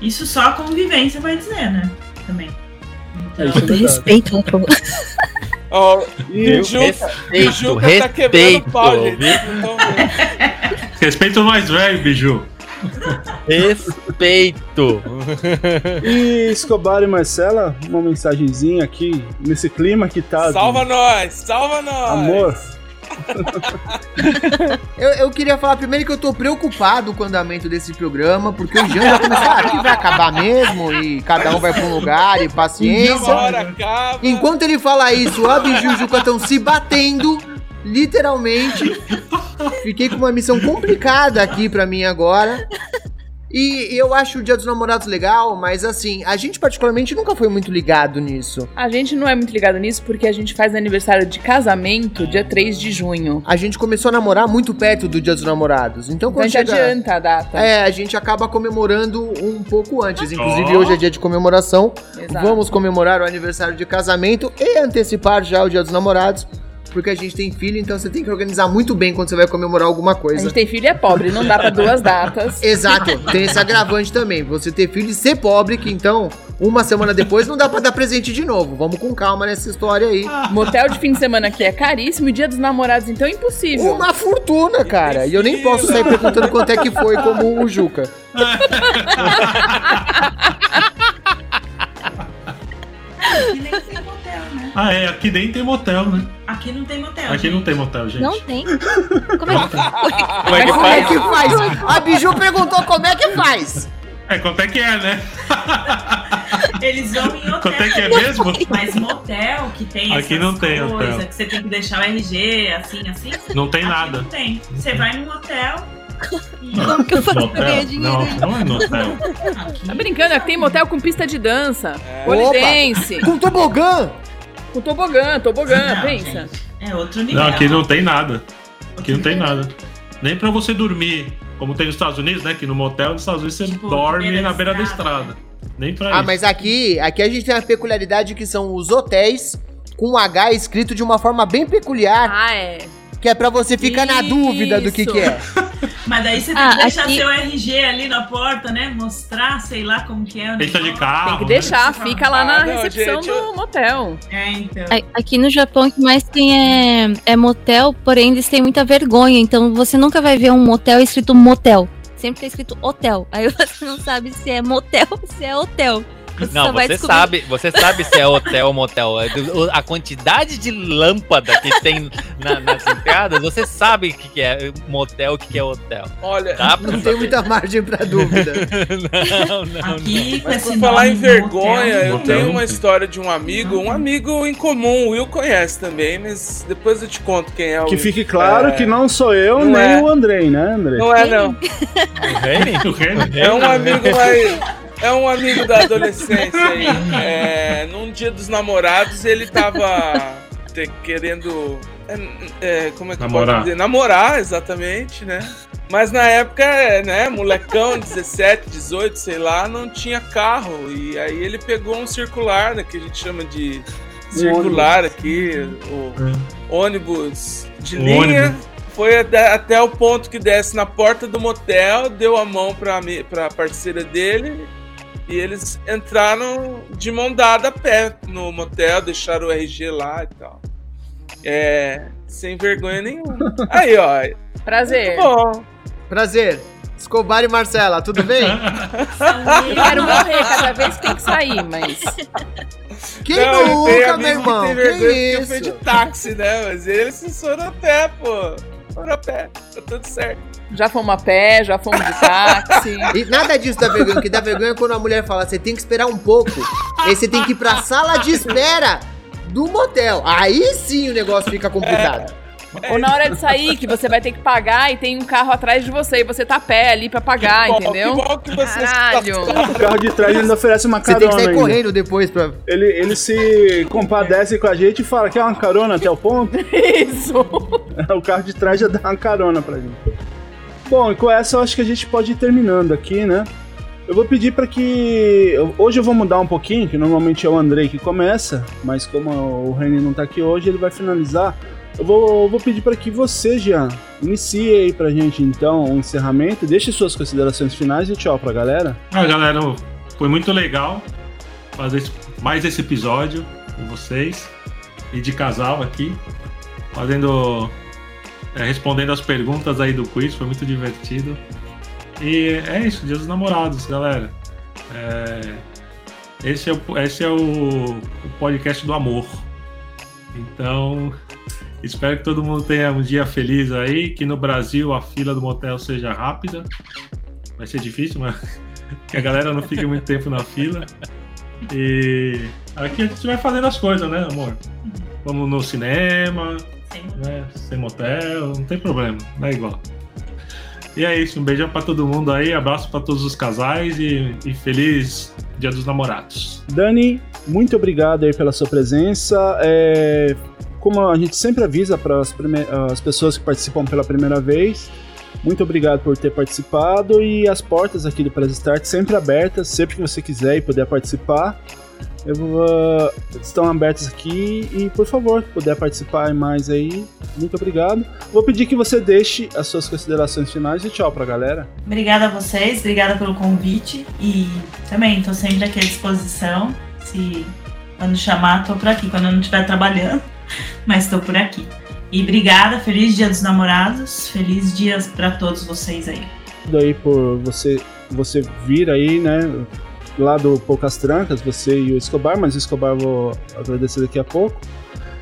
isso só a convivência vai dizer, né? Também. É, Falta respeito, né, pô? Ó, E o Juca, respeito, o Juca tá quebrando o pau, respeito, gente. Vocês não tão vendo. Respeito mais velho, biju. Respeito. E Escobar e Marcela, uma mensagenzinha aqui, nesse clima que tá. de Salva nós, salva nós. Amor. Eu, eu queria falar primeiro que eu tô preocupado com o andamento desse programa, porque o Jean já começou a que vai acabar mesmo, e cada um vai pra um lugar, e paciência. Uma hora acaba. Enquanto ele fala isso, a Biju e o Juca estão se batendo, literalmente. Fiquei com uma missão complicada aqui pra mim agora. E eu acho o Dia dos Namorados legal, mas assim, a gente particularmente nunca foi muito ligado nisso. A gente não é muito ligado nisso porque a gente faz aniversário de casamento dia 3 de junho. A gente começou a namorar muito perto do Dia dos Namorados, Então então a quando gente chega... adianta a data. É, a gente acaba comemorando um pouco antes. Inclusive, Ó. hoje é dia de comemoração. Exato. Vamos comemorar o aniversário de casamento e antecipar já o dia dos namorados. Porque a gente tem filho, então você tem que organizar muito bem quando você vai comemorar alguma A coisa. gente tem filho e é pobre, não dá pra duas datas. Exato, tem esse agravante também. Você ter filho e ser pobre, que então, uma semana depois, não dá pra dar presente de novo. Vamos com calma nessa história aí. Motel de fim de semana aqui é caríssimo, e dia dos namorados, então é impossível. Uma fortuna, cara. E eu nem posso sair perguntando quanto é que foi, como o Juca. Aqui nem tem motel, né? Ah, é, aqui nem tem motel, né? Aqui não tem motel. Aqui não tem motel, gente. Não tem. Como é que Como é que Como é faz? que faz? A Biju perguntou como é que faz. É, quanto é que é, né? Eles vão em hotel. Quanto é que é mesmo? Mas motel que tem Aqui essas não tem coisas, hotel. que você tem que deixar o RG, assim, assim. Não tem Aqui nada. Não tem. Você vai num hotel. e- Como que eu faço pra Motel? ganhar dinheiro? Não, não é motel. Tá brincando, é que tem motel com pista de dança, polidense. Com tobogã. Com tobogã, tobogã, pensa. É outro Não, aqui não tem nada. Aqui não tem nada. Nem pra você dormir, como tem nos Estados Unidos, né? Que no motel nos Estados Unidos você dorme na Tipo, beira da estrada. Nem pra Ah, isso. mas aqui, aqui a gente tem a peculiaridade que são os hotéis com H escrito de uma forma bem peculiar. Ah, é. Que é pra você ficar na dúvida do que que é. Mas daí você tem Ah, que deixar aqui- seu RG ali na porta, né? Mostrar, sei lá como que é. o Deixa de negócio. carro. né? Tem que deixar, fica lá na Ah, não, recepção gente, do motel. É, então. A- Aqui no Japão, o que mais tem é, é motel, porém eles têm muita vergonha. Então você nunca vai ver um motel escrito motel. Sempre tá escrito hotel. Aí você não sabe se é motel ou se é hotel. Você Não, só vai você descobrir. sabe, você sabe se é hotel ou motel. É do- o- A quantidade de lâmpada que tem na- nas entradas, você sabe o que, que é motel, o que, que é hotel. Olha, Dá pra Não tem saber. muita margem pra dúvida. não, não, Aqui, Mas por falar em vergonha, eu Motel tenho não uma tem. história de um amigo, um amigo em comum, o Will conhece também, mas depois eu te conto quem é o Que fique claro é, que não sou eu Não nem é. o Andrei, né, Andrei? Não é, não. O Remy? É um amigo mais. É um amigo da adolescência aí. É, num dia dos namorados, ele tava te- querendo. é, é, como é que Namorar. pode dizer? Namorar, exatamente, né? Mas na época, é, né, molecão, 17, 18, sei lá, não tinha carro. E aí ele pegou um circular, né, que a gente chama de circular aqui, o ônibus de Um linha. ônibus. Foi até, até o ponto que desce na porta do motel, deu a mão pra, ami- pra parceira dele e eles entraram de mão dada a pé no motel, deixaram o RG lá e tal. É. Sem vergonha nenhuma. Aí, ó. Prazer. Bom. Prazer. Escobar e Marcela, tudo bem? Eu quero morrer cada vez que tem que sair, mas. Quem Não, eu tenho nunca, meu amigo irmão? Que tem Que vergonha porque eu fui de isso? táxi, né? Mas eles se foram a pé, pô. Foram a pé. Tá tudo certo. Já fomos a pé, já fomos de táxi. E nada disso dá vergonha. O que dá vergonha é quando a mulher fala, você tem que esperar um pouco. Aí você tem que ir pra sala de espera do motel. Aí sim o negócio fica complicado. Ou na hora de sair, que você vai ter que pagar e tem um carro atrás de você e você tá a pé ali pra pagar, Que bom, entendeu? que bom que você Caralho. O carro de trás ainda oferece uma Você carona. tem que sair ainda. correndo depois pra. Ele, ele se compadece com a gente e fala que é uma carona até o ponto. Isso! O carro de trás já dá uma carona pra gente. Bom, e com essa eu acho que a gente pode ir terminando aqui, né? Eu vou pedir pra que. eu- Hoje eu vou mudar um pouquinho, que normalmente é o Andrei que começa, mas como o Reni não tá aqui hoje, ele vai finalizar. Eu vou, eu vou pedir pra que você, Jean, inicie aí pra gente então o encerramento, deixe suas considerações finais e tchau pra galera. Ah, galera, foi muito legal fazer esse- mais esse episódio com vocês e de casal aqui, fazendo, é, respondendo as perguntas aí do quiz, foi muito divertido. E é isso, Dia dos Namorados, galera. É, esse é, o, esse é o- o podcast do amor. Então, espero que todo mundo tenha um dia feliz aí, que no Brasil a fila do motel seja rápida. Vai ser difícil, mas que a galera não fique muito tempo na fila. E aqui a gente vai fazendo as coisas, né, amor? Vamos no cinema, né, sem motel, não tem problema, dá igual. E é isso, um beijão pra todo mundo aí, abraço pra todos os casais e, e feliz Dia dos Namorados. Dani, muito obrigado aí pela sua presença. É, como a gente sempre avisa para as, prime- as pessoas que participam pela primeira vez, muito obrigado por ter participado e as portas aqui do Press Start sempre abertas, sempre que você quiser e puder participar. eu vou- estão abertas aqui e por favor, se puder participar mais aí, muito obrigado. Vou pedir que você deixe as suas considerações finais e tchau pra galera. Obrigada a vocês, obrigada pelo convite e também estou sempre aqui à disposição. Se quando chamar, estou por aqui. Quando eu não estiver trabalhando, mas estou por aqui. E obrigada, feliz Dia dos Namorados, feliz dias para todos vocês aí. Obrigado aí por você você vir aí, né? Lá do Poucas Trancas, você e o Escobar, mas o Escobar eu vou agradecer daqui a pouco.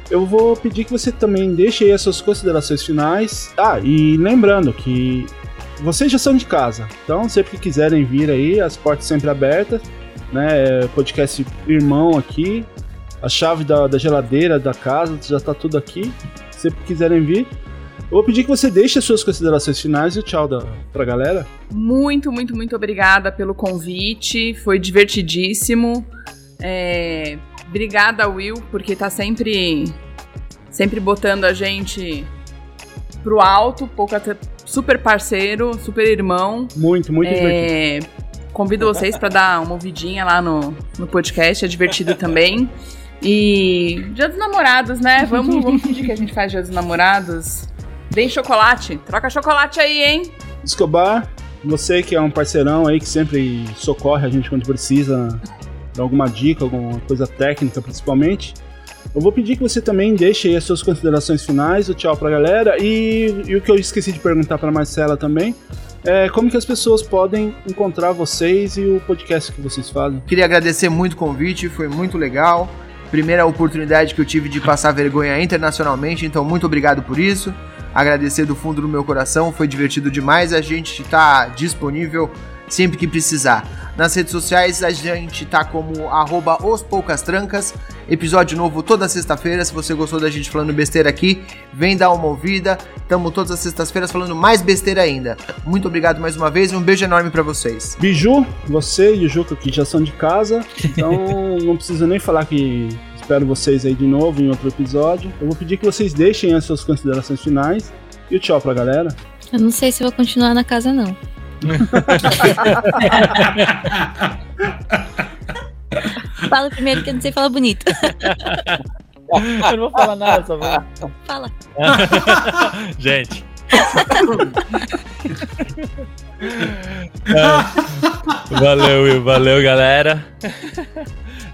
Eu vou pedir que você também deixe aí as suas considerações finais. Ah, e lembrando que vocês já são de casa, então sempre que quiserem vir aí, as portas sempre abertas, né? Podcast Irmão aqui, a chave da, da geladeira da casa já tá tudo aqui. Sempre que quiserem vir, eu vou pedir que você deixe as suas considerações finais e o tchau da, pra galera. Muito, muito, muito obrigada pelo convite. Foi divertidíssimo. É, Obrigada, Will, porque tá sempre, sempre botando a gente pro alto. Pouca super parceiro, super irmão. Muito, muito É, Convido vocês para dar uma ouvidinha lá no, no podcast, é divertido também. E Dia dos Namorados, né? Vamos, vamos fingir que a gente faz Dia dos Namorados. Vem chocolate, troca chocolate aí, hein? Escobar, você que é um parceirão aí que sempre socorre a gente quando precisa de alguma dica, alguma coisa técnica principalmente. Eu vou pedir que você também deixe aí as suas considerações finais, o tchau pra galera. E, e o que eu esqueci de perguntar pra Marcela também é como que as pessoas podem encontrar vocês e o podcast que vocês fazem. Queria agradecer muito o convite, foi muito legal. Primeira oportunidade que eu tive de passar vergonha internacionalmente, então muito obrigado por isso. Agradecer do fundo do meu coração, foi divertido demais. A gente está disponível sempre que precisar. Nas redes sociais a gente tá como arroba os poucas trancas. Episódio novo toda sexta-feira. Se você gostou da gente falando besteira aqui, vem dar uma ouvida. Tamo todas as sextas-feiras falando mais besteira ainda. Muito obrigado mais uma vez e um beijo enorme pra vocês. Biju, você e o Juca que já são de casa, então não preciso nem falar que espero vocês aí de novo em outro episódio. Eu vou pedir que vocês deixem as suas considerações finais e o tchau pra galera. Eu não sei se vou continuar na casa, não. Fala primeiro que eu não sei falar bonito. Eu não vou falar nada, só vou. Fala. Gente. É. Valeu, Will. Valeu, galera.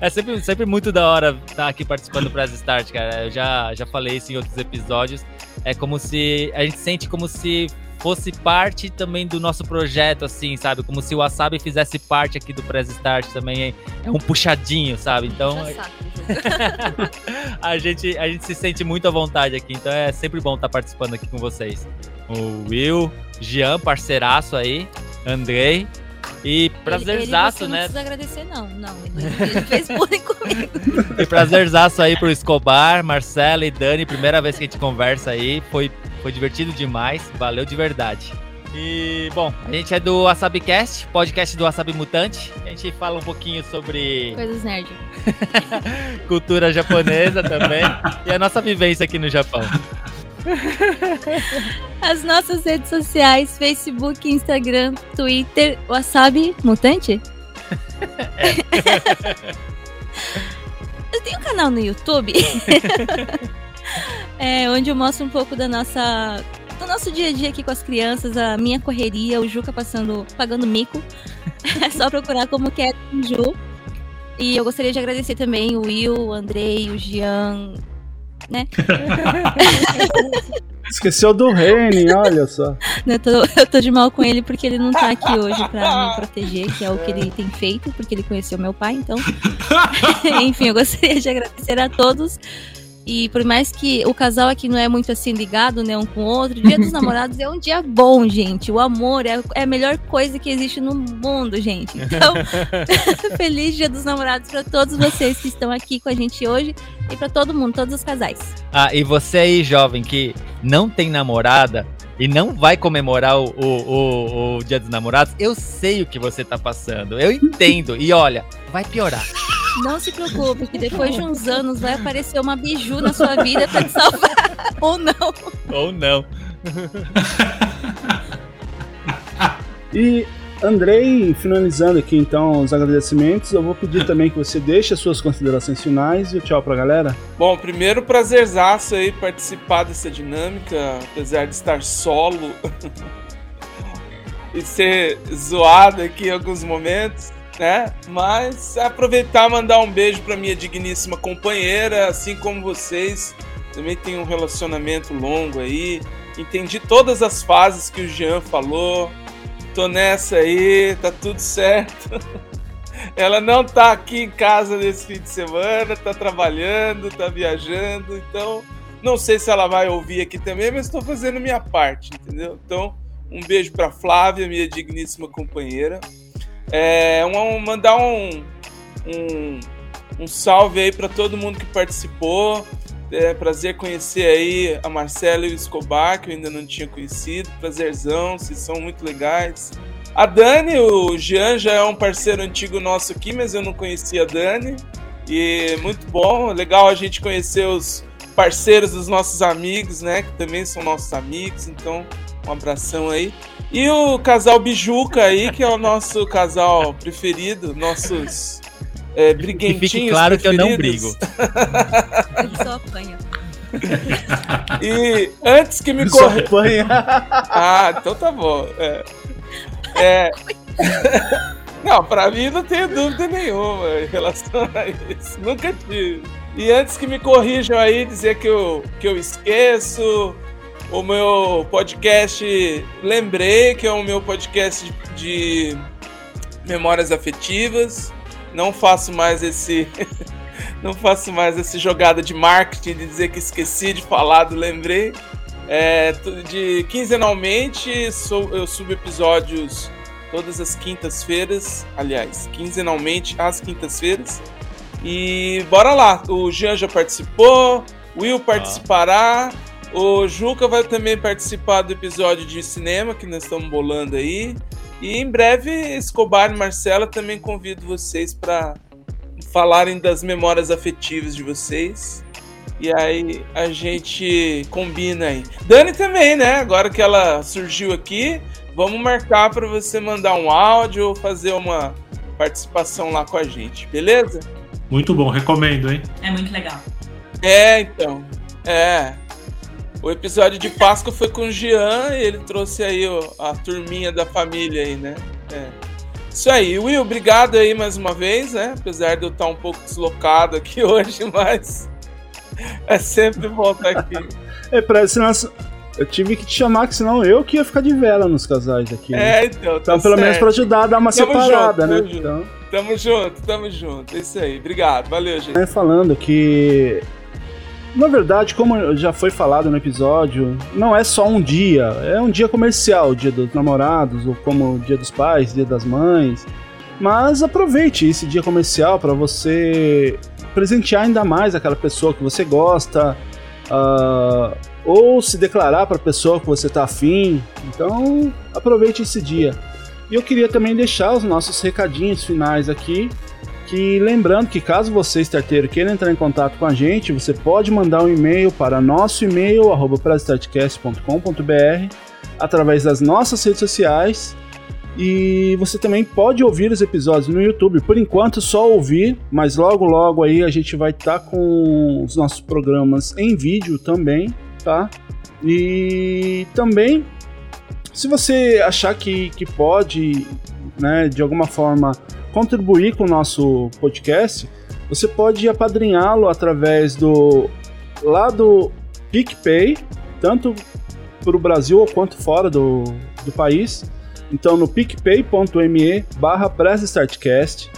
É sempre, sempre muito da hora estar aqui participando do Press Start, cara. Eu já, já falei isso em outros episódios. É como se. A gente sente como se fosse parte também do nosso projeto, assim, sabe? Como se o Wasabi fizesse parte aqui do Press Start também. hein? É um puxadinho, sabe? Então. a, gente, a gente se sente muito à vontade aqui, então é sempre bom estar participando aqui com vocês. O Will, Jean, parceiraço aí, Andrei. E prazerzaço, ele, você né? Não precisa agradecer, não. Não, ele, ele fez bullying comigo. E prazerzaço aí pro Escobar, Marcela e Dani. Primeira vez que a gente conversa aí. Foi, foi divertido demais. Valeu de verdade. E, bom, a gente é do WasabiCast, podcast do Wasabi Mutante. A gente fala um pouquinho sobre Coisas nerd. cultura japonesa também e a nossa vivência aqui no Japão. As nossas redes sociais, Facebook, Instagram, Twitter, Wasabi Mutante. eu tenho um canal no YouTube. É, onde eu mostro um pouco da nossa do nosso dia a dia aqui com as crianças, a minha correria, o Juca passando pagando mico. É só procurar como que é com Ju. E eu gostaria de agradecer também o Will, o Andrei, o Jean, né? Esqueceu do Reni, olha só. Eu tô, eu tô de mal com ele porque ele não tá aqui hoje pra me proteger, que é o que ele tem feito, porque ele conheceu meu pai, então. Enfim, eu gostaria de agradecer a todos. E por mais que o casal aqui não é muito assim ligado, né, um com o outro, Dia dos Namorados é um dia bom, gente. O amor é, é a melhor coisa que existe no mundo, gente. Então, feliz Dia dos Namorados pra todos vocês que estão aqui com a gente hoje e pra todo mundo, todos os casais. Ah, e você aí, jovem, que não tem namorada e não vai comemorar o, o, o, o Dia dos Namorados, eu sei o que você tá passando. Eu entendo. E olha, vai piorar. Não se preocupe, que depois de uns anos vai aparecer uma biju na sua vida pra te salvar. Ou não. Ou não. E Andrei, finalizando aqui então os agradecimentos, eu vou pedir também que você deixe as suas considerações finais e o tchau pra galera. Bom, primeiro prazerzaço aí participar dessa dinâmica, apesar de estar solo e ser zoado aqui em alguns momentos, né? Mas aproveitar e mandar um beijo pra minha digníssima companheira, assim como vocês, também tem um relacionamento longo aí. Entendi todas as fases que o Jean falou. Tô nessa aí, tá tudo certo. Ela não tá aqui em casa nesse fim de semana, tá trabalhando, tá viajando, então não sei se ela vai ouvir aqui também, mas estou fazendo minha parte, entendeu? Então, um beijo pra Flávia, minha digníssima companheira. É, um- um- mandar um, um, um salve aí pra todo mundo que participou. É, prazer conhecer aí a Marcela e o Escobar, que eu ainda não tinha conhecido. Prazerzão, vocês são muito legais. A Dani, o Jean já é um parceiro antigo nosso aqui, mas eu não conhecia a Dani. E muito bom, legal a gente conhecer os parceiros dos nossos amigos, né? Que também são nossos amigos, então um abração aí. E o casal Bijuca aí, que é o nosso casal preferido, nossos é, E briguentinhos fique claro que eu não preferidos. brigo. Ele só apanha. E antes que me Só corra. apanha. Ah, então tá bom. É. É. Não, pra mim não tenho dúvida nenhuma em relação a isso. Nunca tive. E antes que me corrijam aí, dizer que eu, que eu esqueço. O meu podcast Lembrei, que é o meu podcast de memórias afetivas. Não faço mais esse. não faço mais essa jogada de marketing de dizer que esqueci de falar do Lembrei. É, tu- de quinzenalmente sou- eu subo episódios todas as quintas-feiras, aliás, quinzenalmente às quintas-feiras. E bora lá, o Jean já participou, o Will participará, o Juca vai também participar do episódio de cinema que nós estamos bolando aí. E em breve, Escobar e Marcela também convido vocês para falarem das memórias afetivas de vocês. E aí a gente combina aí. Dani também, né? Agora que ela surgiu aqui, vamos marcar para você mandar um áudio ou fazer uma participação lá com a gente, beleza? Muito bom, recomendo, hein? É muito legal. É, então. É. O episódio de Páscoa foi com o Jean e ele trouxe aí ó, a turminha da família aí, né? É. Isso aí, Will, obrigado aí mais uma vez, né? Apesar de eu estar um pouco deslocado aqui hoje, mas é sempre bom estar aqui. É, pra, senão, eu tive que te chamar, que senão eu que ia ficar de vela nos casais aqui. né? É, então. tá Então, pelo menos certo. pra ajudar a dar uma Tamo separada, junto, né? Tamo junto, Então. tamo junto, tamo junto. É Isso aí, obrigado, valeu, gente. É, falando que Na verdade, como já foi falado no episódio, não é só um dia, é um dia comercial, dia dos namorados, ou como dia dos pais, dia das mães. Mas aproveite esse dia comercial para você presentear ainda mais aquela pessoa que você gosta, ah, ou se declarar para a pessoa que você está afim. Então, aproveite esse dia. E eu queria também deixar os nossos recadinhos finais aqui que lembrando que caso você, starteiro, queira entrar em contato com a gente, você pode mandar um e-mail para nosso e-mail, arroba prazestartcast.com.br, através das nossas redes sociais. E você também pode ouvir os episódios no YouTube. Por enquanto, só ouvir, mas logo, logo aí a gente vai estar com os nossos programas em vídeo também, tá? E também, se você achar que, que pode, né, de alguma forma contribuir com o nosso podcast, você pode apadrinhá-lo através do lá do PicPay, tanto para o Brasil quanto fora do, do país. Então no picpay.me barra PressStartcast.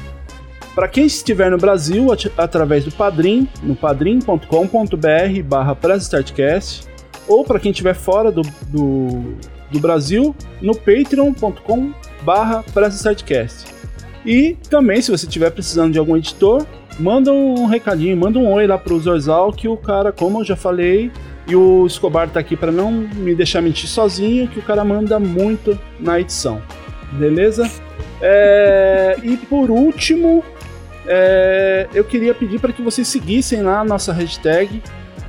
Para quem estiver no Brasil, at- através do Padrim, no padrim.com.br barra PressStartcast. Ou para quem estiver fora do, do, do Brasil, no patreon.com barra PressStartcast. E também, se você estiver precisando de algum editor, manda um recadinho, manda um oi lá pro Zorzal, que o cara, como eu já falei, e o Escobar tá aqui para não me deixar mentir sozinho, que o cara manda muito na edição. Beleza? É, e por último, é, eu queria pedir para que vocês seguissem lá a nossa hashtag,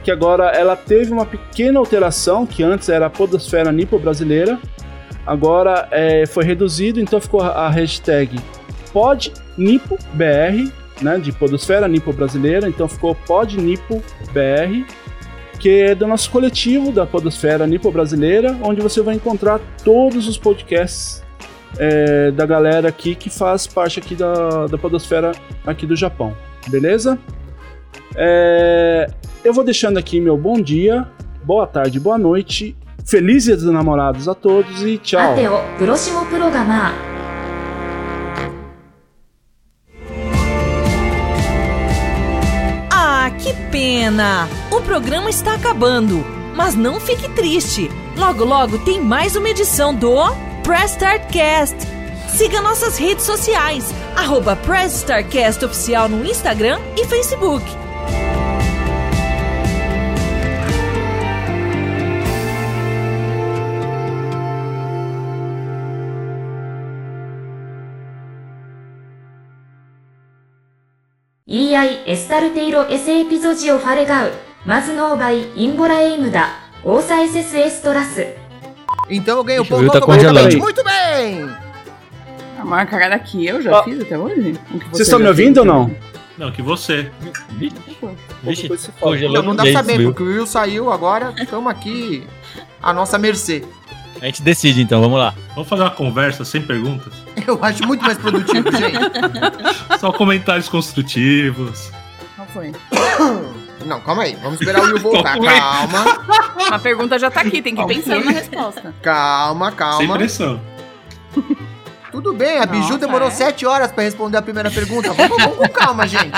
que agora ela teve uma pequena alteração, que antes era a Podosfera Nipo Brasileira, agora é, foi reduzido, então ficou a a hashtag PodNipoBR, né, de Podosfera Nipo Brasileira, então ficou PodNipoBR, que é do nosso coletivo da Podosfera Nipo Brasileira, onde você vai encontrar todos os podcasts é, da galera aqui que faz parte aqui da, da Podosfera aqui do Japão, beleza? É, eu vou deixando aqui meu bom dia, boa tarde, boa noite, felizes dia dos namorados a todos e ア tchau! テオ、プロシモプロガマー。 Ah, que pena! O programa está acabando. Mas não fique triste. Logo, logo tem mais um uma edição do Press Start Cast. Siga nossas redes sociais. Arroba Press Start Cast Oficial no Instagram e Facebook. EI エスタルテイロエセエピゾジオファレガウ、マズノーバイインボラエイムダ、オーサエセスエストラス。 Então eu ganho o Deixa eu ponto ver, tá congelando. automaticamente. Muito bem! A maior cagada que eu já fiz até hoje. O que você Vocês estão me já fez. ouvindo ou não? Não, que você. Vixe, Não, É não dá pra saber, porque o Will saiu agora, estamos aqui à nossa mercê. A gente decide então, vamos lá. Vamos fazer uma conversa sem perguntas? Eu acho muito mais produtivo, gente. Só comentários construtivos. Não foi. Não, calma aí, vamos esperar o Will voltar. Calma aí. calma, A pergunta já tá aqui, tem que ir Calma. pensando na resposta. calma, calma. Sem pressão. Tudo bem, a Biju é? demorou sete horas pra responder a primeira pergunta. Vamos, vamos com calma, gente.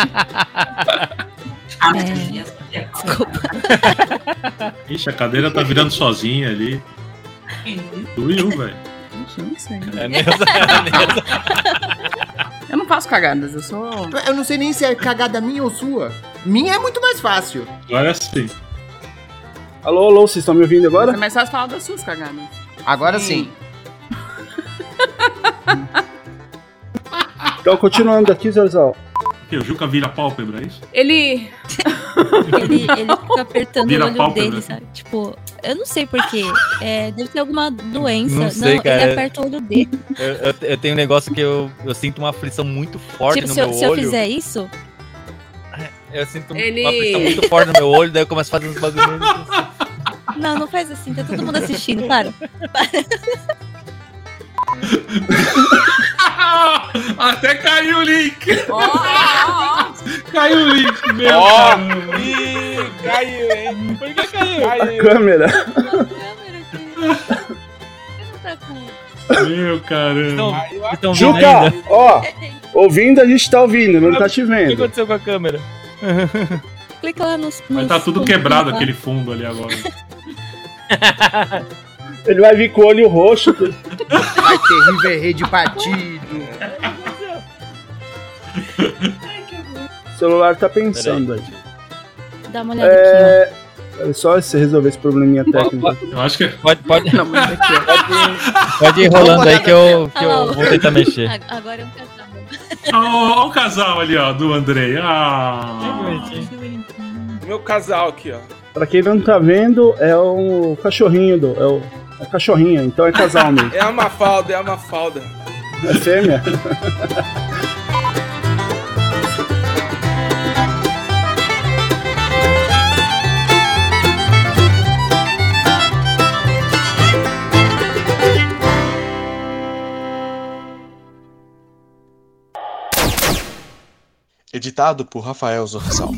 Ixi, a cadeira tá virando sozinha ali. Do Will, velho. Gente, eu não sei. É mesmo, é Eu não faço cagadas, eu sou. Eu não sei nem se é cagada minha ou sua. Minha é muito mais fácil. Agora sim. Alô, alô, vocês estão me ouvindo agora? É mais fácil falar das suas cagadas. Agora sim. Então, continuando aqui, Zorzal. O quê? O Juca vira pálpebra, é isso? Ele. Ele, ele fica apertando Vira o olho pálpebra. dele, sabe? Tipo, eu não sei porquê. É, deve ter alguma doença. Não sei, cara. ele aperta o olho dele. Eu, eu- eu tenho um negócio que eu, eu sinto uma aflição muito forte Tipo, no se eu, meu se eu olho. fizer isso, Eu sinto Ele- uma pressão muito forte no meu olho, daí eu começo a fazer uns bagulhos. não, não faz assim, tá todo mundo assistindo, para. Até caiu o link! Caiu o link, meu. Ó. Ih, caiu, hein? Por que caiu? A Caiu. câmera. Meu Então, caramba. Então, Juca, ó, ouvindo a gente tá ouvindo, não tá te O que vendo. aconteceu com a câmera? clica lá nos. Mas tá nos- tudo nos- quebrado lá. aquele fundo ali agora. Ele vai vir com o olho roxo. Vai ter River Rede partido. O celular tá pensando aí. Dá uma olhada aqui, É... é Só se resolver esse probleminha técnica. Eu acho que. Pode, pode. pode, pode ir rolando aí que eu, que eu vou tentar mexer. ó. Agora é um casal. Olha o casal ali, ó, do Andrei. Ah. Meu casal aqui, ó. Pra quem não tá vendo, é o cachorrinho do. É o é cachorrinho, então é casal mesmo. É a Mafalda, é a Mafalda. É fêmea. Editado por Rafael Zorzal.